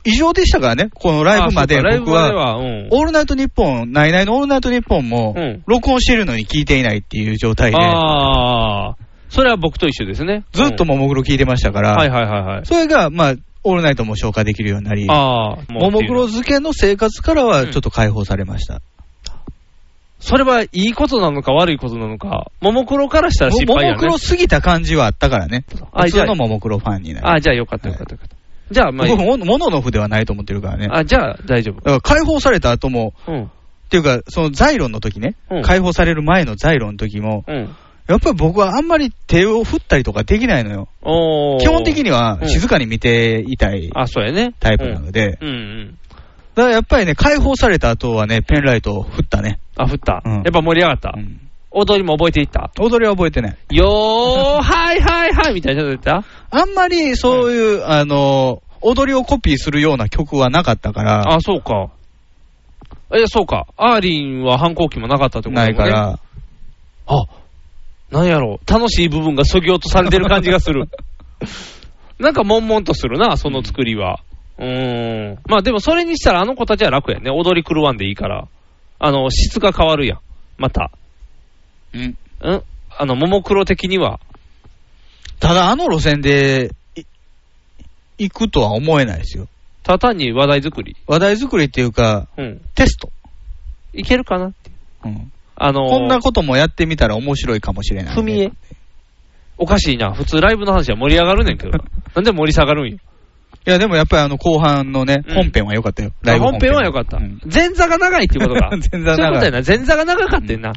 異常でしたからね、このライブまであそうかライブ僕までは、は、うん。オールナイトニッポン、ナイナイのオールナイトニッポンも、録音してるのに聞いていないっていう状態で、あー、それは僕と一緒ですね。ずっとももクロ聞いてましたから、はいはいはいはい。それが、まあ、オールナイトも消化できるようになり、あー、ももクロズ漬けの生活からはちょっと解放されました。それはいいことなのか悪いことなのか、ももクロからしたら失も敗やもね。クロ過ぎた感じはあったからね。あ普じ通ゃあのももクロファンになる。あー、じゃあよかったよかったよかった。じゃあ、まあいい僕、ももののふではないと思ってるからね。あ、じゃあ大丈だ。夫から解放された後も、うん。っていうか、そのザイロンの時ね、うん解放される前のザイロンの時も、うん。やっぱり僕はあんまり手を振ったりとかできないのよ。おー基本的には静かかに見ていたいあ、そうやね。タイプなので、うんうん。だからやっぱりね、解放された後はね、ペンライトを振ったね。あ、振った。うんやっぱ盛り上がった。踊りも覚えていった。踊りは覚えてない。よー、はいはいはいみたいなこと言ったあんまりそういう、あの、踊りをコピーするような曲はなかったから、あ、そうか。え、そうか。アーリンは反抗期もなかったってことだなもんいかねら、あ、なんやろう。楽しい部分が削ぎ落とされてる感じ がする。なんか悶々とするな、その作りは。うーん。まあでもそれにしたらあの子たちは楽やね。踊り狂わんでいいから。あの、質が変わるやん。また。うんうんあの、ももクロ的には。ただあの路線でい行くとは思えないですよ。ただ単に話題作り。話題作りっていうか、うん。テスト。いけるかなって。うんあのーこんなこともやってみたら面白いかもしれない、踏み絵。おかしいな。普通ライブの話は盛り上がるねんけ どな。なんで盛り下がるんよ。いや、でもやっぱりあの後半のね、うん本編は良かったよ。ライあブ。本編は良かった。前座が長いっていうことか 前座長いそういうことやな。前座が長かったよな。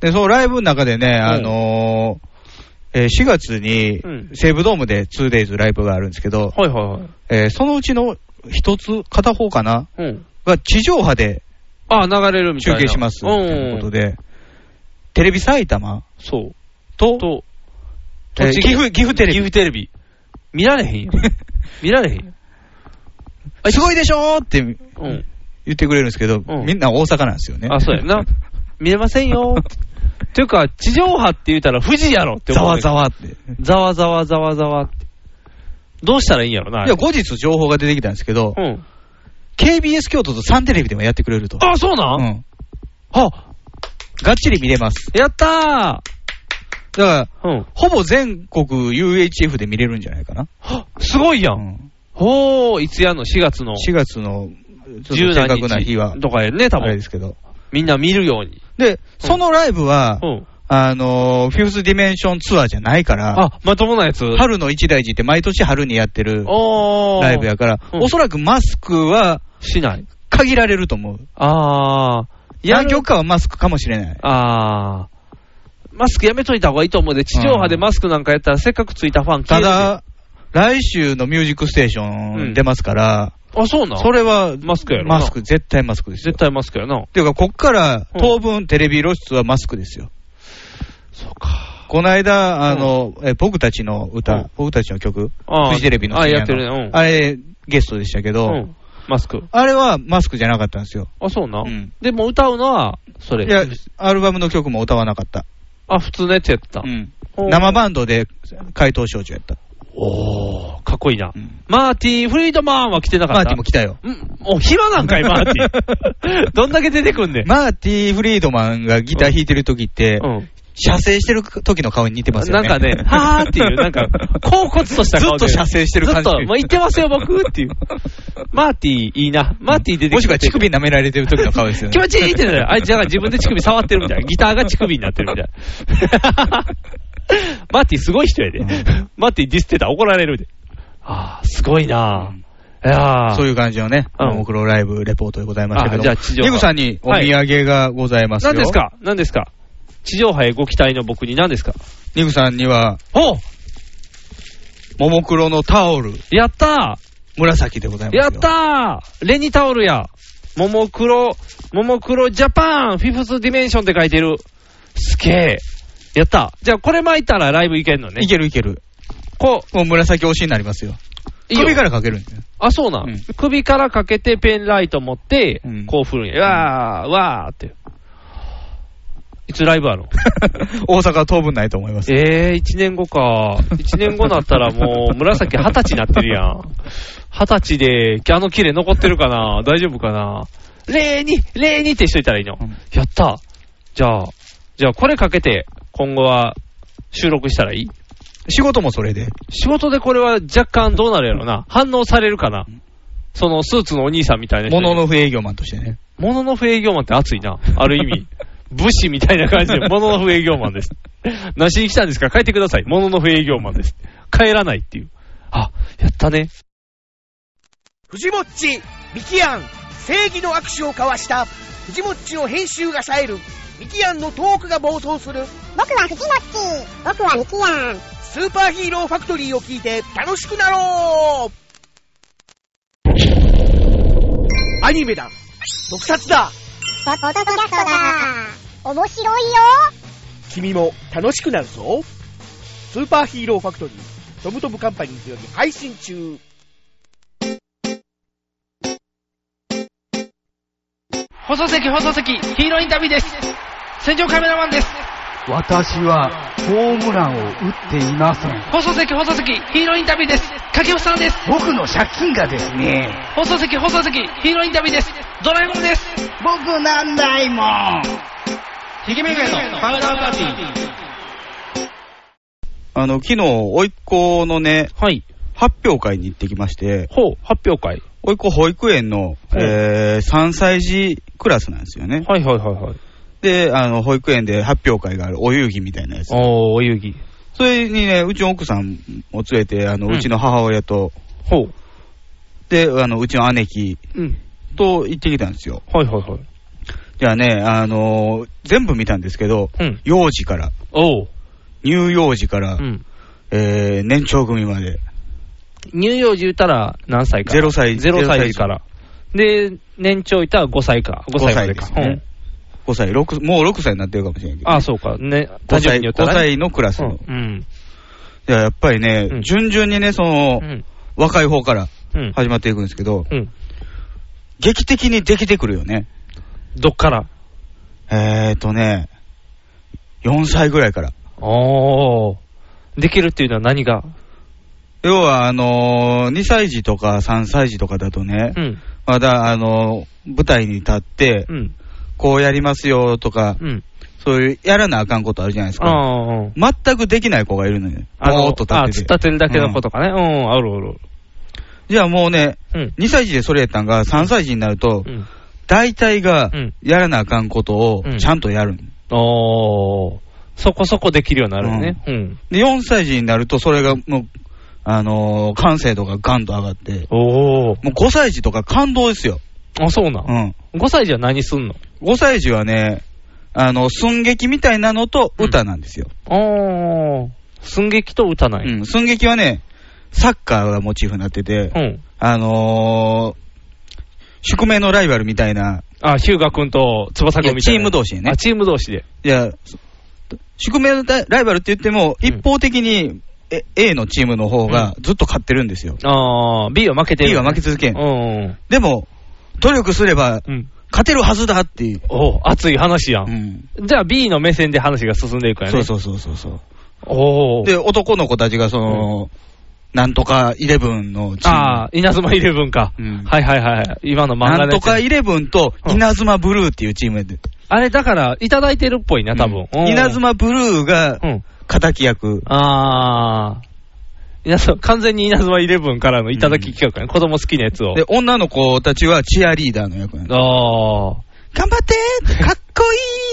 で、そのライブの中でね、あのーえー4月にうん西武ドームで 2days ライブがあるんですけど、はいはいはい。えーそのうちの一つ、片方かなうん。が地上波でああ、流れるみたい中な。継しますとうんいうことで、テレビ埼玉そう。と、と、えー栃岐阜、岐阜テレビ。岐阜テレビ。見られへ んよ。見られへんよ。すごいでしょーって言うん。ってくれるんですけど、うんみんな大阪なんですよね。あ、そうやんな。見れません よ。ていうか、地上波って言うたら富士やろってざ思うわね。ざわって。ざわざわざわざわって。どうしたらいいんやろな。あいれや、後日情報が出てきたんですけど、うん。 KBS 京都とサンテレビでもやってくれると。あ、そうなん、うん。あ、がっちり見れます。やっただから、ーうん。ほぼ全国 UHF で見れるんじゃないかな。はすごいやん。うんほー、いつやの ?4 月の4月の、ちょっと十正何確な日は日、とかやね、多あれで分。すけど。みんな見るように。で、そのライブはう、ん。あのー、フィフスディメンションツアーじゃないから、あ、まともなやつ。春の一大事って毎年春にやってるおー。ライブやから、うんおそらくマスクはしない。限られると思う。あー。何曲かはマスクかもしれない。あー。マスクやめといた方がいいと思うで、地上波でマスクなんかやったらせっかくついたファン消たえるでだ、来週のミュージックステーション出ますから、あ、そうなんそれは、マスクやろなマスク、絶対マスクですよ絶。対マスクやな。っていうか、こっからうん当分テレビ露出はマスクですよ。そうか。この間、あの、え僕たちの歌、うん僕たちの曲、あーフジテレビのあ、深夜のやってるね。あれ、ゲストでしたけうど、ん。うん。マスク。あれはマスクじゃなかったんですよ。あ、そうなうん。でも歌うのは、それ。いや、アルバムの曲も歌わなかった。あ、普通のやつやってたう。んほう生バンドで怪盗少女やった。おー、かっこいいな。うんマーティー・フリードマンは来てなかマった。ーティも来たよ。んもう暇なんかい、マーテ ィー。どんだけ出てくんねん。マーティ・フリードマンがギター弾いてる時って、うん。射精してる時の顔に似てますよなんね。か ね、はーっていう、なんか、高骨としたず顔っで。と射精してる感じずっと、もう行ってますよ、僕って いう。マーティー、いいな。マーティー出てもしくは乳首首舐められてる時の顔ですよね気。持ちいいってなる。あいつ、だから自分で乳首触ってるみたいな。ギターが乳首になってるみたいな。 マーティすごい人やで。うんマーティディスってたら怒られるで。ああ、すごいなあ。いやあそういう感じのね、うんももクロライブレポートでございますけども、あじゃあ地上波ニグさんにお土産がございますよ。何ですか何ですか地上波へご期待の僕に何ですかニグさんには、おうももクロのタオル。やった紫でございーますよ。やったーレニタオルや。ももクロ、ももクロジャパンフィフスディメンションって書いてる。すげえ。やったーじゃあこれ巻いたらライブいけんのね。いけるいける。こう、もう紫推しになりますよ。いいよ首からかけるんだ よ。あ、そうなん、うん首からかけてペンライト持ってう、んこう振るんや。わー、わーって。いつライブあるの大阪は当分ないと思います。えー、1年後か。1年後なったらもう、紫二十歳になってるやん。二十歳で、あの綺麗残ってるかな大丈夫かな礼に、礼にってしといたらいいの。うんやった。じゃあ、じゃあこれかけて、今後は収録したらいい仕事もそれで。仕事でこれは若干どうなるやろな。反応されるかな。そのスーツのお兄さんみたいな人もにのの不営業マンとしてね。ものの不営業マンって熱いな。ある意 味。武士みたいな感じで、ものの不営業マンです。なしに来たんですか帰ってください。ものの不営業マンです。帰らないっていう。あ、やったね。フジモッチ、ミキアン、正義の握手を交わした、フジモッチの編集が冴える、ミキアンのトークが暴走する、僕はフジモッチ、僕はミキアン。スーパーヒーローファクトリーを聞いて楽しくなろうアニメだ特撮だポッドキャストだ面白いよ君も楽しくなるぞスーパーヒーローファクトリー、トムトムカンパニーズより配信中放送席、放送席、ヒーローインタビューです。戦場カメラマンです。私はホームランを打っていません。放送席、放送席、ヒーローインタビューです。掛布さんです。僕の借金がですね、放送席、放送席、ヒーローインタビューです。ドラえもんです。僕なんないもん。ひげめがえのパウダーパーティー。あの、昨日、おいっ子のね、はい。発表会に行ってきまして、ほう、発表会。おいっ子保育園の、いえー、3歳児クラスなんですよね。はいはいはいはい。で、あの、保育園で発表会があるお遊戯みたいなやつ。おー、お遊戯。それにね、うちの奥さんを連れて、あの、ううんちの母親と、ほう。で、あの、うちの姉貴うん。と行ってきたんですよ。はいはいはい。じゃあね、あのー全部見たんですけど、うん。幼児から、おー。乳幼児から、うん。えー、年長組まで、乳幼児言ったら何歳か0歳0ゼロ歳歳児児から。で、年長いたら5歳か。5歳までか。 5歳ですね5歳、6、もう6歳になってるかもしれないけうんど、あ、そうか。ね、 5歳、によった5らね歳のクラスの。うん。じゃあやっぱりね、うん順々にね、その、うん。若い方からうん。始まっていくんですけど、うん。劇的にできてくるよね。どっからえーとね、4歳ぐらいから。おー。できるっていうのは何が要は、あのー、2歳児とか3歳児とかだとね、うん。まだ、あのー、舞台に立ってう、ん。こうやりますよとか、うん。そういう、やらなあかんことあるじゃないですか。あー。全くできない子がいるのよ。あのぼーっとあ、立突っって。て立てるだけの子とかね。うん、あるある。じゃあもうね、うん。 2歳児でそれやったんが、3歳児になるとう、ん。大体がうん、やらなあかんことをうん、ちゃんとやるん。おー。そこそこできるようになるよね。うん。で、4歳児になると、それがもう、あのー感性度がガンと上がって、おー。もう5歳児とか感動ですよ。あ、そうな。うんん。 5歳じゃ何すんの5歳児はね、あの、寸劇みたいなのと歌なんですよ。おー。寸劇と歌なうい。ん。寸劇はね、サッカーがモチーフになってて、うん。あのー宿命のライバルみたいな、あ、ヒューガ君と翼君みたいな。いやチーム同士でねあ、チーム同士で。いや、そ宿命のライバルって言っても、うん一方的に、え A のチームの方がずっと勝ってるんですよ。あー、B は負けてる、 B は負け続けんうん。でも、努力すればうん。勝てるはずだっていう。おー、熱い話や。うんん。じゃあ B の目線で話が進んでいくやね。そうそうそうそうそう。おー。で、男の子たちが、その、なんとかイレブンのチーム。あー、稲妻イレブンか。うんはいはいはい。今の漫な画んのやとつかイレブンとうん稲妻ブルーっていうチームで。あれだから、いただいてるっぽいな、多分。ううんん稲。妻ブルーがうん。敵役。あー。稲妻完全に稲妻イレブンからのいただき企画やね。子供好きなやつを。で、女の子たちはチアリーダーの役なんだ。あー。。頑張ってーかっこ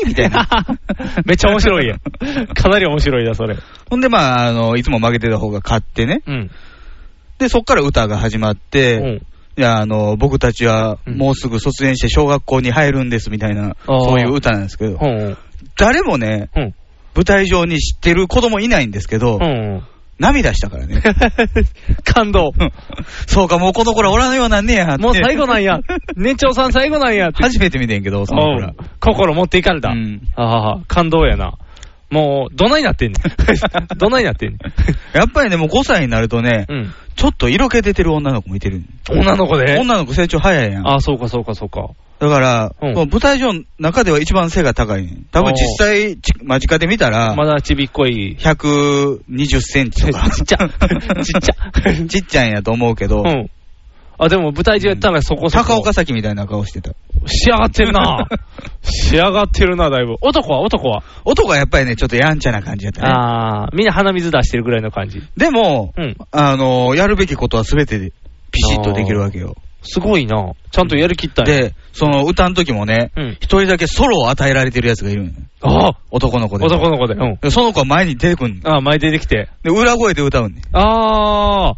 いいみたいな めっちゃ面白いやん。かなり面白いな、それ。ほんで、まあ、あの、いつも負けてた方が勝ってね。うん。で、そっから歌が始まっうて、ん。いや、あの、僕たちはうんもうすぐ卒園して小学校に入るんですみたいな、あーそういう歌なんですけどう、ん。誰もね、うん。舞台上に知ってる子供いないんですけどう、ん。涙したからね。 感動。そうか、もうこの子らおらんようなんねや。。もう最後なん や年長さん最後なんやって。初めて見てんけど、その子ら。うん心持っていかれた。ああ、感動やな。もう、どないなってんね ん。 どないなってんね やっぱりね、もう5歳になるとね、ん。ちょっと色気出てる女の子もいてる。女の子で女の子成長早いやん。ああ、そうかそうかそうか。だから、うんこの舞台上の中では一番背が高いねん。多分実際、ち間近で見たら、まだちびっこい。 120センチ とか。ちっ ちゃ。ちっちゃ。ちっちゃいんやと思うけど、うん。あ、でも舞台中やったらそこそこ。高岡崎みたいな顔してた。仕上がってる な。仕上がってるな、だいぶ。男は男は。男はやっぱりね、ちょっとやんちゃな感じやったね。ああ、みんな鼻水出してるぐらいの感じ。でも、うん。あの、やるべきことは全てでピシッとできるわけよ。すごいな。ちゃんとやりきったんや。で、その歌の時もねうん、一、人だけソロを与えられてるやつがいるんよああ、男の子で。男の子で。うん。でその子は前に出てくんねんああ、前出てきて。で、裏声で歌うねんああ、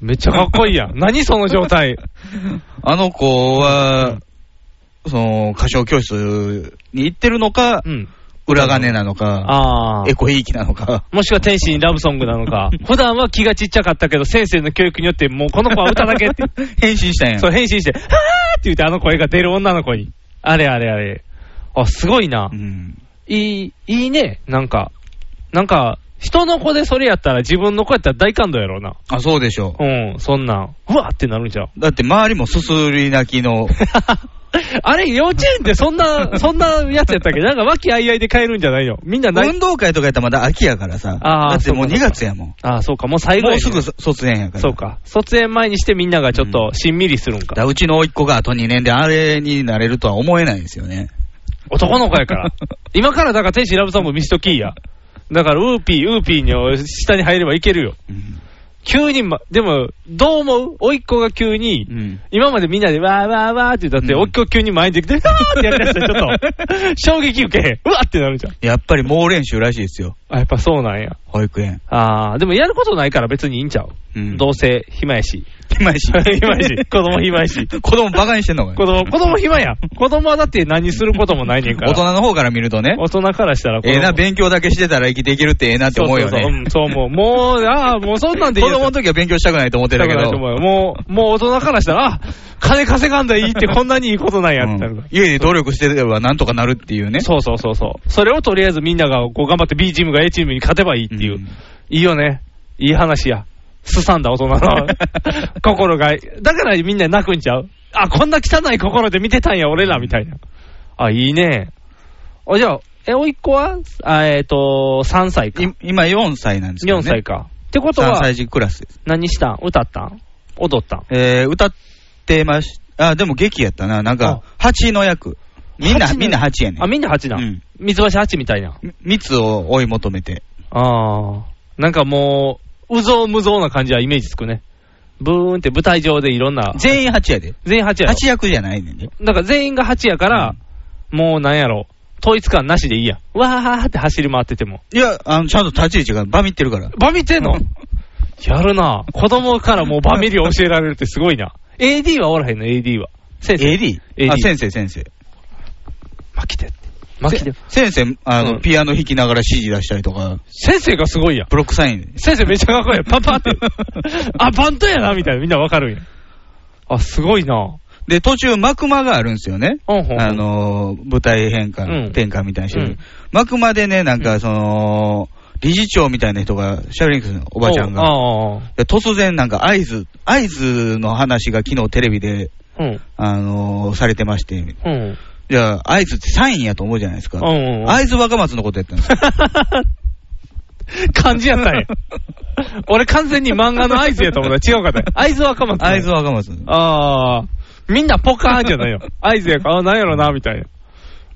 めっちゃかっこいい やん。何その状態。あの子は、その、歌唱教室に行ってるのか、うん。裏金なのか、ああエ。コひいきなのか。もしくは天使にラブソングなの か。普段は気がちっちゃかったけど、先生の教育によって、もうこの子は歌だけ って。変身したんやそう、変身して、はーって言ってあの声が出る女の子に。あれあれあれ。あ、すごいなう。ん。いい、いいね。なんか、なんか、人の子でそれやったら自分の子やったら大感動やろうな。あ、そうでしょうん、そんなん。う わーってなるんじゃん。う。だって周りもすすり泣きの、あれ、幼稚園ってそん な、そんなやつやったっけなんか和気あいあいで帰るんじゃないのみんな ない。運動会とかやったらまだ秋やからさ。あーだってもうそうか2月やもん。ああ、そうか、もう最後もやうねすぐ卒園やから。そうか。卒園前にしてみんながちょっとしんみりするんだか。からうちの甥っ子があと2年であれになれるとは思えないですよね。男の子 やから。今からだから天使ラブソング見しときいや。だからウーピー、ウーピーの下に入ればいけるよ。うん。急に、ま、でも、どう思う甥っ子が急に、うん。今までみんなでわーわーわーって言ったって、うんおっきょ急に前に出てきて、わーってやりだしたらちょ っと、衝撃受けへん。うわってなるじゃん。やっぱり猛練習らしいですよ。あ、やっぱそうなんや。保育園。あー、でもやることないから別にいいんちゃう、うんどうせ、暇やし。暇やし。暇やし。 子供暇やし。子供バカにしてんのかよ子供、子供暇や。子供はだって何することもないねんか大ら。人の方から見るとね。大人からしたら子え供えな、勉強だけしてたら生きていけるってええなって思うよそうそうそうねん。そう思う。もう、ああ、もうそんなんで子いいやつ供の時は勉強したくないと思ってたけしたどくないと。思うよもう、もう大人からしたら、あ金稼がんだいいってこんなにいいことなんやってなるうん家で努力してればなんとかなるっていうね。そうそうそうそう。それをとりあえずみんながこう頑張って B チームが A チームに勝てばいいっていうう。んいいよね。いい話や。すさんだ 大人の心が。だからみんな泣くんちゃうあ、こんな汚い心で見てたんや、俺らみたいな。あ、いいね。あ、じゃあ、え、おいっ子はあえっ、と、3歳か。い今4歳なんですけど4ね。歳か。ってこと3は、歳児クラスです。何したん歌ったん踊ったんえー、歌ってまし、あ、でも劇やったな。なんか、蜂の役。みんな、蜂のみんな蜂やねあ、みんな8な。うん三ツ橋8みたいな。ん。蜜を追い求めて。ああ。なんかもう、うぞうむぞうな感じはイメージつくね。ブーンって舞台上でいろんな。全員蜂やで。全員8やろ。蜂役じゃないねんね。だから全員が8やから、もうなんやろ。統一感なしでいいや。わーって走り回ってても。いや、あの、ちゃんと立ち位置がバミってるから。バミてんのうんやるな。子供からもうバミリを教えられるってすごいな。AD はおらへんの、AD は。先生。 AD? あ、先生、先生。巻きてって。巻きて。先生、あの、うんピアノ弾きながら指示出したりとか、先生がすごいやん。ブロックサインで。先生めっちゃかっこいいやん。パンパン って。あ、バントやな、みたいな。みんなわかるんや。あ、すごいな。で、途中、幕間があるんですよね。うんうんうんあのー、舞台変換、うん転換みたいな人、うるん幕間でね、なんか、その、理事長みたいな人が喋りに来るの、おばちゃんあが。で突然、なんか、合図、合図の話が昨日テレビで、あ。うん。あのー、されてまして、うん。じゃあ、合図ってサインやと思うじゃないですか。うんうんうん合図若松のことやったんですよ。 感じやったんや。俺完全に漫画の合図やと思った。違うかったよ。合図若松。合図。若松。 ああ。みんなポカーンじゃないよ。合図やから、あなんやろな、みたいな。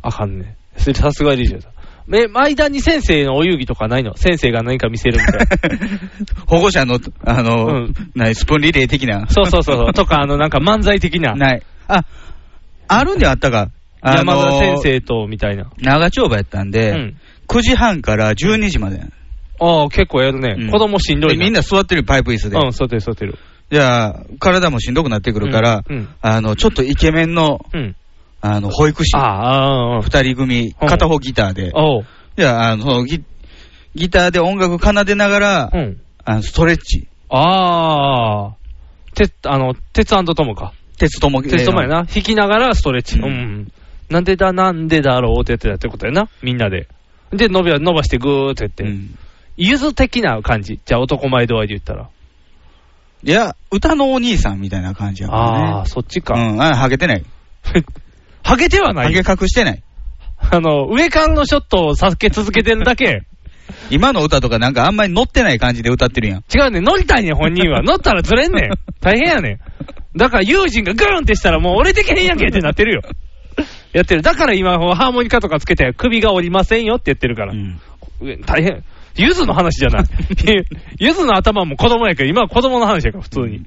あかんね。それさすが理事やった。え、間に先生のお遊戯とかないの先生が何か見せるみ たいな。保護者の、あの、うんないスプーンリレー的な。そうそうそうそう。とか、あの、なんか漫才的 な。ない。あ、あるんではあったか。あの山田先生と、みたいな。長丁場やったんで、うん9時半から12時まで。ああ、結構やるね。うん子供しんどいでみんな。な座ってるパイプ椅子で。うん、そうてる、そうてる。じゃあ、体もしんどくなってくるから、うんうんあの、ちょっとイケメンの、うん。あの、保育士あ、ああ、うん二人組、うん片方ギターで、おう。じゃあ、あの、そのギギターで音楽奏でながら、あのストレッチ。ああ。鉄、あの、鉄トムか。鉄友鉄トムやな。弾きながらストレッチ。うん。なんでだ、なんでだろうってやってたってことやな。みんなで。で、伸びは伸ばしてぐーってやって。ゆず的な感じ。じゃあ男前度合いで言ったら。いや、歌のお兄さんみたいな感じやからね。ああ、そっちか。うん、あハゲてない。ハゲてはないハゲ隠してない。あの、上間のショットを避け続けてる だけ。今の歌とかなんかあんまり乗ってない感じで歌ってるやん。違うね、乗りたいねん、本人 は。乗ったらずれんねん。大変やねん。だから、友人がグーンってしたら、もう俺できへんやんけってなってるよ。やってる。だから今、ハーモニカとかつけて、首が折りませんよって言ってるから。上大変。ゆずの話じゃない。 ゆずの頭も子供やけど、今は子供の話やから、普通に。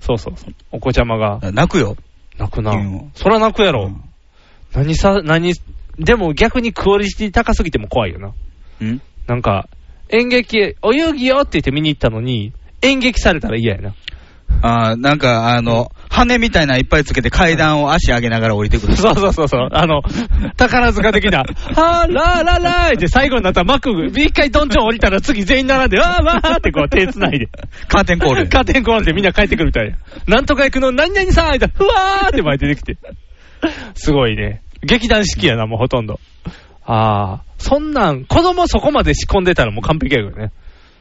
そうそうそう。お子ちゃまが。泣くよ。泣くな。そら泣くやろ。何さ、何、でも逆にクオリティ高すぎても怖いよな。うんなんか、演劇、お遊戯よって言って見に行ったのに、演劇されたら嫌やな。あーなんか、あの、羽みたいなのいっぱいつけて階段を足上げながら降りてくる。 そうそうそうそう。あの、宝塚的な、はーらーらーらーって最後になったら幕、一回どんちょん降りたら次全員並んで、わーわーってこう手繋いで。カーテンコール。 カーテンコールでみんな帰ってくるみたいな。なんとか行くの、何々さーって、ふわーって前出てきて。すごいね。劇団四季やな、もうほとんど。ああ、そんなん、子供そこまで仕込んでたらもう完璧やけどね。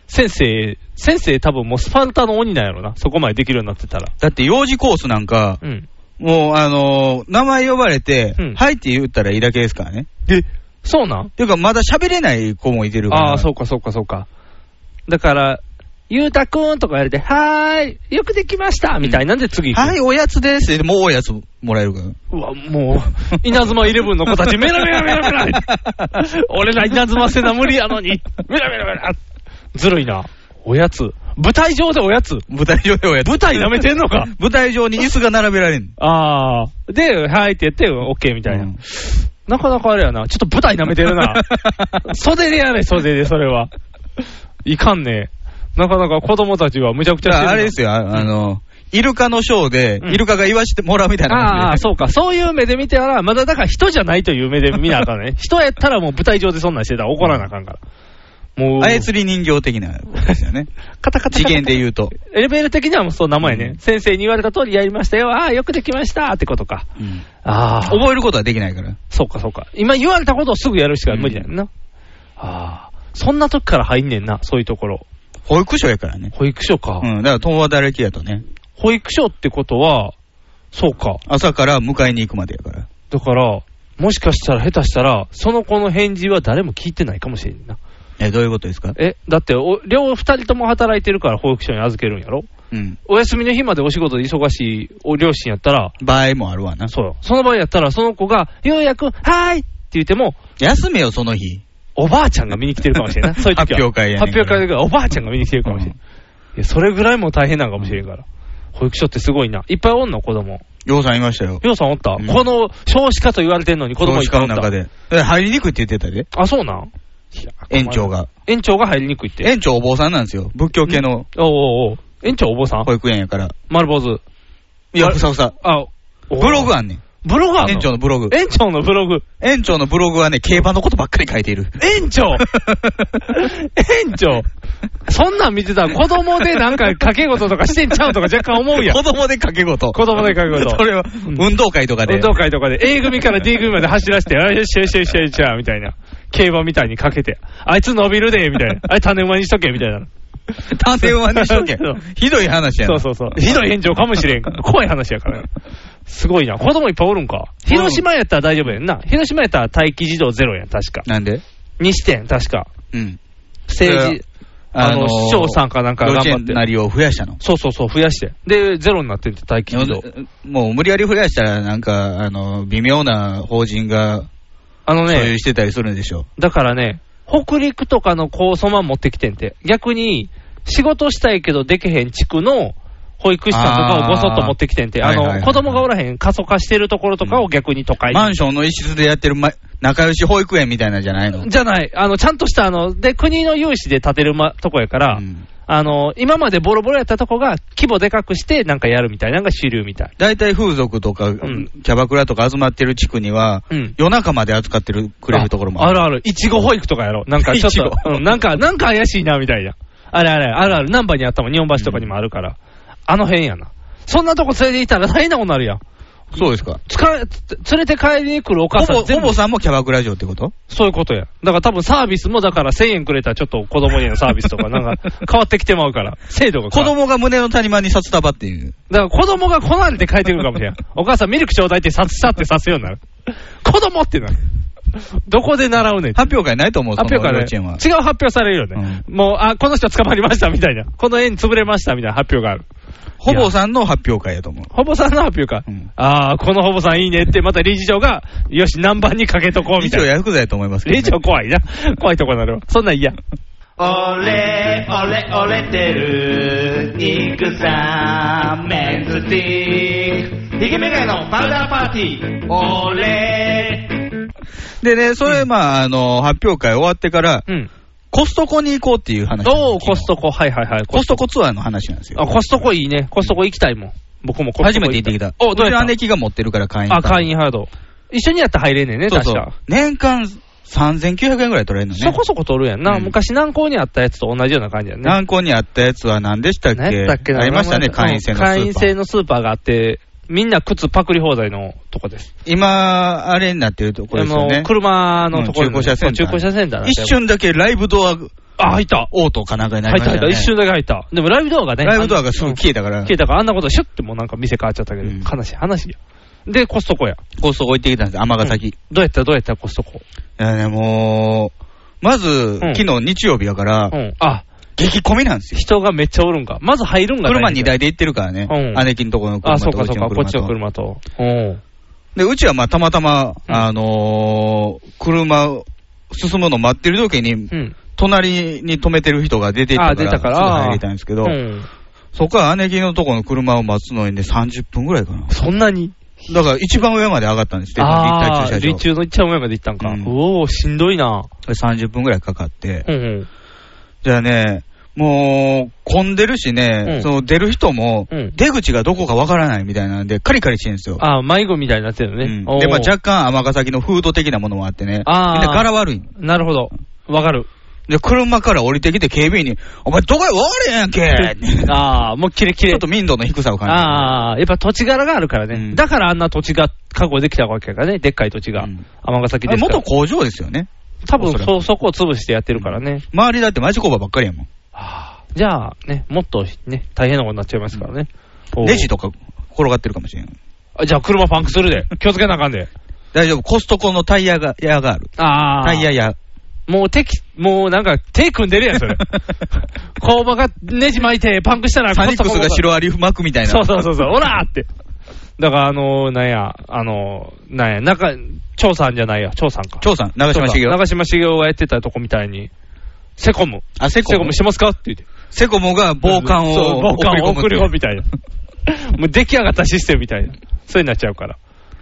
先生、先生多分もうスパルタの鬼なんやろな。そこまでできるようになってたら。だって幼児コースなんか、うんもう、あのー名前呼ばれて、はいって言ったらいいだけですからね。え、そうなんていうか、まだ喋れない子もいてるから。ああ、そうか、そうか、そうか。だから、ゆうたくんとかやれて、はーい、よくできましたみたいなんで次行く。はい、おやつですって、もうおやつもらえるから。うわ、もう、稲妻イレブンの子たち、メラメラメラメラ俺ら稲妻せな無理やのに、メラメラメラずるいな。おやつ。舞台上でおやつ舞台上でおやつ。舞台舐めてんのか舞台上に椅子が並べられん。ああ。で、はいってやって、オッケーみたいな。なかなかあれやな。ちょっと舞台舐めてる な。袖でやれ、袖で、それは。いかんねなかなか子供たちはむちゃくちゃしてるなあれですよ、ああの、イルカのショーで、イルカが言わしてもらうみたいな感じで。ああ、そうか。そういう目で見てたら、まだだから人じゃないという目で見なあかんね。人やったらもう舞台上でそんなんしてたら怒らなあかんから。もう。操り人形的なことですよね。カタカタカタ次元で言うと。エレベール的にはもうそう名前ね、先生に言われた通りやりましたよ。ああ、よくできましたってことか。ああ。覚えることはできないから。そうか、そうか。今言われたことをすぐやるしか無理だよな。ああ。そんな時から入んねんな、そういうところ。保育所やからね。保育所か。うん、だから友達やとね。保育所ってことは、そうか。朝から迎えに行くまでやから。だから、もしかしたら下手したら、その子の返事は誰も聞いてないかもしれんな。え、どういうことですかえ、だってお、両二人とも働いてるから保育所に預けるんやろうん。お休みの日までお仕事で忙しいお両親やったら、場合もあるわな。そうよ。その場合やったら、その子が、ようやく、はーいって言っても、休めよ、その日。おばあちゃんが見に来てるかもしれん ない。そういう時は発表会やねん発表会だから、おばあちゃんが見に来てるかもしれん。いやそれぐらいもう大変なんかもしれんから。保育所ってすごいな。いっぱいおんの、子供。ようさんいましたよ。ようさんおった、この少子化と言われてんのに子供いっぱいおのった中で。え入りにくいって言ってたで。あ、そうなん園長が。園長が入りにくいって。園長お坊さんなんですよ。仏教系のおうおうおう園長お坊さん保育園やから。丸坊主。いや、ふさふさ。あ、ブログあんねん。ブログあんの園長のブログ。園長のブログ。園長のブログはね、競馬のことばっかり書いている。園長園長そんなん見てたら子供でなんか掛け事とかしてんちゃうとか若干思うや ん。子供で掛け事。子供で掛け事それは、運動会とかで。運動会とかで A 組から D 組まで走 らせて、あよしよしよしよしよしみたいな。競馬みたいにかけて、あいつ伸びるで、みたい な。あいつ種馬にしとけ、みたいな。種馬にしとけそうひどい話や そなうそうそう。ひどい炎上かもしれんから。怖い話やから。すごいな。子供いっぱいおるんか。広島やったら大丈夫やんな。広島やったら待機児童ゼロやん、確か。なんでにしてん、確か。うん。政治、あーの、市長さんかなんか幼頑稚張園って。なりを増やしたの。そうそうそう、増やして。で、ゼロになってんって、待機児童。もう無理やり増やしたら、なんか、あの、微妙な法人が、あの所ね有、してたりするんでしょ。だからね、北陸とかの高層マン持ってきてんて。逆に、仕事したいけどできへん地区の保育士さんとかをごそっと持ってきてんて。あーあはいはいはの、い子供がおらへん、過疎化してるところとかを逆に都会に。マンションの一室でやってる、ま、仲良し保育園みたいなんじゃないのじゃない、あの、ちゃんとした、あの、で、国の融資で建てる、ま、とこやから、あの、今までボロボロやったとこが規模でかくしてなんかやるみたいなのが主流みたい。大体風俗とか、キャバクラとか集まってる地区には、夜中まで扱ってるくれるところもあるある。いちご保育とかや ろ。なんかちょっと、うんなんか、なんか怪しいなみたいな。あれあれ、あるある。難波にあったもん。日本橋とかにもあるから。あの辺やな。そんなとこ連れて行ったら大変なことになるやん。そうですか。つか連れて帰りに来るお母さんほぼ全部ほぼさんもキャバクラ嬢ってことそういうことや。だから多分サービスもだから1000円くれたらちょっと子供へのサービスとかなんか変わってきてまうから。制度が子変わる。供が胸の谷間に札束っていう。だから子供がこなれて帰ってくるかもしれん。お母さんミルクちょうだいって刺さって刺すようになる。子供ってなる。どこで習うねん。発表会ないと思う、その発表幼会ね稚園は。違う発表されるよね。もう、あ、この人捕まりましたみたいな。この園潰れましたみたいな発表がある。ほぼさんの発表会やと思う。ほぼさんの発表か。ああ、このほぼさんいいねって、また理事長が、よし、何番にかけとこうみ理たい事な長。ヤクザやと思いますけど、理事長怖いな。怖いとこになるわ。そんなん嫌。俺、俺、俺てる、イくさメンズティーク、ヒゲメガネのパウダーパーティー、俺、でね、それ、まあ、あの、発表会終わってから、コストコに行こうっていう話。おー、コストコ。はいはいはい。コストコツアーの話なんですよ。あ、コストコいいね。コストコ行きたいもん。僕もコスト初コめて行ってきた。お、どううちやのった姉貴が持ってるから会員あ、会員ハード。一緒にやったら入れんねんね、そう確そうか。年間3900円ぐらい取れるのね。そこそこ取るやんな。うん昔南港にあったやつと同じような感じやんね。南港にあったやつは何でしたっけ何やったっけなありましたね、名前会員制のスーパー。会員制のスーパーがあって、みんな靴パクリ放題のとこです。今、あれになってるところですよあねの。車のとこうろん中古車センター。そう中古車センターなんだよ一瞬だけライブドア、あ、入った。オートかなんかになり入っまたした入よった、ね。一瞬だけ入った。でもライブドアがね、ライブドアがすぐ消えたから消。えたから、あんなことシュッてもうなんか店変わっちゃったけど、悲しい話や。で、コストコや。コストコ行ってきたんです、尼崎。どうやったどうやったコストコ。いやね、もう、まず、昨日日曜日やから、あ、激混みなんですよ。人がめっちゃおるんか。まず入るんが大変車2台で行ってるからね。うん姉貴のところの車あ、とそうかそうか、こうっちちのの車と。車と。うん。で、うちはまあたまたま、あのー、車を進むの待ってる時に、ん隣に止めてる人が出ていあ、たから、出たすぐから。入れたんですけど、うんそこから姉貴のとこの車を待つのにね、30分ぐらいかな。そんなにだから一番上まで上がったんですよ、あ立ー、体駐立車場。中の一番上まで行ったんか。うおー、しんどいな。 30分ぐらいかかって。うんうん。じゃあね、もう、混んでるしね、うんその出る人も、出口がどこかわからないみたいなんで、カリカリしてるんですよ。あ、迷子みたいになってるね。おーで、まあ若干尼崎の風土的なものもあってね、あみーんな柄悪いの。なるほど。わかる。で、車から降りてきて警備員に、お前どこへわれやんけ ああ、もうキレキちレ。ょっと民度の低さを感じる。ああ、やっぱ土地柄があるからね。だからあんな土地が確保できたわけやからね。でっかい土地が。尼、崎ですから。元工場ですよね。多分おそらくそ、そこを潰してやってるからね。周りだって町工場ばっかりやもん。じゃあ、ね、もっとね、大変なことになっちゃいますからね。おうレジとか転がってるかもしれん。あじゃあ車パンクするで。気をつけなあかんで。大丈夫、コストコのタイヤが、ヤがある。ああ。タイヤや。もう敵、もうなんか手組んでるや ん、それ。工場がネジ巻いてパンクしたらサニックスが白アリ巻くみたいな。そうそうそうそう、オラーって。だから、あのー、なんや、あのー、なんや、中、張さんじゃないや、張さんか。張さん長嶋茂雄張さん長嶋茂雄がやってたとこみたいに、セコム。あ、セコムセコムしてますかって言って。セコムが防寒そうを防寒を送り込むみたい たいな。もう出来上がったシステムみたいな。そうになっちゃうから。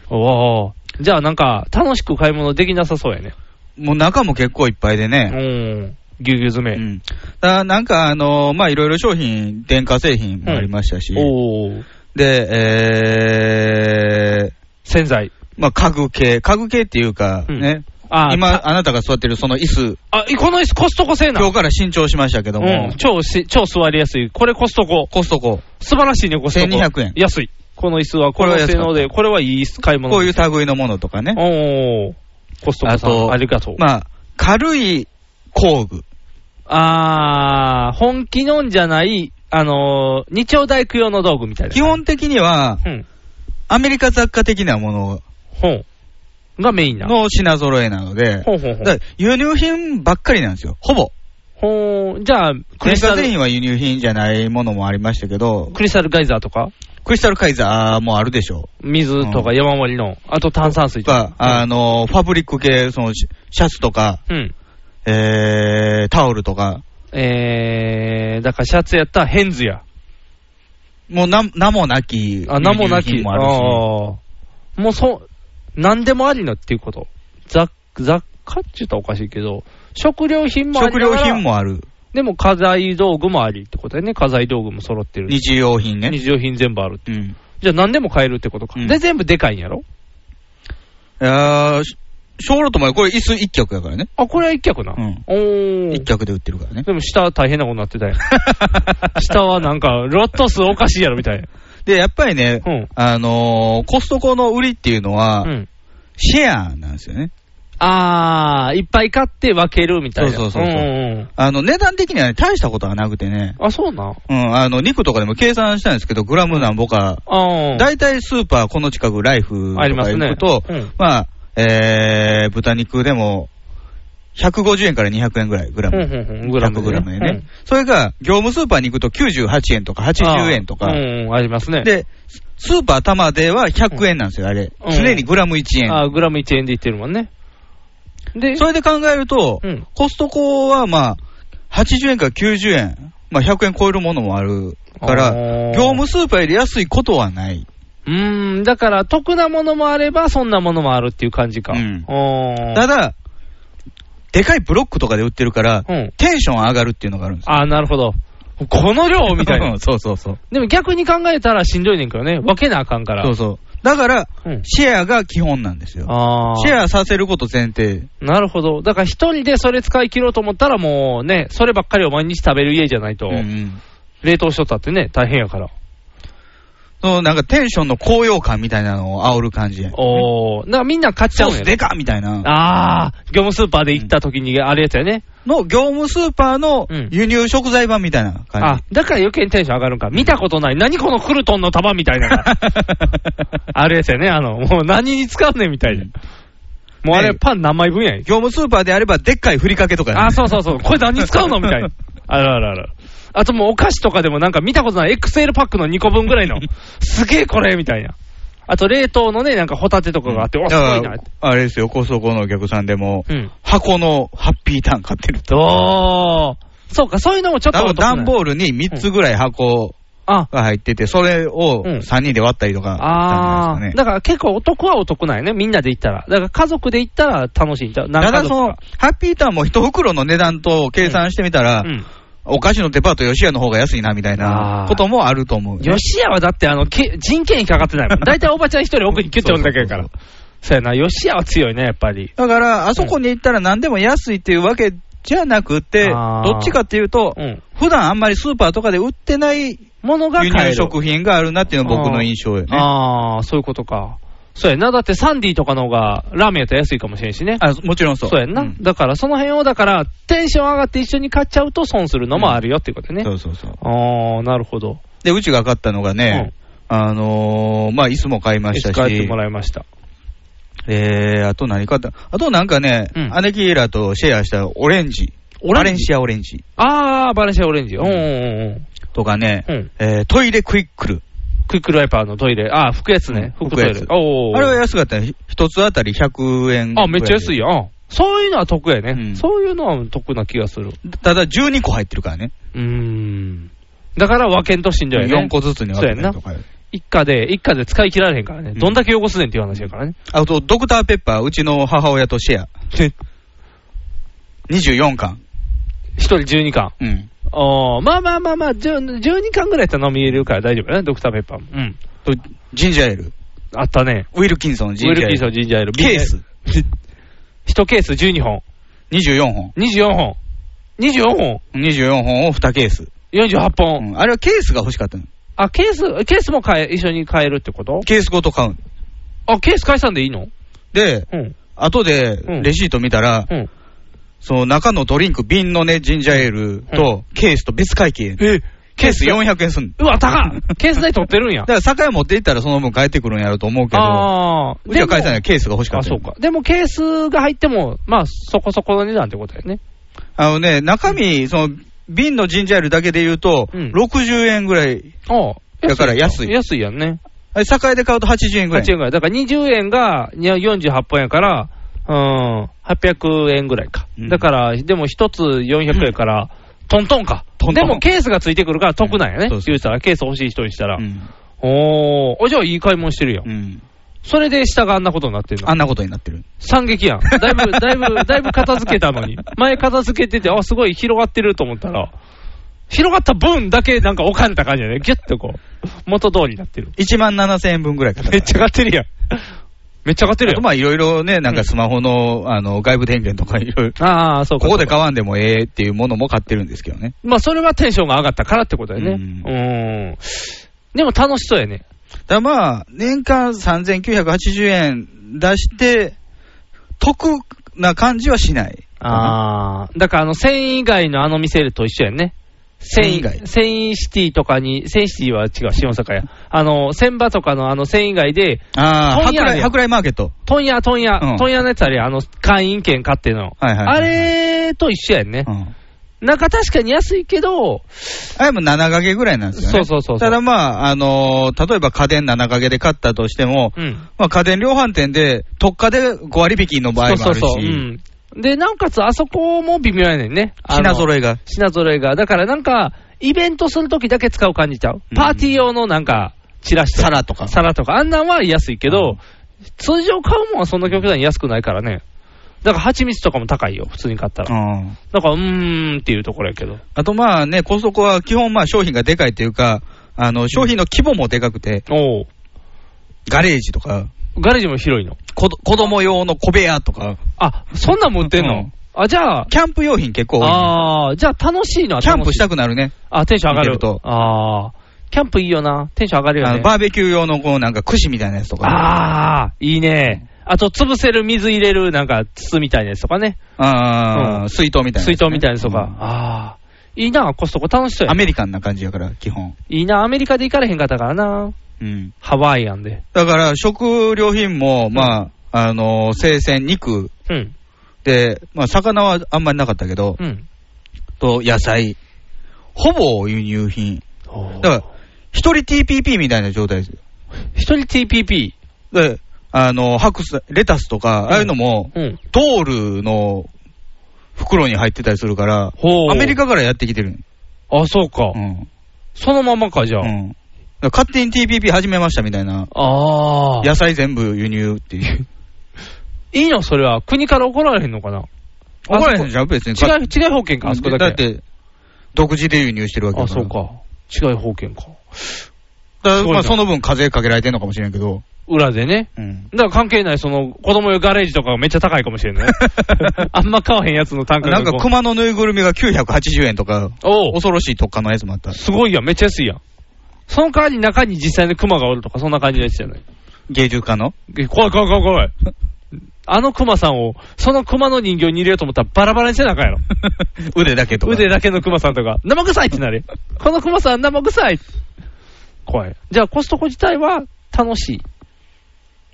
おー。じゃあなんか、楽しく買い物できなさそうやね。な。もう中も結構いっぱいでね。うん。ぎゅうぎゅう詰め。うん。だからなんかあのーまあいろいろ商品、電化製品もありましたし。おー。で、えー、洗剤。まあ家具系、家具系っていうかね。あー今、あなたが座ってるその椅子、あ、この椅子コストコ製な今日から新調しましたけどうもん、、超し、超座りやすい。これコストコ。コストコ、素晴らしいね、コストコ。 1200円安い。この椅子は、ここれはの安性かった能で、これはいい買い物。こういう類のものとかね。おーコストコあさん、とありがとう。まあ、軽い工具。あー、本気のんじゃない、あのー、日曜大工用の道具みたいな。基本的には、うんアメリカ雑貨的なものがメインな。の品揃えなので、ほうほうほうだから輸入品ばっかりなんですよ、ほぼ。ほー、じゃあ、クリ電スタ化製ル、品は輸入品じゃないものもありましたけど、クリスタルガイザーとかクリスタルカイザーもあるでしょ水とか山盛りの、あと炭酸水う。とかか、。あの、ファブリック系、その、シシャツとか、うん。えー、タオルとか、えー、だからシャツやったらヘンズや。もうな名もなき、あ、名もなき。輸入品もあるしあーもうそう、なんでもありなっていうこと。雑、雑貨って言ったらおかしいけど、食料品もあり食なが料ら品もある。でも家財道具もありってことだよね。家財道具も揃ってる。日用品ね。日用品全部あるって。うん。じゃあ何でも買えるってことか。で、全部でかいんやろいやー、し小ロートまでこれ椅子1脚やからね。あ、これは一脚な。うん。おー。 1脚で売ってるからね。でも下は大変なことに なってたよ。下はなんか、ロット数おかしいやろみたいな。で、やっぱりね、あのーコストコの売りっていうのは、シェアなんですよね。あー、いっぱい買って分けるみたいな。そうそうそうそうんんあの、値段的にはね、大したことはなくてね。あ、そうな。うん、あの、肉とかでも計算したんですけど、グラムなんぼか、あー。大体スーパー、この近く、ライフとあかりますね行くと、うんまあ、えー、豚肉でも、150円から200円ぐらい、グラム。うんうんうんグラム100グラムでね。うんそれが、業務スーパーに行くと98円とか80円とか。あーうんうん、あります ね。で、ススーパー玉では100円なんですよ、あれ。うん常にグラム1円。あー、グラム1円でいってるもんね。で、それで考えると、うんコストコはまあ、80円から90円、まあ100円超えるものもあるから、あー業務スーパーより安いことはない。うーん、だから、得なものもあれば、そんなものもあるっていう感じか。うんおーただ、でかいブロックとかで売ってるから、うんテンション上がるっていうのがあるんですよ。あー、なるほど。この量みたいうんな。そうそうそう。でも逆に考えたらしんどいねんけどね。分けなあかんから。そうそう。だから、うんシェアが基本なんですよ。あーシェアさせること前提。なるほど。だから一人でそれ使い切ろうと思ったらもうね、そればっかりを毎日食べる家じゃないと、うんうん冷凍しとったってね、大変やから。そのなんかテンションの高揚感みたいなのを煽る感じ。おー。だからみんな買っちゃうソんーやスでかっみたいな。あー、業務スーパーで行った時にあれやつやね。の業務スーパーの輸入食材版みたいな感あじ。、だから余計にテンション上がるんか。見たことない。何このクルトンの束みたいなの が。あれやつやね。あの、もう何に使うねんみたいな。もうあれパン何枚分やん。業務スーパーであればでっかいふりかけとかねあ、そうそうそう。これ何に使うのみたいな。あらあらあら。あともうお菓子とかでもなんか見たことない XL パックの2個分ぐらい の。すげえこれみたいな。あと冷凍のね、なんかホタテとかがあって、わ、だすごいかなら。、あれですよ、コストコのお客さんでも、うん。箱のハッピーターン買ってると。おー。そうか、そういうのもちょっと多お分得な段ボールに3つぐらい箱あが入ってて、それをうん3人で割ったりとかしたあんじゃないですー。かね。だから結構お得はお得なんやね。みんなで行ったら。だから家族で行ったら楽しいんだ。た何だ家そ族のか、ハッピーターンも一袋の値段と計算してみたら、うん。お菓子のデパート吉屋の方が安いなみたいなこともあると思う。吉屋はだってあの、け人件費かかってないもん。大体おばちゃん一人奥にキュッておるだけやから。そうやな、吉屋は強いね、やっぱり。だから、あそこに行ったら何でも安いっていうわけじゃなくて、あーどっちかっていうと、うん。普段あんまりスーパーとかで売ってないものが輸買える入食品があるなっていうのが僕の印象よね。ああ、そういうことか。そうやな。だってサンディとかの方がラーメンやったら安いかもしれんしね。あもちろんそう。そうやんな。だからその辺を、だからテンション上がって一緒に買っちゃうと損するのもあるよっていうことね。そうそうそう。ああ、なるほど。で、うちが買ったのがね、あのー、まあ、椅子も買いました使ってしも、らいました。えー、あと何買ったあとなんかね、姉貴らとシェアしたオレンジ。バレンシアオレンジああ、バレンシアオレンジ。うんうんうん。とかね、うんえートイレクイックル。クイックルワイパーのトイレ。ああ、拭くやつね。拭くトイレ拭くやつ。おーあれは安かったね。一つあたり100円あ、めっちゃ安いよ。やん。そういうのは得やね、そういうのは得な気がする。ただ12個入ってるからね。うーん。だから分けんとしんどいよね。 4個ずつに分けてとかよ。一家で、一家で使い切られへんからね。どんだけ汚すねんっていう話やからね。あと、ドクターペッパー、うちの母親とシェア。24巻。一人12巻。うん。おーまあまあまあまあ、10 12巻ぐらいやったら飲み入れるから大丈夫やね、ドクターペッパーも。うん。と、ジンジャーエール。あったね。ウィルキンソン、ウジィンジャーエール。ルキンソンジンジャーエール。ケース。一ケース12本。 24本。 24本。24本。 24本を2ケース。 48本。あれはケースが欲しかったの。あ、ケース、ケースも買え、一緒に買えるってことケースごと買うの。あ、ケース解散でいいので、うん。後でうんレシート見たら、うんその中のドリンク、瓶のね、ジンジャーエールと、ケースと別会計。えケース400円すんの。うわ、高っケース代取ってるんや だか。ら、酒屋持って行ったらその分帰ってくるんやろと思うけど、ああ。うちは返さないでケースが欲しかもっあ、たのそうか。でもケースが入っても、まあ、そこそこの値段ってことやね。あのね、中身、その、瓶のジンジャーエールだけで言うと、60円ぐらい。ああ。だから安い。安いやんね。あれ、酒屋で買うと80円ぐらい8。円ぐらい。だから20円がにゃ48本やから、うん、800円ぐらいか。だから、でも一つ400円から、トントンか。トントでンもケースがついてくるから得なんやね。言うたら、ケース欲しい人にしたら。おー、おじゃあいい買い物してるやん。それで下があんなことになってるの。あんなことになってる。惨劇やん。だい ぶ、だいぶ、だいぶ片付けたのに。前片付けてて、あ、すごい広がってると思ったら、広がった分だけなんか置かれた感じだね。ギュッとこう、元通りになってる。 1万7000円分ぐらいかかる。めっちゃ買ってるやん。めっちゃ買ってあるやとん。まあいろいろね、なんかスマホの,、あの外部電源とかいろいろ、ああ、そうか。ここで買わわんでもええっていうものも買ってるんですけどね。まあ、それはテンションが上がったからってことだよね。うん。でも楽しそうやね。だからまあ、年間3980円出して、得な感じはしない。ああ、だからあの、繊維以外のあの店と一緒やんね。繊繊維以維、外繊維シティとかに、繊維シティは違う、新大阪や。あの、千葉とかのあの繊維街で、ああ、舶問屋来、や舶来マーケット。問屋、問屋、うん問屋のやつあれやあの、会員券買っての。はいはいはいあれと一緒やんね。うんなんか確かに安いけど、あれも7掛けぐらいなんですよね。そうそうそうそうただまあ、あのー例えば家電7掛けで買ったとしても、うん。まあ、家電量販店で特価で5割引きの場合もあるし、そうそうそう。うん。で、なおかつあそこも微妙やねんね。あの品揃えが。品揃えが。だからなんか、イベントするときだけ使う感じちゃう。パーティー用のなんか、チラシ皿とか皿とか。あんなんは安いけど、通常買うもんはそんな極端に安くないからね。だから蜂蜜とかも高いよ、普通に買ったうら。んだから、うーんっていうところやけど。あとまあね、コストコは基本まあ商品がでかいというか、あの商品の規模もでかくて、おうガレージとか、ガレージも広いの。こど子供用の小部屋とか、あ、そんなんも売ってんうのんあ、じゃあ、キャンプ用品結構多い、ああ、じゃあ楽しいのは楽キしいャンプしたくなるね。あ、テンション上が見る。てるとああ、キャンプいいよな。テンション上がるよあねの。バーベキュー用のこうなんか串みたいなやつとか、ああ、いいね。あと、潰せる水入れる、なんか、筒みたいなやつとかね。あーうん水筒みたいなやつね、水筒みたいなやつとか。うんああ、いいな、コストコ楽しそうやアね。メリカンな感じやから、基本。いいな、アメリカで行かれへんかったからな。うん。ハワイアンで。だから、食料品も、まあ、あの、生鮮、肉うん。で、まあ、魚はあんまりなかったけど、うん。と、野菜。ほぼ輸入品。だから、一人 TPP みたいな状態ですよ。一人 TPP。で、あの、白菜、レタスとか、ああいうのも、うん。ドールの袋に入ってたりするから、ほうアメリカからやってきてる。あ、そうかう。ん。そのままか、じゃあう。ん。だから勝手に TPP 始めましたみたいな。ああ。野菜全部輸入っていう。いいの、それは。国から怒られへんのかな。怒られへんじゃん、別に。違い、違い保険か、あそこだけ。だって、独自で輸入してるわけあ、だからそう。か。違い保険か。だすごいなまあ、その分課税かけられてるのかもしれんけど。裏でね。うん。だから関係ない、その、子供用ガレージとかがめっちゃ高いかもしれ んね。あんま買わへんやつの単価がなんかこう熊のぬいぐるみが980円とか、おう恐ろしい特価のやつもあった。すごいやん、めっちゃ安いやん。その代わり中に実際の熊がおるとか、そんな感じのやつじゃない。芸術家の え怖い怖い怖い怖い。あの熊さんを、その熊の人形に入れようと思ったらバラバラにしてなあかんや ろ。腕だけとか。腕だけの熊さんとか、生臭いってなる。この熊さん生臭い。怖い。じゃあコストコ自体は楽しい。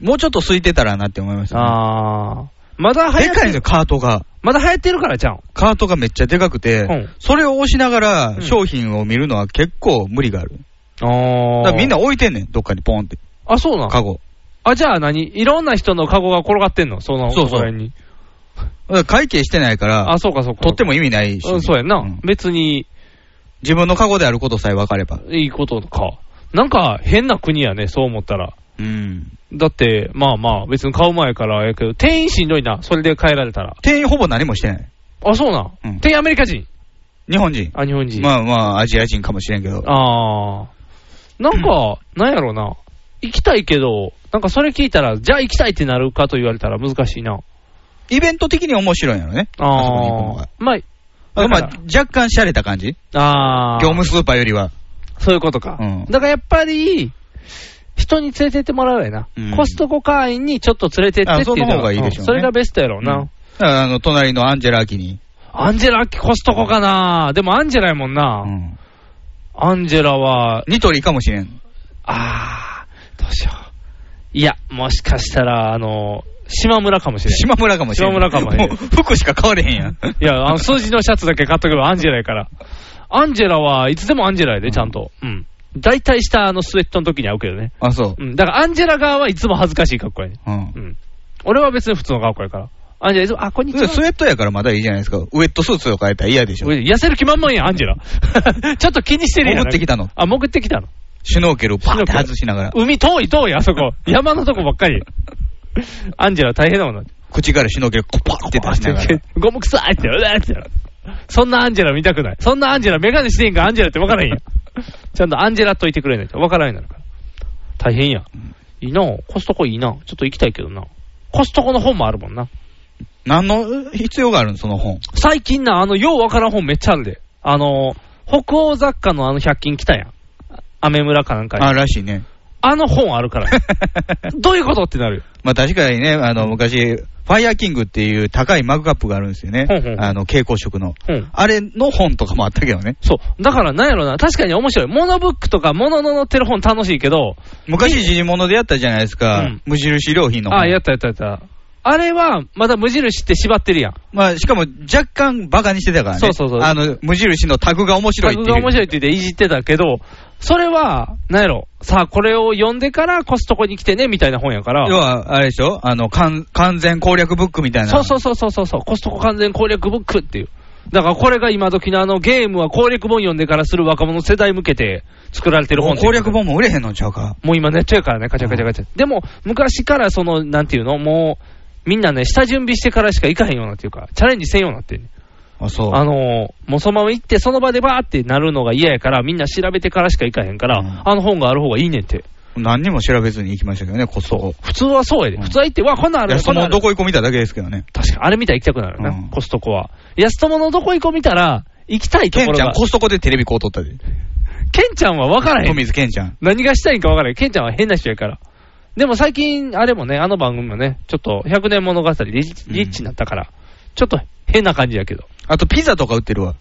もうちょっと空いてたらなって思いました、ね。あー。まだ流で行かいんってでするよ、。カートが。まだ流行ってるからじゃん。カートがめっちゃでかくて、うんそれを押しながうらん商品を見るのは結構無理がある。あだからみんな、置いてんねん、どっかにポンって、あ、そうなんカゴ。あ、じゃあ何いろんな人のカゴが転がってんのその、そうそうここら辺に。だから会計してないからあ、、そうかそうか。取っても意味ないし。うん、そうやんな。ん別に、自分のカゴであることさえ分かれば。いいことか。なんか、変な国やね、そう思ったら。うん。だって、まあまあ、別に買う前からやけど、店員しんどいな、それで帰られたら。店員ほぼ何もしてない。あ、そうなん。うん店員アメリカ人。日本人。あ、日本人。まあまあ、アジア人かもしれんけど。あー。なんか、なんやろな。行きたいけど、なんかそれ聞いたら、じゃあ行きたいってなるかと言われたら難しいな。イベント的に面白いんやろね。あそこに行くのあーが。。まあ、あとまあだか、若干洒落た感じあー。業務スーパーよりは。そういうことか。うんだからやっぱり、人に連れてってもらうやな。うんコストコ会員にちょっと連れてってっていうあその方がいいでしょうねんそれがベストやろうな。うんだからあの、隣のアンジェラ・アキに。アンジェラ、コストコかなでもアンジェラやもんな。うんアンジェラは、ニトリかもしれん。あー、どうしよう。いや、もしかしたら、あの、島村かもしれん。島村かもしれん。島村かもねう服しか買われへんやん。いや、あの数字のシャツだけ買っとけばアンジェラやから。アンジェラはいつでもアンジェラやで、ちゃんと。うん。大体したあのスウェットの時に合うけどね。あ、そうう。ん。だからアンジェラ側はいつも恥ずかしい格好やね。うんう。ん。俺は別に普通の学校やから。アンジェラいつも、あ、こんにちでは。スウェットやからまだいいじゃないですか。ウェットスーツとかやったら嫌でしょ。 痩せる気満々やん、アンジェラ。ちょっと気にしてるやん。潜ってきたのあ、潜ってきたの。シュノーケルをパッて外しながら。海遠い遠い、あそこ。山のとこばっかり。アンジェラ大変だもんな。口からシュノーケルコパッて出しながら。ゴム臭いって、うわーって。そんなアンジェラ見たくない。そんなアンジェラ、メガネしてんか、アンジェラってわからへんやん。ちゃんとアンジェラっといてくれないとわからへんようになるから。大変や。いいなコストコいいなちょっと行きたいけどな。コストコの本もあるもんな。何の必要があるのその本。最近な、あの、ようわからん本めっちゃあるで。あの、北欧雑貨のあの100均来たやん。アメ村かなんかに。あ、らしいね。あの本あ るから。どういうことってなるよ。まあ確かにね、あの、昔、ファイヤーキングっていう高いマグカップがあるんですよねほうほう。あの、蛍光色の。うん。あれの本とかもあったけどね。そう。だからなんやろな、確かに面白い。モノブックとかモノの載ってる本楽しいけど、昔、時事物でやったじゃないですか。無印良品の本。あ、やったやったやった。あれは、まだ無印って縛ってるやん。まあ、しかも若干バカにしてたからね。そうそうそうあの、無印のタグが面白いっていう。タグが面白いって言っていじってたけど、それは、なんやろ、さあこれを読んでからコストコに来てね、みたいな本やから。要は、あれでしょあの、完完全攻略ブックみたいな。そうそうそうそうそうそう、コストコ完全攻略ブックっていう。だからこれが今時のあのゲームは攻略本読んでからする若者世代向けて作られてる本っていう攻略本も売れへんのちゃうか。もう今ネットやからね、カチャカチャカチャ。でも、昔からその、なんていうの、もう、みんなね、下準備してからしか行かへんようなっていうか、チャレンジせんようになってんねあ、そう。あのーもうそのまま行って、その場でバーってなるのが嫌やから、みんな調べてからしか行かへんから、あの本がある方がいいねんって。何にも調べずに行きましたけどね、こっそこ。普通はそうやで。普通は行って、わ、こんなんある安こんなんあ友るどこ行こう見ただけですけどね。確かに、あれ見たら行きたくなるな、コストコは。安友のどこ行こう見たら、行きたいとこケろンちゃがん、。コストコでテレビこう撮ったで。ケンちゃんは分からへん富。水ケンちゃん。何がしたいんか分からない。ケンちゃんは変な人やから。でも最近、あれもね、あの番組もね、ちょっと100年物語でリッチリッチになったから、ちょっと変な感じやけど。あとピザとか売ってるわ。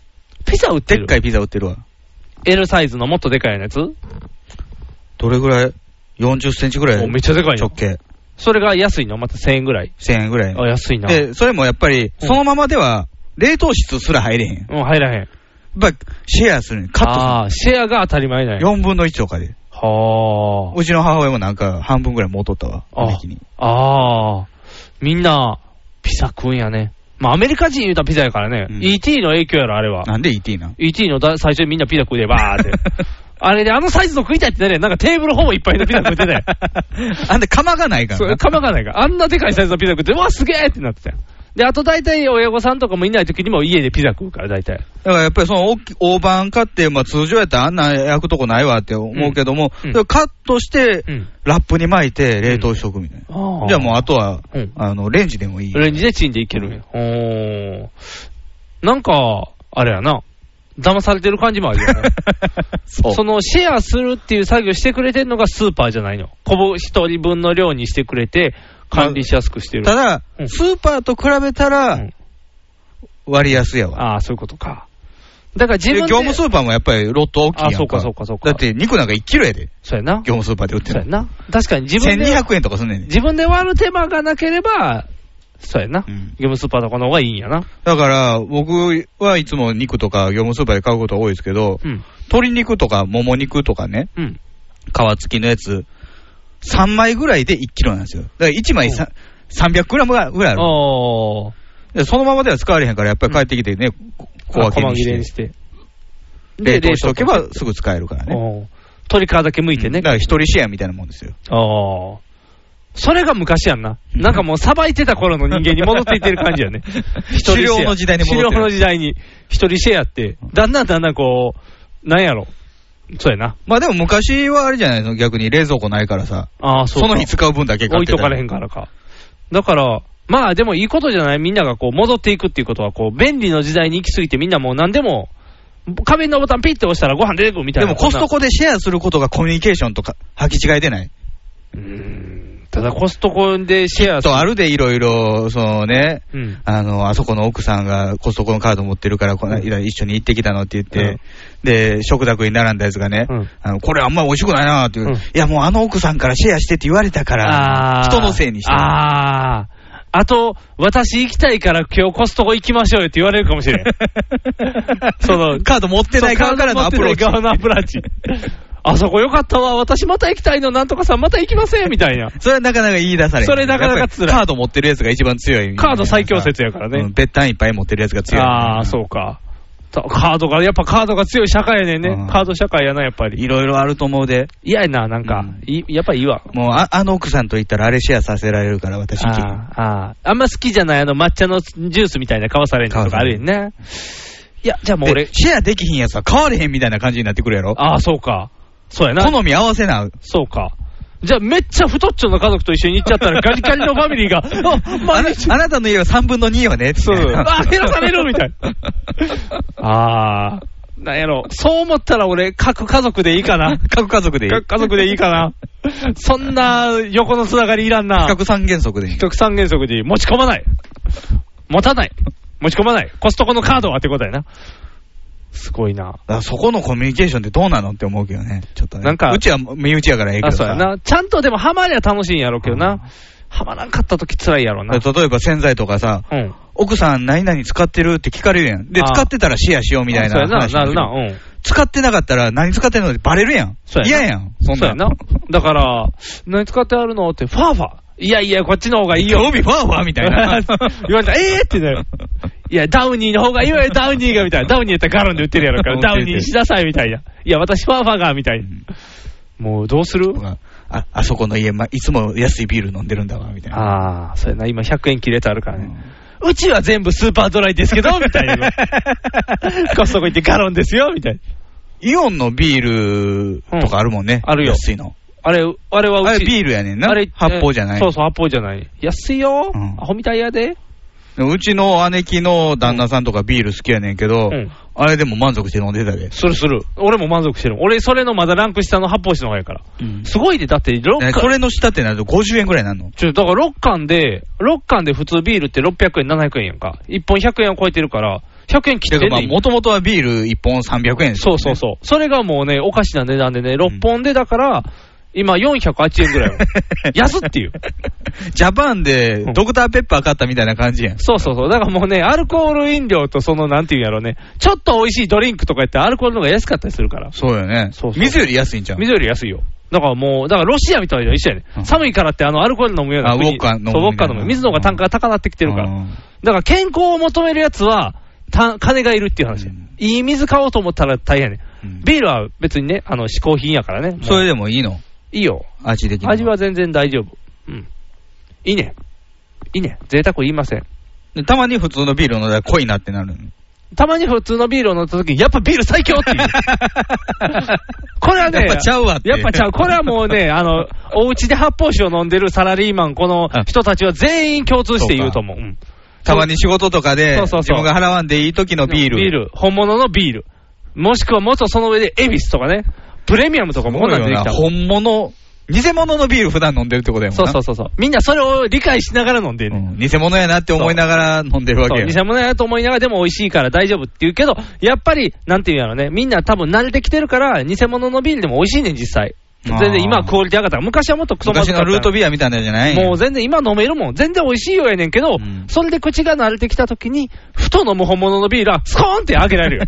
ピザ売ってでるっかいピザ売ってるわ。 ?L サイズのもっとでかいやつどれぐらい ?40 センチぐらい。めっちゃでかいよ直径。それが安いのまた1000円ぐらい。 1000円ぐらい。あ、安いな。で、それもやっぱり、そのままでは、冷凍室すら入れへん。やっうん、入らへん。ぱ、シェアするねカットする。ああ、シェアが当たり前なんや。 4分の1とかで。はうちの母親もなんか、半分ぐらいもうとったわ。あ。あ姉貴にあー。みんな、ピザ食うんやね。まあ、アメリカ人言うたらピザやからね。ET の影響やろ、あれは。なんで ET なん ET のだ最初にみんなピザ食うで、バー って。あれで、あのサイズの食いたいってなるやんなんかテーブルほぼいっぱいのピザ食ってたや ん。 あんで釜がないからそう、釜がないから。あんなでかいサイズのピザ食って、うわ、すげえってなってたやん。で、あと大体親御さんとかもいない時にも家でピザ食うから、大体。だからやっぱりその大き大判買って、まあ、通常やったらあんな焼くとこないわって思うけども、うんそれカットして、んラップに巻いて冷凍しとくみたいな。あじゃあもうあとは、うんあのレンジでもいい。レンジでチンでいけるんや。おー。なんか、あれやな。騙されてる感じもあるよね。 そうそのシェアするっていう作業してくれてるのがスーパーじゃないの。こぼ一人分の量にしてくれて、管理しやすくしてる。ただ、うんスーパーと比べたら、割安やわ。ああ、そういうことか。だから自で分で。業務スーパーもやっぱりロット大きいやんか。あそうかそうかそうかだって肉なんか1キロやで。そうやな。業務スーパーで売ってそうるや。な。確かに自分で。 1200円とかすんねんね。自分で割る手間がなければ、そうやな。業務スーパーとかの方がいいんやな。だから、僕はいつも肉とか業務スーパーで買うことが多いですけど、うん鶏肉とかもも肉とかね、うん皮付きのやつ、3枚ぐらいで1キロなんですよ。だから1枚さ300グラムぐらいある。おー。でそのままでは使われへんから、やっぱり帰ってきてね、こ小分け細に切れにし、して冷て。凍しておけばすぐ使えるからね。おー鶏皮だけ剥いてね。だから一人シェアみたいなもんですよ。ああ。それが昔やんな。なんかもうさばいてた頃の人間に戻っていってる感じや ね。一人シェア狩猟の時代に戻ってる狩猟の時代に一人シェアって、だんだんだんだんこう、なんやろ。そうやな。まあでも昔はあれじゃないの、逆に冷蔵庫ないからさ、ああ、そうそかの日使う分だけ買っ置いてとたかれへんからか。だから、まあでもいいことじゃない。みんながこう戻っていくっていうことは、こう、便利の時代に行き過ぎてみんなもう何でも、画面のボタンピッて押したらご飯出てくるみたいでな。もコストこんコでシェアすることがコミュニケーションとか履き違えてないなただコストコでシェアするとあるでいろいろ、そのね、うんあの、あそこの奥さんがコストコのカード持ってるから、この間一緒に行ってきたのって言って、で、食卓に並んだやつがね、あのこれあんまり美味しくないなって言う、いやもうあの奥さんからシェアしてって言われたから、あー人のせいにして。ああ。あと、私行きたいから今日コストコ行きましょうよって言われるかもし れん。その、カード持ってない側からのアプローチそうカード持ってない側のアプローチ。あそこよかったわ、私また行きたいの、なんとかさんまた行きませんみたいな。それはなかなか言い出されへんそれなかなか辛いやっぱりカード持ってるやつが一番強い。カード最強説やからねうん。べったんいっぱい持ってるやつが強い。ああ、そうか。とカードが、やっぱカードが強い社会やねんね。カード社会やな、やっぱり。いろいろあると思うで。嫌やな、なんか。いやっぱいいわ。もうあ、あの奥さんと言ったらあれシェアさせられるから、私。あああああんま好きじゃないあの抹茶のジュースみたいな買わされんのとかあるやんね。いや、じゃあもう俺で、シェアできひんやつは変われへんみたいな感じになってくるやろ。ああ、そうか。そうやな。好み合わせな。そうか。じゃあめっちゃ太っちょの家族と一緒に行っちゃったらガリガリのファミリーが、あ、ま あなあなたの家は3分の2よね。 そう。あ、減らされるみたいな。 ああ。なんやろ。そう思ったら俺、各家族でいいかな。各家族でいい。各家族でいいかな。そんな横のつながりいらんな。比較三原則でいい比。較三原則でいい持ち込まない。持たない。持ち込まない。コストコのカードはってことやな。すごいな。だからそこのコミュニケーションってどうなのって思うけどね。ちょっとね。なんかうちは身内やからええけあ、どそうやさ。な。ちゃんとでもハマりゃ楽しいんやろうけどな。ハマらんかった時辛いやろうな。例えば洗剤とかさ、うん。奥さん何々使ってるって聞かれるやん。で、あー使ってたらシェアしようみたいなそうやな、話にななるるな。うん。使ってなかったら何使ってんのってバレるやん。そう嫌やなやん。そんそなうやんな。だから、何使ってあるのって、ファーファー。いやいや、こっちの方がいいよ。興味ファーファーみたいな 言われたら、えーってなる。いや、ダウニーの方がいい わよ、ダウニーが、みたいな。ダウニーやったらガロンで売ってるやろから、ダウニーにしなさい、みたいな。いや、私ファーファーが、みたいな。もう、どうするあ、あそこの家、ま、いつも安いビール飲んでるんだわ、みたいな。ああ、そうやな、今100円切れてあるからね。うちは全部スーパードライですけど、みたい な。コストコ行ってガロンですよ、みたいな。イオンのビールとかあるもんね。うんあるよ安いの。あれ、あれはうち。あれビールやねんな。あれ発泡じゃなえい。そうそう、発泡じゃない。安いよ、アホみたいやで。でもうちの姉貴の旦那さんとかビール好きやねんけど、うんあれでも満足して飲んでたで。するする。俺も満足してる。俺、それのまだランク下の発泡酒の方やから。すごいで、だって6ね巻。それの下ってなると50円ぐらいになるのちょ、だから6巻で、6巻で普通ビールって600円、700円やんか。1本100円を超えてるから、100円切っててんかまあ、ねんもともとはビール1本300円ですそよねうそうそう。それがもうね、おかしな値段でね、6本でだから、今408円ぐらい なの。安っていう。ジャパンでドクターペッパー買ったみたいな感じやん。そうそうそう。だからもうね、アルコール飲料とその、なんていうんやろうね、ちょっと美味しいドリンクとかやったらアルコールの方が安かったりするから。そうよね。そうそう水より安いんちゃう水より安いよ。だからもう、だからロシアみたいな一緒やね、寒いからってあのアルコール飲むようなあ国ウォッカ飲むそうウォッカみたい飲なむ。水の方が単価が高なってきてるから。うんだから健康を求めるやつは、た金がいるっていう話や、いい水買おうと思ったら大変やね、ビールは別にね、あの、嗜好品やからね。もうそれでもいいのいいよ。味的に。味は全然大丈夫。うん。いいね。いいね。贅沢言いません。でたまに普通のビール飲んだら濃いなってなるのたまに普通のビールを飲んだ時に、やっぱビール最強っていう。 これはね、やっぱちゃうわってやっぱちゃう。これはも うね、あの、お家で発泡酒を飲んでるサラリーマン、この人たちは全員共通して言うと思う。うんたまに仕事とかで、そうそうそう自分が払わんでいい時のビール。ビール。本物のビール。もしくはもっとその上で、エビスとかね、プレミアムとかもこんなん出てきたもんそうよな本物、偽物のビール普段飲んでるってことやもんそな。うそうそうそう。みんなそれを理解しながら飲んでるね。偽物やなって思いながら飲んでるわけそや。う偽物やと思いながらでも美味しいから大丈夫って言うけど、やっぱり、なんていうんやろね、みんな多分慣れてきてるから、偽物のビールでも美味しいねん、実際。あ全ー然今はクオリティ上がったから、昔はもっとクソま昔ずかのったルートビアみたいなんじゃないんやもう全然今飲めるもん。全然美味しいようやねんけど、それで口が慣れてきた時に、ふと飲む本物のビールは、スコーンって開けら れるよ。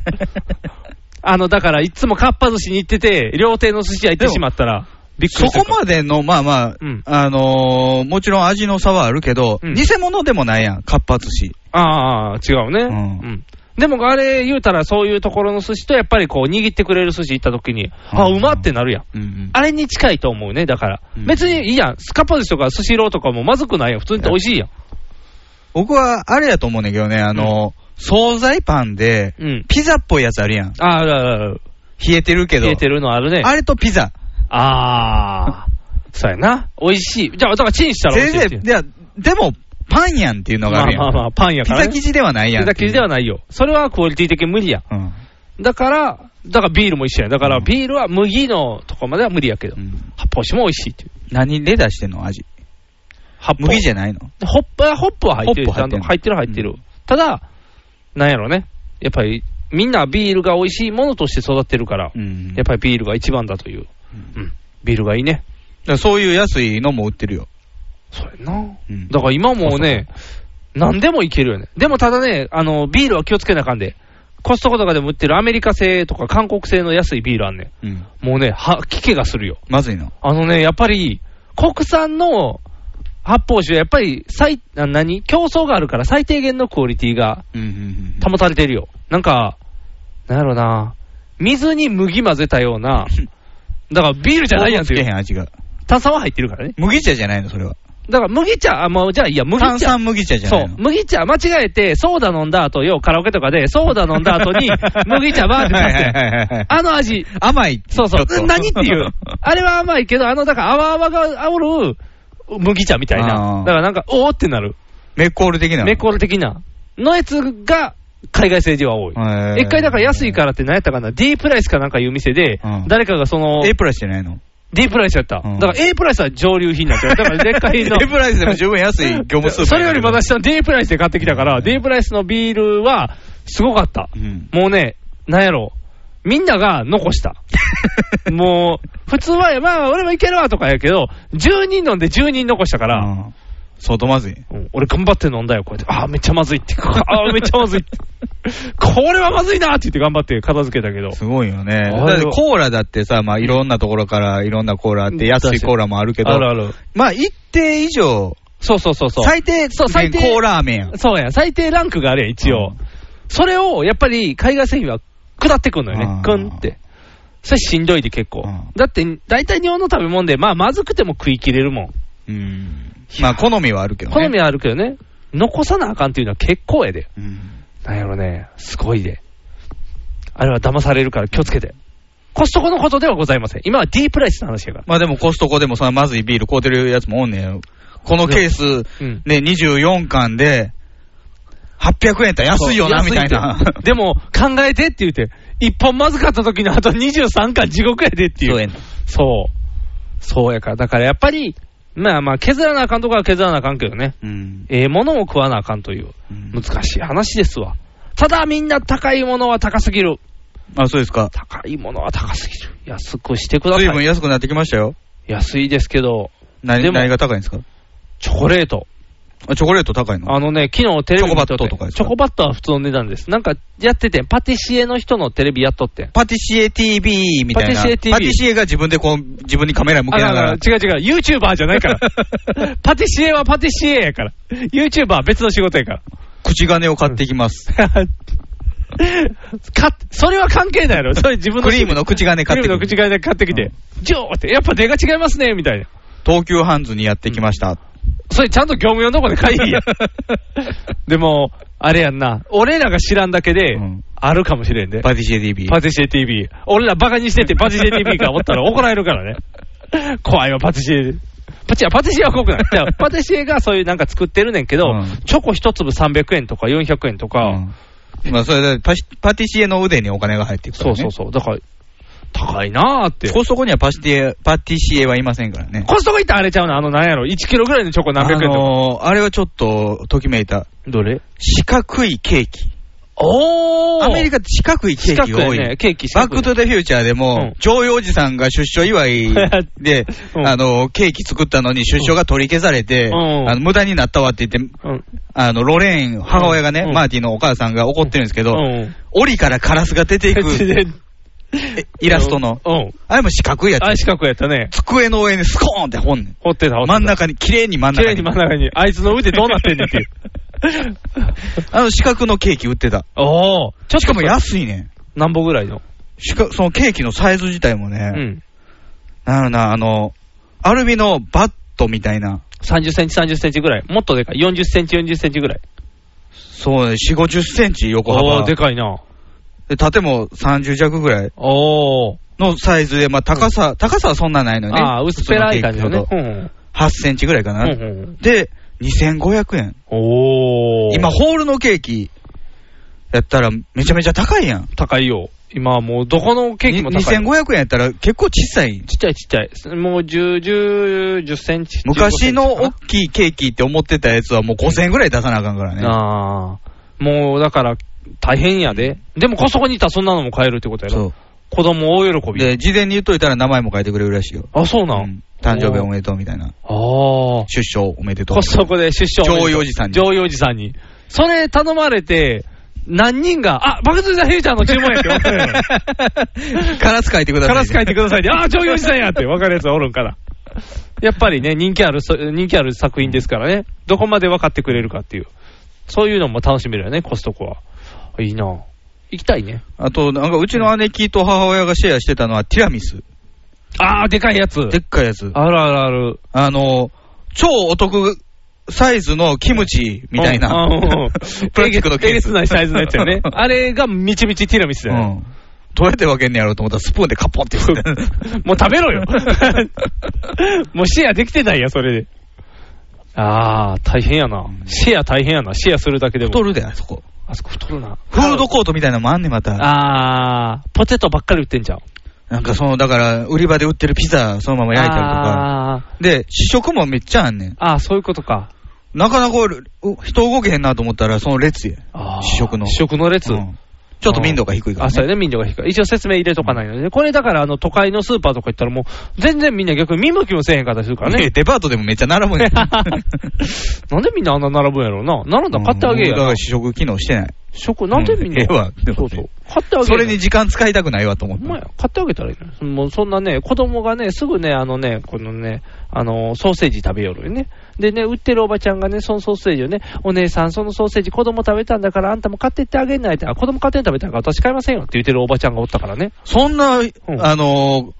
あの、だから、いつもかっぱ寿司に行ってて、料亭の寿司屋行ってしまったら、びっくそりしたこまでの、まあまあ、うんあのーもちろん味の差はあるけど、偽物でもないやん、かっぱ寿司。ああ、違うね。うん。でも、あれ言うたら、そういうところの寿司と、やっぱりこう、握ってくれる寿司行った時に、あ、うまってなるやん。あれに近いと思うね、だから。別にいいやん。スカパ寿司とか寿司ローとかもまずくないやん。普通に美味しいやん。僕はあれやと思うねんけどね、あの惣菜パンで、ピザっぽいやつあるやん。ああるあるある。冷えてるけど。冷えてるのあるね。あれとピザ。ああ。そうやな。美味しい。じゃあ、だからチンしたら美せい味しいっぜていうい。や、でも、パンやんっていうのがあるやん。まあまあまあパンやからねピザ生地ではないやん。ピザ生地ではないよ。それはクオリティ的に無理や。だから、だからビールも一緒や。だからビールは麦のとこまでは無理やけど、発泡酒も美味しいっていう。何レダーしてんの味。発泡麦じゃないのでホップは、ホップは入ってる。ホップちゃ入っんてとる入ってる入ってる。ただ、なんやろね。やっぱり、みんなビールが美味しいものとして育ってるから、やっぱりビールが一番だという。うん。ビールがいいね。だからそういう安いのも売ってるよ。そうやな。だから今もうね、何でもいけるよね。でもただね、あの、ビールは気をつけなあかんで。コストコとかでも売ってるアメリカ製とか韓国製の安いビールあんねん。うんもうね、吐き気がするよ。まずいの。あのね、やっぱり、国産の発泡酒はやっぱり最、な何競争があるから最低限のクオリティがうんうんうん保たれてるよ。なんか、なんやろな、水に麦混ぜたよう な、だからビールじゃないやんつけへん、味が。炭酸は入ってるからね。麦茶じゃないの、それは。だから麦茶、あ、もうじゃあ、いや、麦茶。炭酸麦茶じゃないのそう。麦茶、間違えて、ソーダ飲んだ後、よ、カラオケとかで、ソーダ飲んだ 後に、麦茶バーって出して、てあの味。甘い。そうそちょっとう。何っていう。あれは甘いけど、あの、だから、泡泡が煽る麦茶みたいあーな。だからなんか、おーってなる。 メッコール的な。メッコール的な。のやつが、海外政治は多い。へー一回だから安いからって何やったかな、D プライスかなんかいう店で、誰かがその、 A プラスじゃないの D プライスやった。だから A プライスは上流品なんだよ。だから劣化品の。 A プライスでも十分安い業務スーパーそれよりまだ下の D プライスで買ってきたから、D プライスのビールはすごかった。 もうね、なんやろ。みんなが 残した。もう、普通は、まあ、俺もいけるわとかやけど、10人飲んで10人残したから、相当まずい。うん俺頑張って飲んだよ、こうやって。ああ、めっちゃまずいって。 ああ、めっちゃまず いって。これはまずいなって言って頑張って片付けたけど。すごいよね。あれだはってコーラだってさ、まあいろんなところからいろんなコーラあって、安いコーラもあるけど、あるある。まあ一定以上、そうそうそうそう。最低、そう、最低。コーラーメンやん。そうや、最低ランクがあれや、一応。それを、やっぱり、海外製品は下ってくんのよね。くんって。それしんどいで結構。だって、大体日本の食べ物で、まあ、まずくても食い切れるもん。まあ好みはあるけどね。好みはあるけどね。残さなあかんっていうのは結構ええで。なんやろね、すごいで。あれは騙されるから気をつけて。コストコのことではございません。今は D プライスの話やから。まあでもコストコでもそのまずいビール買うてるやつもおんねん。このケース、うんね、24巻で、800円やったら安いよな、みたいな。安いってでも、考えてって言って、一本まずかった時のあと23巻地獄やでっていう。そう。そうやから。だからやっぱり、まあまあ、削らなあかんとこは削らなあかんけどね。ええものを食わなあかんという、難しい話ですわ。ただみんな高いものは高すぎる。あ、そうですか。高いものは高すぎる。安くしてください。随分安くなってきましたよ。安いですけど。何、でも何が高いんですかチョコレート。あ、チョコレート高いのあのね、昨日テレビ見とってチョコバットとかですチョコバットは普通の値段です。なんかやっててん、パティシエの人のテレビやっとってん。パティシエ TV みたいな。パティシエ TV パティシエが自分でこう、自分にカメラ向けながら。あ違う違う、YouTuber じゃない から。パティシエはパティシエやから。YouTuber は別の仕事やから。口金を買ってきます。 かそれは関係ないやろ。それ自分のクリームの口金買ってクくリームるの口金買ってきて。ジョーって、やっぱ出が違いますね、みたいな。東急ハンズにやってきました。それちゃんと業務用のとこで買 いや。でも、あれやんな。俺らが知らんだけで、あるかもしれんで。パティシエ TV。パティシエ TV。俺らバカにしてて、パティシエ TV がおったら怒られ るからね。怖いわ、パティシエ。パチパティシエは 怖くない。じゃあパティシエがそういうなんか作ってるねんけど、チョコ一粒300円とか400円とか、まあ、それでパシパティシエの腕にお金が入っていくから、ね。そうそうそう。だから、高いなーって。コストコにはパシティエ、パティシエはいませんからね。コストコ行ったらあれちゃうのあの、なんやろ、1キロぐらいのチョコ何百円あとか。のーあれはちょっと、ときめいた。どれ四角いケーキ。おアメリカって四角いケーキが四多角い。いねケーキ四バッ角いクトゥザフューチャーでも、ジョーイおじさんが出所祝い で、あの、ケーキ作ったのに出所が取り消されて、うんあの無駄になったわって言って、あの、ロレーン、母親がね、マーティのお母さんが怒ってるんですけど、檻からカラスが出 ていくえ イラストの。あれも四角いやつ。あれ四角やったね。机の上にスコーンって掘んねん。掘ってた、掘ってた真ん中に、綺麗に真ん中に。綺麗に真ん中に。あいつの腕どうなってんね んっていう。あの四角のケーキ売ってた。おお。しかも安いね。何本ぐらいのしか、そのケーキのサイズ自体もね。なるな、あの、アルミのバットみたいな。 30センチ、30センチぐらい。もっとでかい。40センチ、40センチぐらい。そうね、4、50センチ横お幅。ー、でかいな。で、縦も30弱ぐらいおー。のサイズで、まあ高さ、高さはそんなないのね。ああ、薄っぺらい感じのね普通。うのケーキほどん8センチぐらいかな。うんうんで、2500円。おー。今、ホールのケーキやったらめちゃめちゃ高いやん。高いよ。今はもう、どこのケーキも高い。 2500円やったら結構小さい。ちっちゃいちっちゃい。もう10、10、10センチ。昔の15セン大きいケーキって思ってたやつはもう5000円ぐらい出さなあかんからチね。かなあーもう、だから、大変やで。でも、こそこにいたらそんなのも買えるってことやろ。子供大喜び。で、事前に言っといたら名前も書いてくれるらしいよ。あ、そうなん、誕生日おめでとうみたいな。ああ。出生おめでとうコ。ストコで出生上位おじさんに上位おじさんに。それ頼まれて、何人が、あ、バクトゥーザフューチャーの注文やって分かるやろ カラス書いてください。カラス書いてくだ さいで、あ、上位おじさんやって分かるやつおるんかな。やっぱりね、人気ある、そ人気ある作品ですからね。どこまで分かってくれるかっていう。そういうのも楽しめるよね、コストコは。いいな行きたいね。あと、なんかうちの姉貴と母親がシェアしてたのはティラミス。あー、でかいやつ。でっかいやつ。あるあるある。あの、超お得サイズのキムチみたいなうんうんうん、 プラスチックのケース。えげつないサイズのやつ よねあれがみちみちティラミスだよ。どうやって分けんねやろうと思ったらスプーンでカポンって振って もう食べろよ。もうシェアできてないや、それで。あー、大変やな。シェア大変やな。シェアするだけでも。太るで、あそこ。あそこ太るな。フードコートみたいなのもあんねん、また。あー、ポテトばっかり売ってんじゃん。なんかその、だから、売り場で売ってるピザ、そのまま焼いたりとか。あで、試食もめっちゃあんねん。ー、あーそういうことか。なかなか俺う人動けへんなと思ったら、その列や。あー試食の。試食の列。うんちょっと民度が低いから、ね。あ、そうやね、民度が低い。一応説明入れとかないので、これだから、あの、都会のスーパーとか行ったらもう、全然みんな逆に見向きもせえへんかったりするからねね。デパートでもめっちゃ並ぶ ねん。なんでみんなあんな並ぶんやろうな。並んだら買ってあげえだかやら。試食機能してない。食、なんでみんうな。ええわ。でそもうそう。買ってあげえやそれに時間使いたくないわと思っほんまて。や、買ってあげたらいいのよ。もうそんなね、子供がね、すぐね、あのね、このね、あの、ソーセージ食べよるよね。でね、売ってるおばちゃんがね、そのソーセージをね、お姉さん、そのソーセージ子供食べたんだから、あんたも買ってってあげないって、あ子供買ってんの食べたんだから私買いませんよって言ってるおばちゃんがおったからね。そんな、あのー、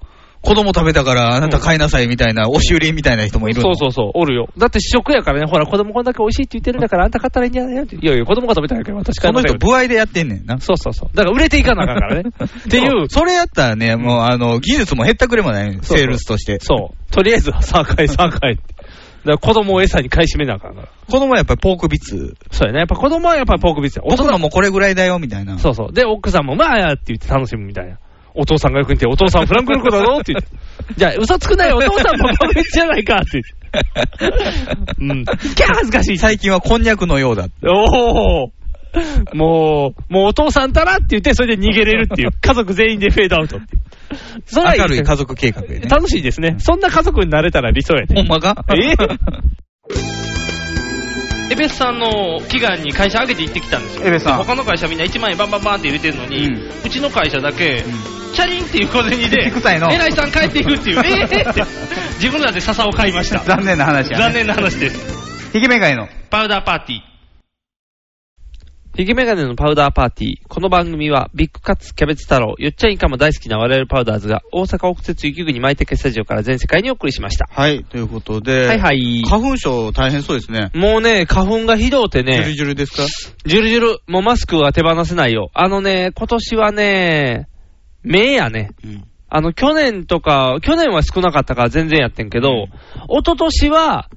子供食べたからあなた買いなさいみたいな、押し売りみたいな人もいるそのうそうそう、おるよ。だって試食やからね、ほら、子供こんだけ美味しいって言ってるんだから、あんた買ったらいいんじゃないのって。いやいや、子供が食べたんやから、私買そいまのせん人、よ。部合でやってんねんな。そうそうそう。だから売れていかなあかんからね。っていでうも。それやったらね、もう、あの、技術も減ったくれもないねそうそうセールスとして。そう。とりあえずは、さあ買い、さあ買いって。だから子供を餌に買い占めなあかんから。子供はやっぱりポークビツ。そうやね。やっぱ子供はやっぱりポークビツや。僕のもこれぐらいだよ、みたいな。そうそう。で、奥さんも、まあやって言って楽しむみたいな。お父さんがよく言って、お父さんフランクルクだろって言って。じゃあ、嘘つくなよ、お父さんもポークビツじゃないかって言って。うん。キャー恥ずかしい。最近はこんにゃくのようだ。おおもう、もうお父さんたらって言って、それで逃げれるっていう。家族全員でフェードアウトっていう。それはいい明るい家族計画やね。楽しいですね。そんな家族になれたら理想やね。ほんまかえエベスさんの祈願に会社上げて行ってきたんですよ。エベさん他の会社みんな1万円バンバンバンって入れてるのに、うちの会社だけ、チャリンっていう小銭 で、臭いの偉いさん帰っていく っていう、えーって、自分らで笹を買いました。残念な話や、ね。残念な話です。ひげめがいの。パウダーパーティー。ヒゲメガネのパウダーパーティー。この番組は、ビッグカツ、キャベツ太郎、よっちゃんイカも大好きな我々パウダーズが、大阪北節雪国マイテケスタジオから全世界にお送りしました。はい、ということで。はいはい花粉症大変そうですね。もうね、花粉がひどうてジュルね、ジュルですかジュルジュル、もうマスクは手放せないよ。あのね、今年はね、目やね。うん。あの、去年とか、去年は少なかったから全然やってんけど、一昨年は、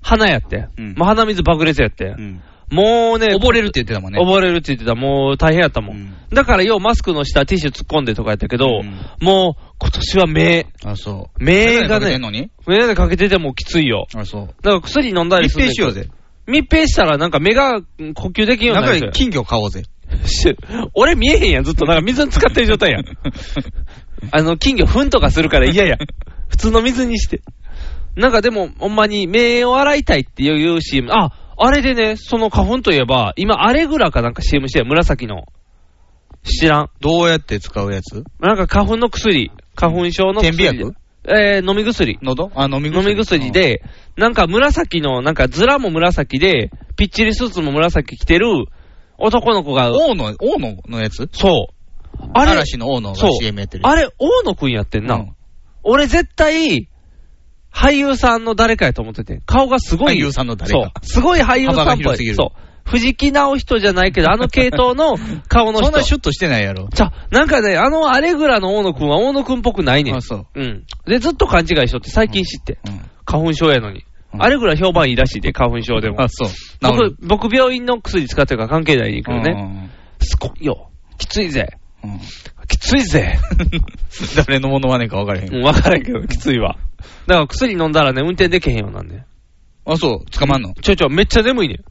鼻やって。うんもう鼻水爆裂やって。うん。もうね、溺れるって言ってたもんね。溺れるって言ってた、もう大変やったもん。うんだから、ようマスクの下、ティッシュ突っ込んでとかやったけど、んもう今年は目、あ、そう。目眼鏡かがけてんね、のに眼鏡かけててもきついよ。あ、そう。だから薬飲んだり密する。閉しよう。ぜ。密閉したらなんか目がうん呼吸できんようにな中るんにですよ。金魚買おう ぜ。し 俺見えへんやん、ずっと。なんか水に浸かってる状 態やん。あの、金魚糞とかするから嫌や。普通の水にして。なんかでも、ほんまに目を洗いたいっていう CM。あ、あれでね、その花粉といえば、今、アレグラかなんか CM してる紫の。知らん。どうやって使うやつなんか花粉の薬。花粉症の薬。点鼻薬えー、飲み薬。喉あ、飲み飲薬。み薬。で、なんか紫の、なんかズラも紫で、ぴっちりスーツも紫着てる男の子が、王の、王ののやつそう。あれ、嵐の王のそがう CM やってる。あれ、大野くんやってんな。うん俺絶対、俳優さんの誰かやと思ってて。顔がすご俳い。優さんの誰かそう。すごい俳優さ幅がんっぽ広すぎい。るそう。藤木直人じゃないけど、あの系 統の顔の人。そんなシュッとしてないやろ。じゃあ、なんかね、あのアレグラの大野くんは大野くんっぽくないねん。あそう。うん。で、ずっと勘違いしとって、最近知って。うん花粉症やのに。うんアレグラ評判いいらしいで、花粉症でも。あ、そう。僕、僕病院の薬使ってるから関係ないに行くよね。ね。すごいよ。きついぜ。うんうん きついぜ。誰のものまねか分からへ。うんん、わからんけど、きついわ。だから薬飲んだらね、運転できへんようなんで。あ、そう。捕まんのちょいちょい、めっちゃ眠いねん。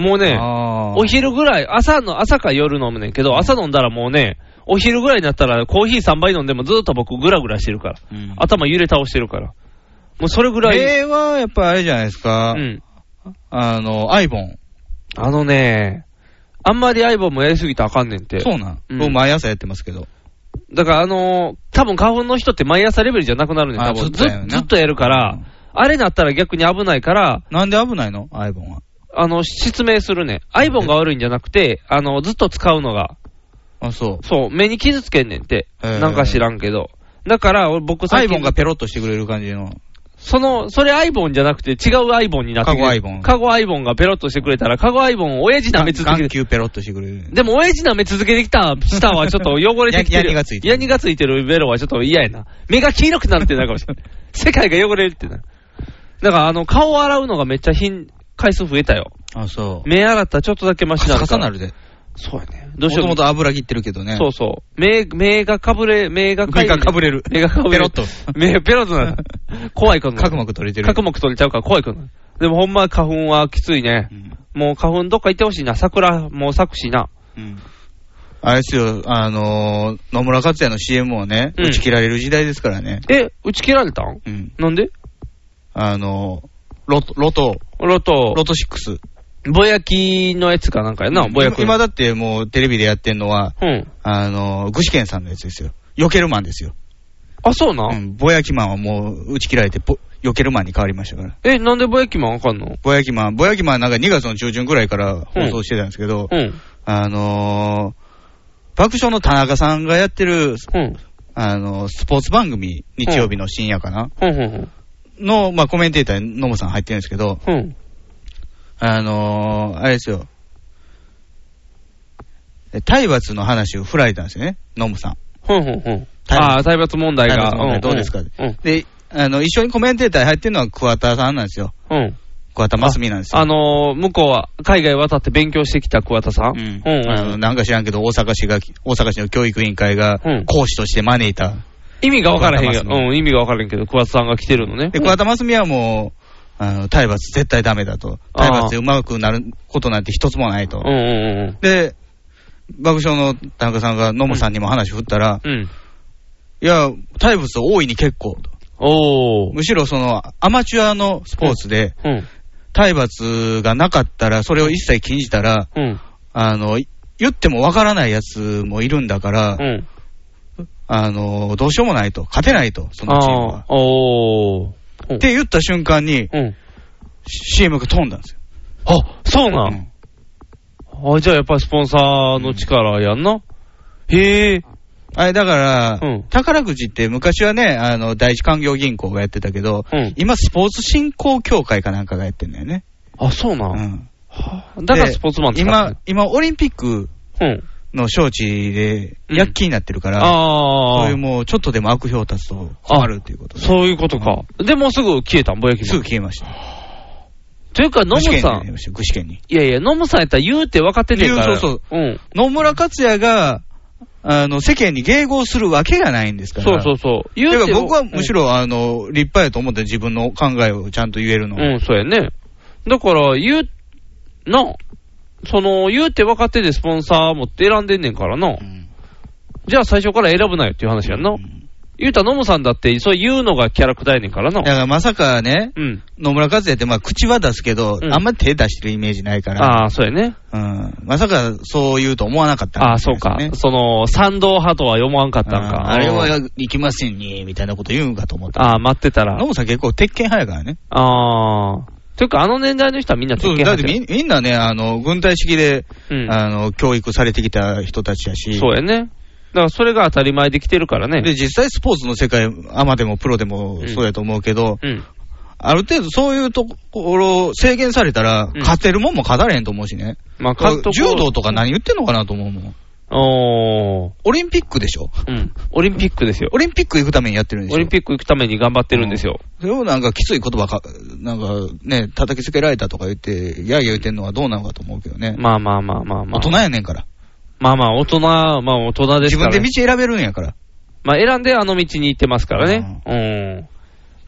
もうね、あーお昼ぐらい、朝の、朝か夜飲むねんけど、朝飲んだらもうね、お昼ぐらいになったらコーヒー3杯飲んでもずっと僕グラグラしてるから。うん頭揺れ倒してるから。もうそれぐらい。例はやっぱあれじゃないですか。うん。あの、アイボン。あのね、あんまり相棒もやりすぎたらあかんねんて。そうなん。うん僕毎朝やってますけど。だからあのー、多分花粉の人って毎朝レベルじゃなくなるねん、多あ分。ずっずとやよなずっとやるから、うんあれなったら逆に危ないから、なんで危ないのアイボンは。あの、失明するね。アイボンが悪いんじゃなくて、あの、ずっと使うのが。あ、そう。そう、目に傷つけんねんって。ーなんか知らんけど。だから、俺僕ア最イ近ボンがペロッとしてくれる感じの。その、それアイボンじゃなくて違うアイボンになってくれカゴアイボンカゴアイボンがペロッとしてくれたら、カゴアイボンを親父舐め続け眼て、球ペロッとしてくれる。でも親父舐め続けてきた 舌はちょっと汚れてきてやる。にがついてる。ヤニがついてるベロはちょっと嫌やな。目が黄色くなるってなるかもしれない。 世界が汚れるってな。だからあの、顔を洗うのがめっちゃ頻、回数増えたよ。あ、そう。目洗ったらちょっとだけマシなカるサかカサなら。るで。そうやね。どどううししよようう。もともと油切ってるけどね。そうそう。目、目がかぶれ、目がか目がかぶれる目がかぶれる。ペロッと。目、ペロッとなる。 怖いこと角膜取れてる。角膜取れちゃうから怖いことなる。でもほんま花粉はきついね。もう花粉どっか行ってほしいな。桜もう咲くしな。あれですよ、あのー野村克也の CM をね、うん打ち切られる時代ですからね。え、打ち切られたんうん。なんであのーロト、ロト、ロト、ロト6。ぼやきのやつかなんかやな、ぼやき。今今だってもうテレビでやってんのは、うん。あのー具志堅さんのやつですよ。避けるマンですよ。あ、そうな、うん。ぼやきマンはもう打ち切られて、ぼ避けるマンに変わりましたから。え、なんでぼやきマンあかんのぼやきマン、ぼやきマンなんか2月の中旬ぐらいから放送してたんですけど、うん。あのー爆笑の田中さんがやってる、あのースポーツ番組、日曜日の深夜かな、ほんほんほん。の、まあ、コメンテーターに野茂さん入ってるんですけど、うん。あのーあれですよ、え体罰の話を振られたんですよね、野茂さん。ほんほんほん。ああ、体罰問題体が。罰問題んどうですかうん。で、あの、一緒にコメンテーターに入ってるのは桑田さんなんですよ。うん。桑田真澄なんですよ。あのー、向こうは、海外渡って勉強してきた桑田さん。うん。うんあのなんか知らんけど、大阪市が、大阪市の教育委員会が講師として招いた。意味が分からへんよ桑田。真うん、意味が分からへんけど、桑田さんが来てるのね。で、桑田真澄はもう、あの、体罰絶対ダメだと。あー体罰でうまくなることなんて一つもないとうん。うんうんで、爆笑の田中さんが野茂さんにも話振ったら、うん。いや、体罰は大いに結構と。おむしろその、アマチュアのスポーツで、うん。うん。体罰がなかったら、それを一切禁じたら、うん。あの、言ってもわからないやつもいるんだから、うん。あの、どうしようもないと。勝てないと、そのチームは。あーおー。って言った瞬間に、し CM が飛んだんですよ。あ、そうなん、あ、じゃあやっぱりスポンサーの力やんな。へえ。あれ、だから、宝くじって昔はね、あの、第一勧業銀行がやってたけど、今、スポーツ振興協会かなんかがやってんだよね。、あ、そうなんだからスポーツマンで使ってん今、今、オリンピックの招致で、躍起になってるから、ああ。そういうもう、ちょっとでも悪評立つと困るっていうこと。そういうことか。で、もうすぐ消えたん、ぼやきすぐ消えました。というか、ノム具志さ堅にん出。ましたよ具志堅に。いやいや、ノムさんやったら言うって分かっててんから。言うそうそう。うん。野村克也が、あの、世間に迎合するわけがないんですから。そうそうそう。言言ううてても僕はむしろ、あの、立派やと思って自分の考えをちゃんと言えるの。うん、そうやね。だから、言う、な、その、言うて分かっててスポンサー持って選んでんねんからな。じゃあ最初から選ぶなよっていう話やんな。言うたら、ノムさんだって、そう言うのがキャラクターやねんからな。だからまさかね、うん。野村克也ってまあ口は出すけど、あんまり手出してるイメージないから。ああ、そうやね。うん。まさかそう言うと思わなかったああ、そうか。その、賛同派とは読まんかったんあか。あれはうん行きませんね、みたいなこと言うんかと思った。ああ、待ってたら。野村さん結構鉄拳派やからね。ああ。というか、あの年代の人はみんな鉄そう、拳だっ派てみみんなね、あの、軍隊式で、あの、教育されてきた人たちやし。そうやね。だから、それが当たり前できてるからね。で、実際スポーツの世界、アマでもプロでもそうやと思うけど、うん。ある程度そういうところを制限されたら、勝てるもんも勝たれへんと思うしね。まあ勝っとこう柔道とか何言ってんのかなと思うもん。おー。オリンピックでしょうん。オリンピックですよ。オリンピック行くためにやってるんでしょオリンピック行くために頑張ってるんですよ。それをなんかきつい言葉か、なんかね、叩きつけられたとか言って、ギャーギャー言ってんのはどうなのかと思うけどね。まあまあまあまあまあ。大人やねんから。まあまあ、大人、まあ大人で自すから、分ね。で道選べるんやから。まあ選んであの道に行ってますからね。うん。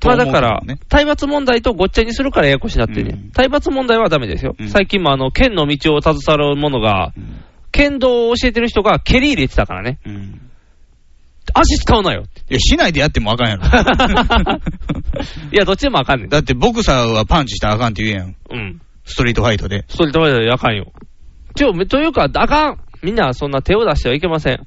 とま思あうだからけどね、体罰問題とごっちゃにするからややこしになってね。体罰問題はダメですよ。最近もあの、剣の道を携わる者が、剣道を教えてる人が蹴り入れてたからね。足使うなよって。いや、しないでやってもあかんやろ。 いや、どっちでもあかんねん。だってボクサーはパンチしたらあかんって言うやん。うん。ストリートファイトで。ストリートファイターであかんよ。ちょ、というか、あかん。みんなそんな手を出してはいけません。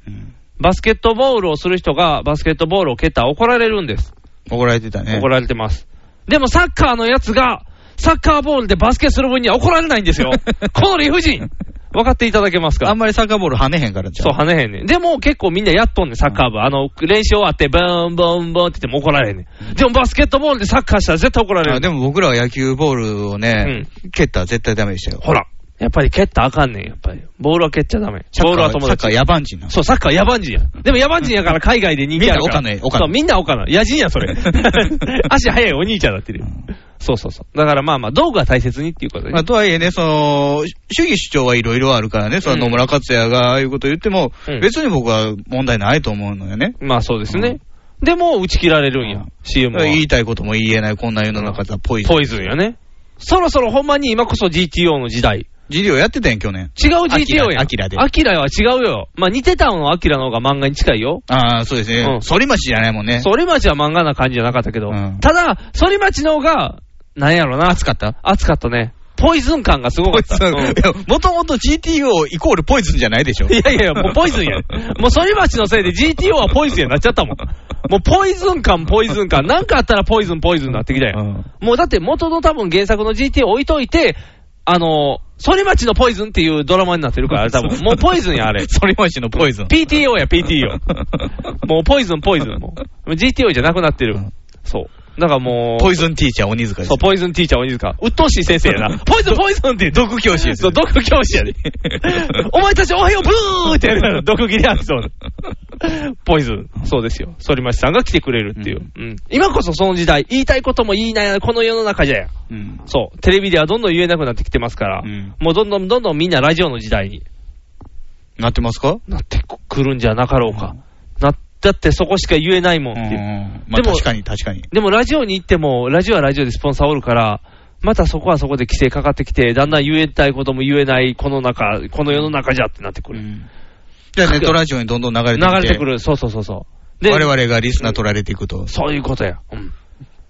バスケットボールをする人がバスケットボールを蹴ったら怒られるんです。怒られてたね。怒られてます。でもサッ カーのやつが、サッカーボールでバスケする分には怒られないんですよ。この理不尽分かっていただけますかあんまりサッカーボール跳ねへんからじゃそう、ん。跳ねへんねん。でも結構みんなやっとんねん、サッカー部。あの、練習終わって、ブーン、ブーン、ブーンって言っても怒られへんねん。でもバスケットボールでサッカーしたら絶対怒られある。でも僕らは野球ボールをね、蹴ったら絶対ダメでしたよ。ほら。やっぱり蹴ったらあかんねん、やっぱり。ボールは蹴っちゃダメ。サッカーボールは友達。サッカー野蛮人なのそう、サッカー野蛮人や。でも野蛮人やから海外で人気やから。みんなお金お金そう、みんなお金。野人や、それ。 足速いお兄ちゃんだってるよ。そうそうそう。だからまあまあ、道具は大切にっていうことでまあ、とはいえね、その、主義主張はいろいろあるからね、その野村克也がああいうこと言っても、うん別に僕は問題ないと思うのよね。まあそうですね。でも、打ち切られるんや、CM は。言いたいことも言えない、こんな世の中だ、ポイズン。ポイズンやね。そろそろほんまに今こそ GTO の時代。 GTO やってたやん、去年。違う GTO やん。アキラアキラでアキラは違うよ。まあ似てたのはアキラの方が漫画に近いよ。ああ、そうですうねん。反、町じゃないもんね。反町は漫画な感じじゃなかったけど。んただ、反町の方が、なんやろな。熱かった熱かったね。ポイズン感がすごかポっイズン。た。ういんや、もともと GTO イコールポイズンじゃないでしょ。いやいやいや、もうポイズンや。もう反町のせいで GTO はポイズンやなっちゃったもん。もうポイズン感、ポイズン感。なんかあったらポイズン、ポイズンになってきたよ。もうだって元の多分原作の GTO 置いといて、あの、反町のポイズンっていうドラマになってるから、あれ多分。もうポイズンや、あれ。反町のポイズン。 PTO や、PTO。もうポイズン、ポイズン。もう GTO じゃなくなってる。そう。なんかもう。ポイズンティーチャー鬼塚ですそう、。ポイズンティーチャー鬼塚。鬱陶しい先生や な。ポイズン、ポイズンって。毒教師そう、毒教師やで。 お前たちおはよう、ブーってやるから、 毒切りやつそう。ポイズン。そうですよ。反町さんが来てくれるっていう。うん今こそその時代、言いたいことも言いない、この世の中じゃや。うん。そう。テレビではどんどん言えなくなってきてますから、もうどんどんどんどんみんなラジオの時代になってますかなってくるんじゃなかろうか。なだってそこしか言えないもんっていう。まあでも確かに確かに。でもラジオに行っても、ラジオはラジオでスポンサーおるから、またそこはそこで規制かかってきて、だんだん言えたいことも言えない、この中、この世の中じゃってなってくる。じゃあネットラジオにどんどん流れてきて流れてくる、そうそうそうそう。で、我々がリスナー取られていくと。そういうことや。うん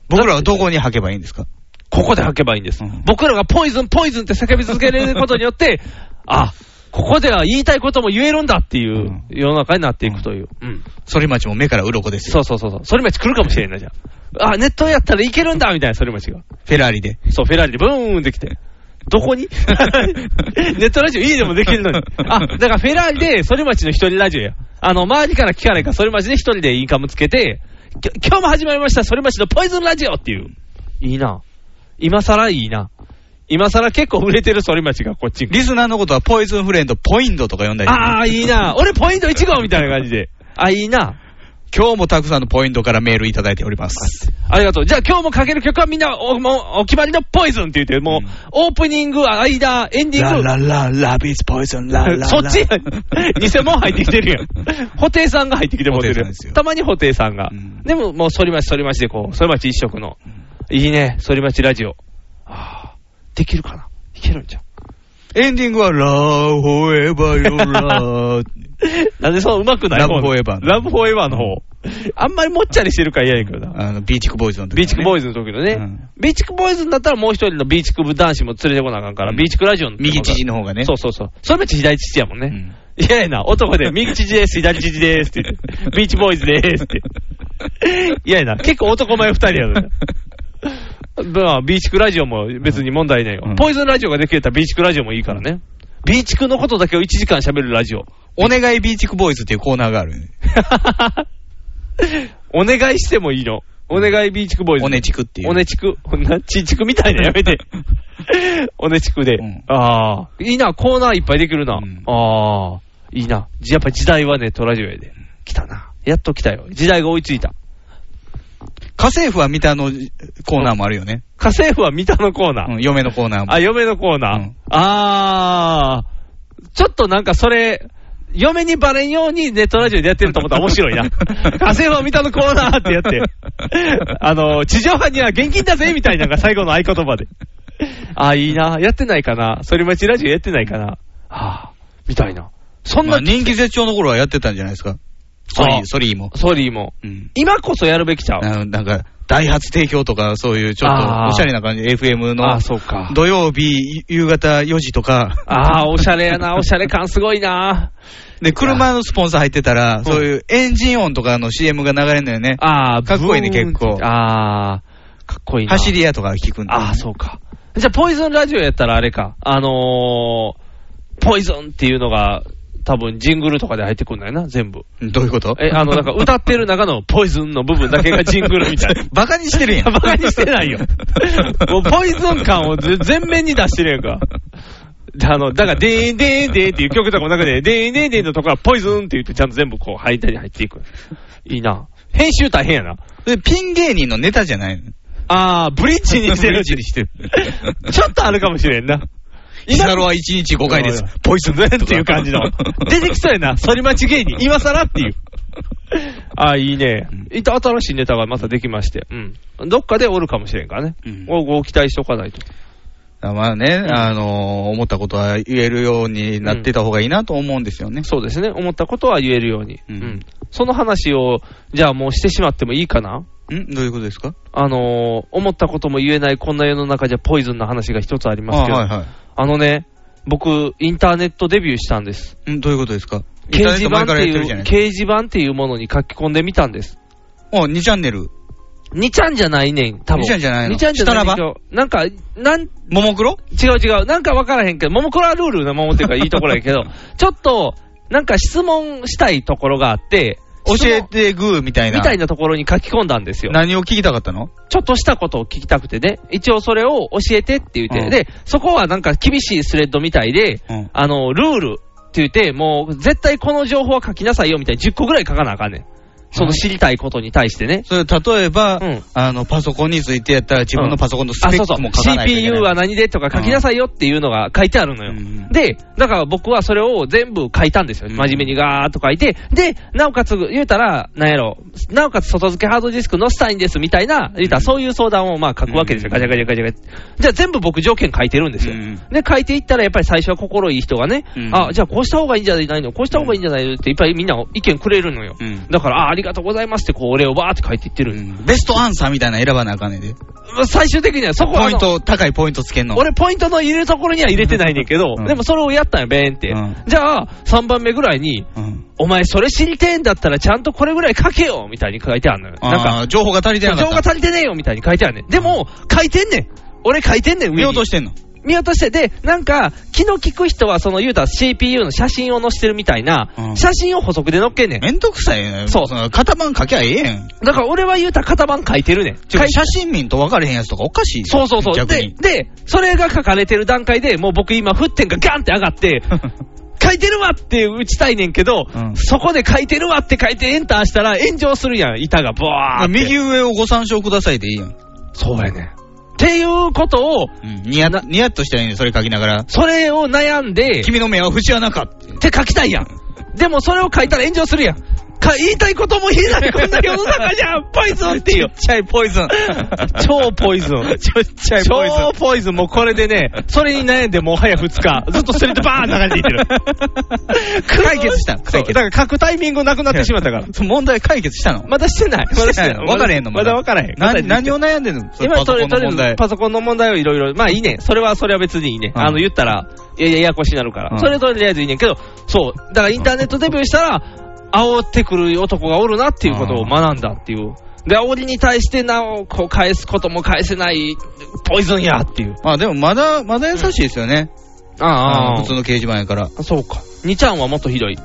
僕らはどこに履けばいいんですかここで吐けばいいんです。僕らがポイズン、ポイズンって叫び続けれることによって、あ、ここでは言いたいことも言えるんだっていう世の中になっていくという。うん。反町も目から鱗ですよ。そうそうそうそう。反町来るかもしれんないじゃん。あ、ネットやったらいけるんだみたいな反町が。フェラーリで。そう、フェラーリでブーンってきて。どこにネットラジオ家でもできるのに。あ、だからフェラーリで反町の一人ラジオや。あの、周りから聞かないから反町で一人でインカムつけて、きょ今日も始まりました反町のポイズンラジオっていう。いいな。今更いいな。今更結構売れてる反町がこっちに来るリスナーのことはポイズンフレンド、ポインドとか呼んだりね。ああ、いいな。俺ポイント1号みたいな感じで。あ、いいな。今日もたくさんのポイントからメールいただいております。ありがとう。じゃあ今日もかける曲はみんなおもうお決まりのポイズンって言って、もう、オープニング、間、エンディング。ララビーズポイズンラそっちや偽物入ってきてるや ん。布袋さんが入ってきてもうて布袋るさんです。よたまに布袋さんが。でももう反町反町でこう、反町一色の。いいね、反町ラジオ。あーできるかないけるんじゃん。エンディングはラーホエバーよラー。 なんでその上手くないラ方ブフォーエバーのラブフォーエバーの方。あんまりもっちゃりしてるから嫌やけどな。 あの、ビーチクボーイズの時、ね。ビーチクボーイズの時のね、ビーチクボーイズになったらもう一人のビーチク部男子も連れてこなあかんから、ビーチクラジオの右父の方がねそうそうそう。それめっちゃ左父やもんね。いやいやな、男で、右父です、左父ですって言って、ビーチボーイズですって。いやいやな、結構男前二人やのね。まあ、ビーチクラジオも別に問題ないよ。ポイズンラジオができれたらビーチクラジオもいいからね。ビーチクのことだけを1時間喋るラジオ。お願いビーチクボーイズっていうコーナーがある、ね。お願いしてもいいの。お願いビーチクボーイズ。おねちくっていう。おねちく、こんなちちくみたいなやめ て。おねちくで。ああ、いいな、コーナーいっぱいできるな。ああ、いいな。じやっぱ時代はね、トラジオやで。来たな。やっと来たよ。時代が追いついた。家政婦は見たのコーナーもあるよね。家政婦は三田のコーナー。うん、嫁のコーナーも。あ、嫁のコーナー。ああ、ちょっとなんかそれ、嫁にバレんようにネットラジオでやってると思ったら面白 いな。家政婦三田のコーナーってやって、あの、地上波には現金だぜみたいなのが最後の合言葉で。ああ、いいな。やってないかな。反町ラジオやってないかな。はあ、みたいな。そんまなあ、人気絶頂の頃はやってたんじゃないですか。ソリー、ソリーも。ソリーも。うん。今こそやるべきちゃう。あのなんか、ダイハツ提供とか、そういうちょっあとーおしゃれな感じ、FM あのあ、そうか。土曜日夕方4時とか、ああ、おしゃれやな。おしゃれ感すご いな。で、車のスポンサー入ってたら、そういうエンジン音とかの CM が流れるのよね。ああ、かっこいいね、ブーン結構。ああ、かっこいいな。走り屋とか聞くんだよねああ、そうか。じゃあ、ポイズンラジオやったらあれか。あのー、ポイズンっていうのが、多分ジングルとかで入ってくんないな、全部。どういうことえ、あの、 なんか歌ってる中のポイズンの部分だけがジングルみたいな。バカにしてるやん。 バカにしてないよ。 もうポイズン感をぜ全面に出してるやんか。であの、だから、でーでーでーっていう曲とかの中で、でーでーでーのとこはポイズンって言ってちゃんと全部こう、間に入っていく。いいな。編集大変やな。ピン芸人のネタじゃないのあー、ブリッジにしてる。ブリッジにしてる。ちょっとあるかもしれんな。ヒサロは1日5回です。ポイズンねっていう感じの。出てきそうやな。反町芸人。今更っていう。ああ、いいね。いた新しいネタがまたできまして。うん。どっかでおるかもしれんからね。をご期待しておかないと。まあね、あのー思ったことは言えるようになってた方がいいなと思うんですよね。そうですね。思ったことは言えるように。うん。その話を、じゃあもうしてしまってもいいかなんどういうことですかあのー思ったことも言えないこんな世の中じゃポイズンの話が一つありますけど。あはいはいあのね、僕、インターネットデビューしたんです。んどういうことですか掲示板インターネット前ってからやっているじゃう、ない掲示板っていうものに書き込んでみたんです。お、2チャンネル。 2ちゃんじゃないねん、多分。二ちゃんじゃないの二ちゃんじゃな下いらけどなんか、なん、ももクロ違う違う。なんかわからへんけど、ももクロはルールの守ってるからいいところや けど、ちょっと、なんか質問したいところがあって、教えてグーみたいな。みたいなところに書き込んだんですよ。何を聞きたかったのちょっとしたことを聞きたくてね、一応それを教えてって言って、うんで、そこはなんか厳しいスレッドみたいで、うんあの、ルールって言って、もう絶対この情報は書きなさいよみたいな10個ぐらい書かなあかんねん。その知りたいことに対してね。それ例えば、あの、パソコンについてやったら自分のパソコンのスペックも書かないといけない CPU は何でとか書きなさいよっていうのが書いてあるのよ。で、だから僕はそれを全部書いたんですよ。真面目にガーッと書いて、で、なおかつ言うたら、なんやろ、なおかつ外付けハードディスク載せたいんですみたいな、言うたらそういう相談をまあ書くわけですよ。ガチャガチャガチャガチャ。じゃあ全部僕条件書いてるんですよ。で、書いていったらやっぱり最初は心いい人がね、うんあ、じゃあこうした方がいいんじゃないのこうした方がいいんじゃないのっていっぱいみんな意見くれるのよ。だから、あ、ありがとうございますってこう俺をバーって書いていってる。ベストアンサーみたいなの選ばなあかんねんで。最終的にはそこはあポのイント、高いポイントつけんの。俺、ポイントの入れるところには入れてないねんけど、でもそれをやったんよ、べーんって。じゃあ、3番目ぐらいに、お前、それ知りてえんだったら、ちゃんとこれぐらい書けよみたいに書いてあるのよ。あーなんか、情報が足りてなかったそう情報が足りてねえよみたいに書いてあるねん。でも、書いてんねん。俺書いてんねん、見落としてんの見落として、で、なんか、気の利く人は、その、言うたら CPU の写真を載せてるみたいな、写真を補足で載っけんねん。めんどくさいね。そう。型番書きゃええやん。だから俺は言うたら型番書いてるねん。違う写真民と分かれへんやつとかおかしいそうそうそう。逆でに、 で、それが書かれてる段階で、もう僕今、沸点がガンって上が って、書いてるわって打ちたいねんけど、そこで書いてるわって書いてエンターしたら炎上するやん、板がボワーって。右上をご参照くださいでいいやん。そうやね。っていうことを、ニヤニヤっとしたらいいねんそれ書きながら。それを悩んで、君の目は節穴か って。って書きたいやん。でもそれを書いたら炎上するやん。か言いたいことも言えない、こんな世の中じゃん、ポイズンって いちう。っちゃいポイズン。超ポイズン。ちっちゃいポイズン超ポイズン。もうこれでね、それに悩んでもう早2日、ずっとスレッドバーン流れていってる。解決した。解決。だから書くタイミングなくなってしまったから。 問題解決したのまだしてない。まだしてない。分かれへんのまだ分からへん。な何を悩んでんのそれ今、パソとコりンのあえ問ず題。パソコンの問題をいろいろ、まあいいねん、それはそれは別にいいねん、あの言ったら、いやいや、ややこしになるから、うんそれとりあえずいいねんけど、そう、だからインターネットデビューしたら、煽ってくる男がおるなっていうことを学んだっていう、で、煽りに対してなお、こう返すことも返せない、ポイズンやっていう、まあでもまだ、まだ優しいですよね。ああの普通の掲示板やから。そうか、にちゃんはもっとひどい、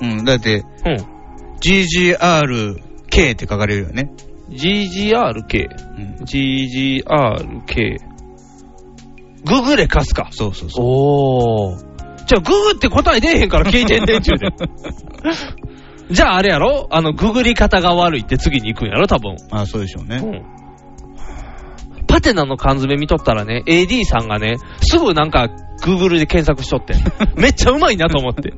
うん、だって、うん、 GGRK って書かれるよね。 GGRK、GGRK、ググレカスか、そうそうそう。おーじゃあ、ググって答え出えへんから聞いてんでんち ゅうで。じゃああれやろあの、ググり方が悪いって次に行くんやろ多分。まあそうでしょうね。パテナの缶詰見とったらね、AD さんがね、すぐなんか、グーグルで検索しとって。 めっちゃうまいなと思って。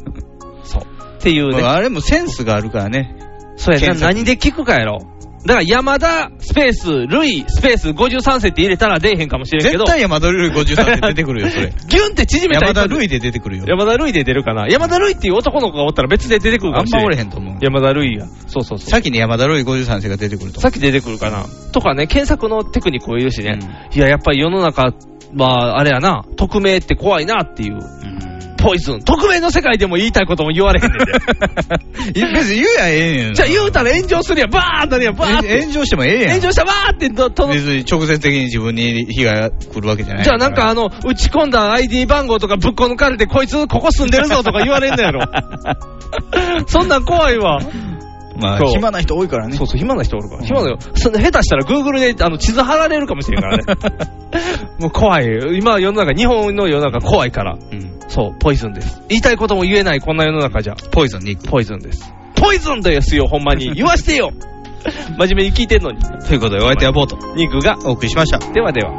そう。っていうね。まああれもセンスがあるからね。そうやな、検索何で聞くかやろ。だから山田、スペース、ルイ、スペース53世って入れたら出えへんかもしれんけど。絶対山田ルイ53って出てく るよ、それ。 ギュンって縮めたら山田ルイで出てくるよ。山田ルイで出るかな山田ルイっていう男の子がおったら別で出てくるかもしれあんまおれへんと思う。山田ルイが。そうそうそう。先に山田ロイ53世が出てくると。さっき出てくるかなとかね、検索のテクニックをいるしね。いや、やっぱり世の中は、あれやな、匿名って怖いなっていう。ポイズン。匿名の世界でも言いたいことも言われへんねんで。 別に言うやええねんじゃあ言うたら炎上するやん。バーンなるやん。バーンって。炎上してもええやん炎上したらバーってと、との別に直接的に自分に火が来るわけじゃないじゃあなんかあの、打ち込んだ ID 番号とかぶっこ抜かれて、こいつここ住んでるぞとか言われんの やろ。そんなん怖いわ。まあそう暇な人多いからねそうそう、暇な人おるから。暇だよ。そんな下手したら Google であの地図貼られるかもしれん からね。もう怖い。今世の中、日本の世の中怖いから。そう、ポイズンです。言いたいことも言えない、こんな世の中じゃ。ポイズンに行くポイズンです。ポイズンですよ、ほんまに。言わし てよ真面目に聞いてんのに。ということでお相手はボート肉が。お送りしましたではでは。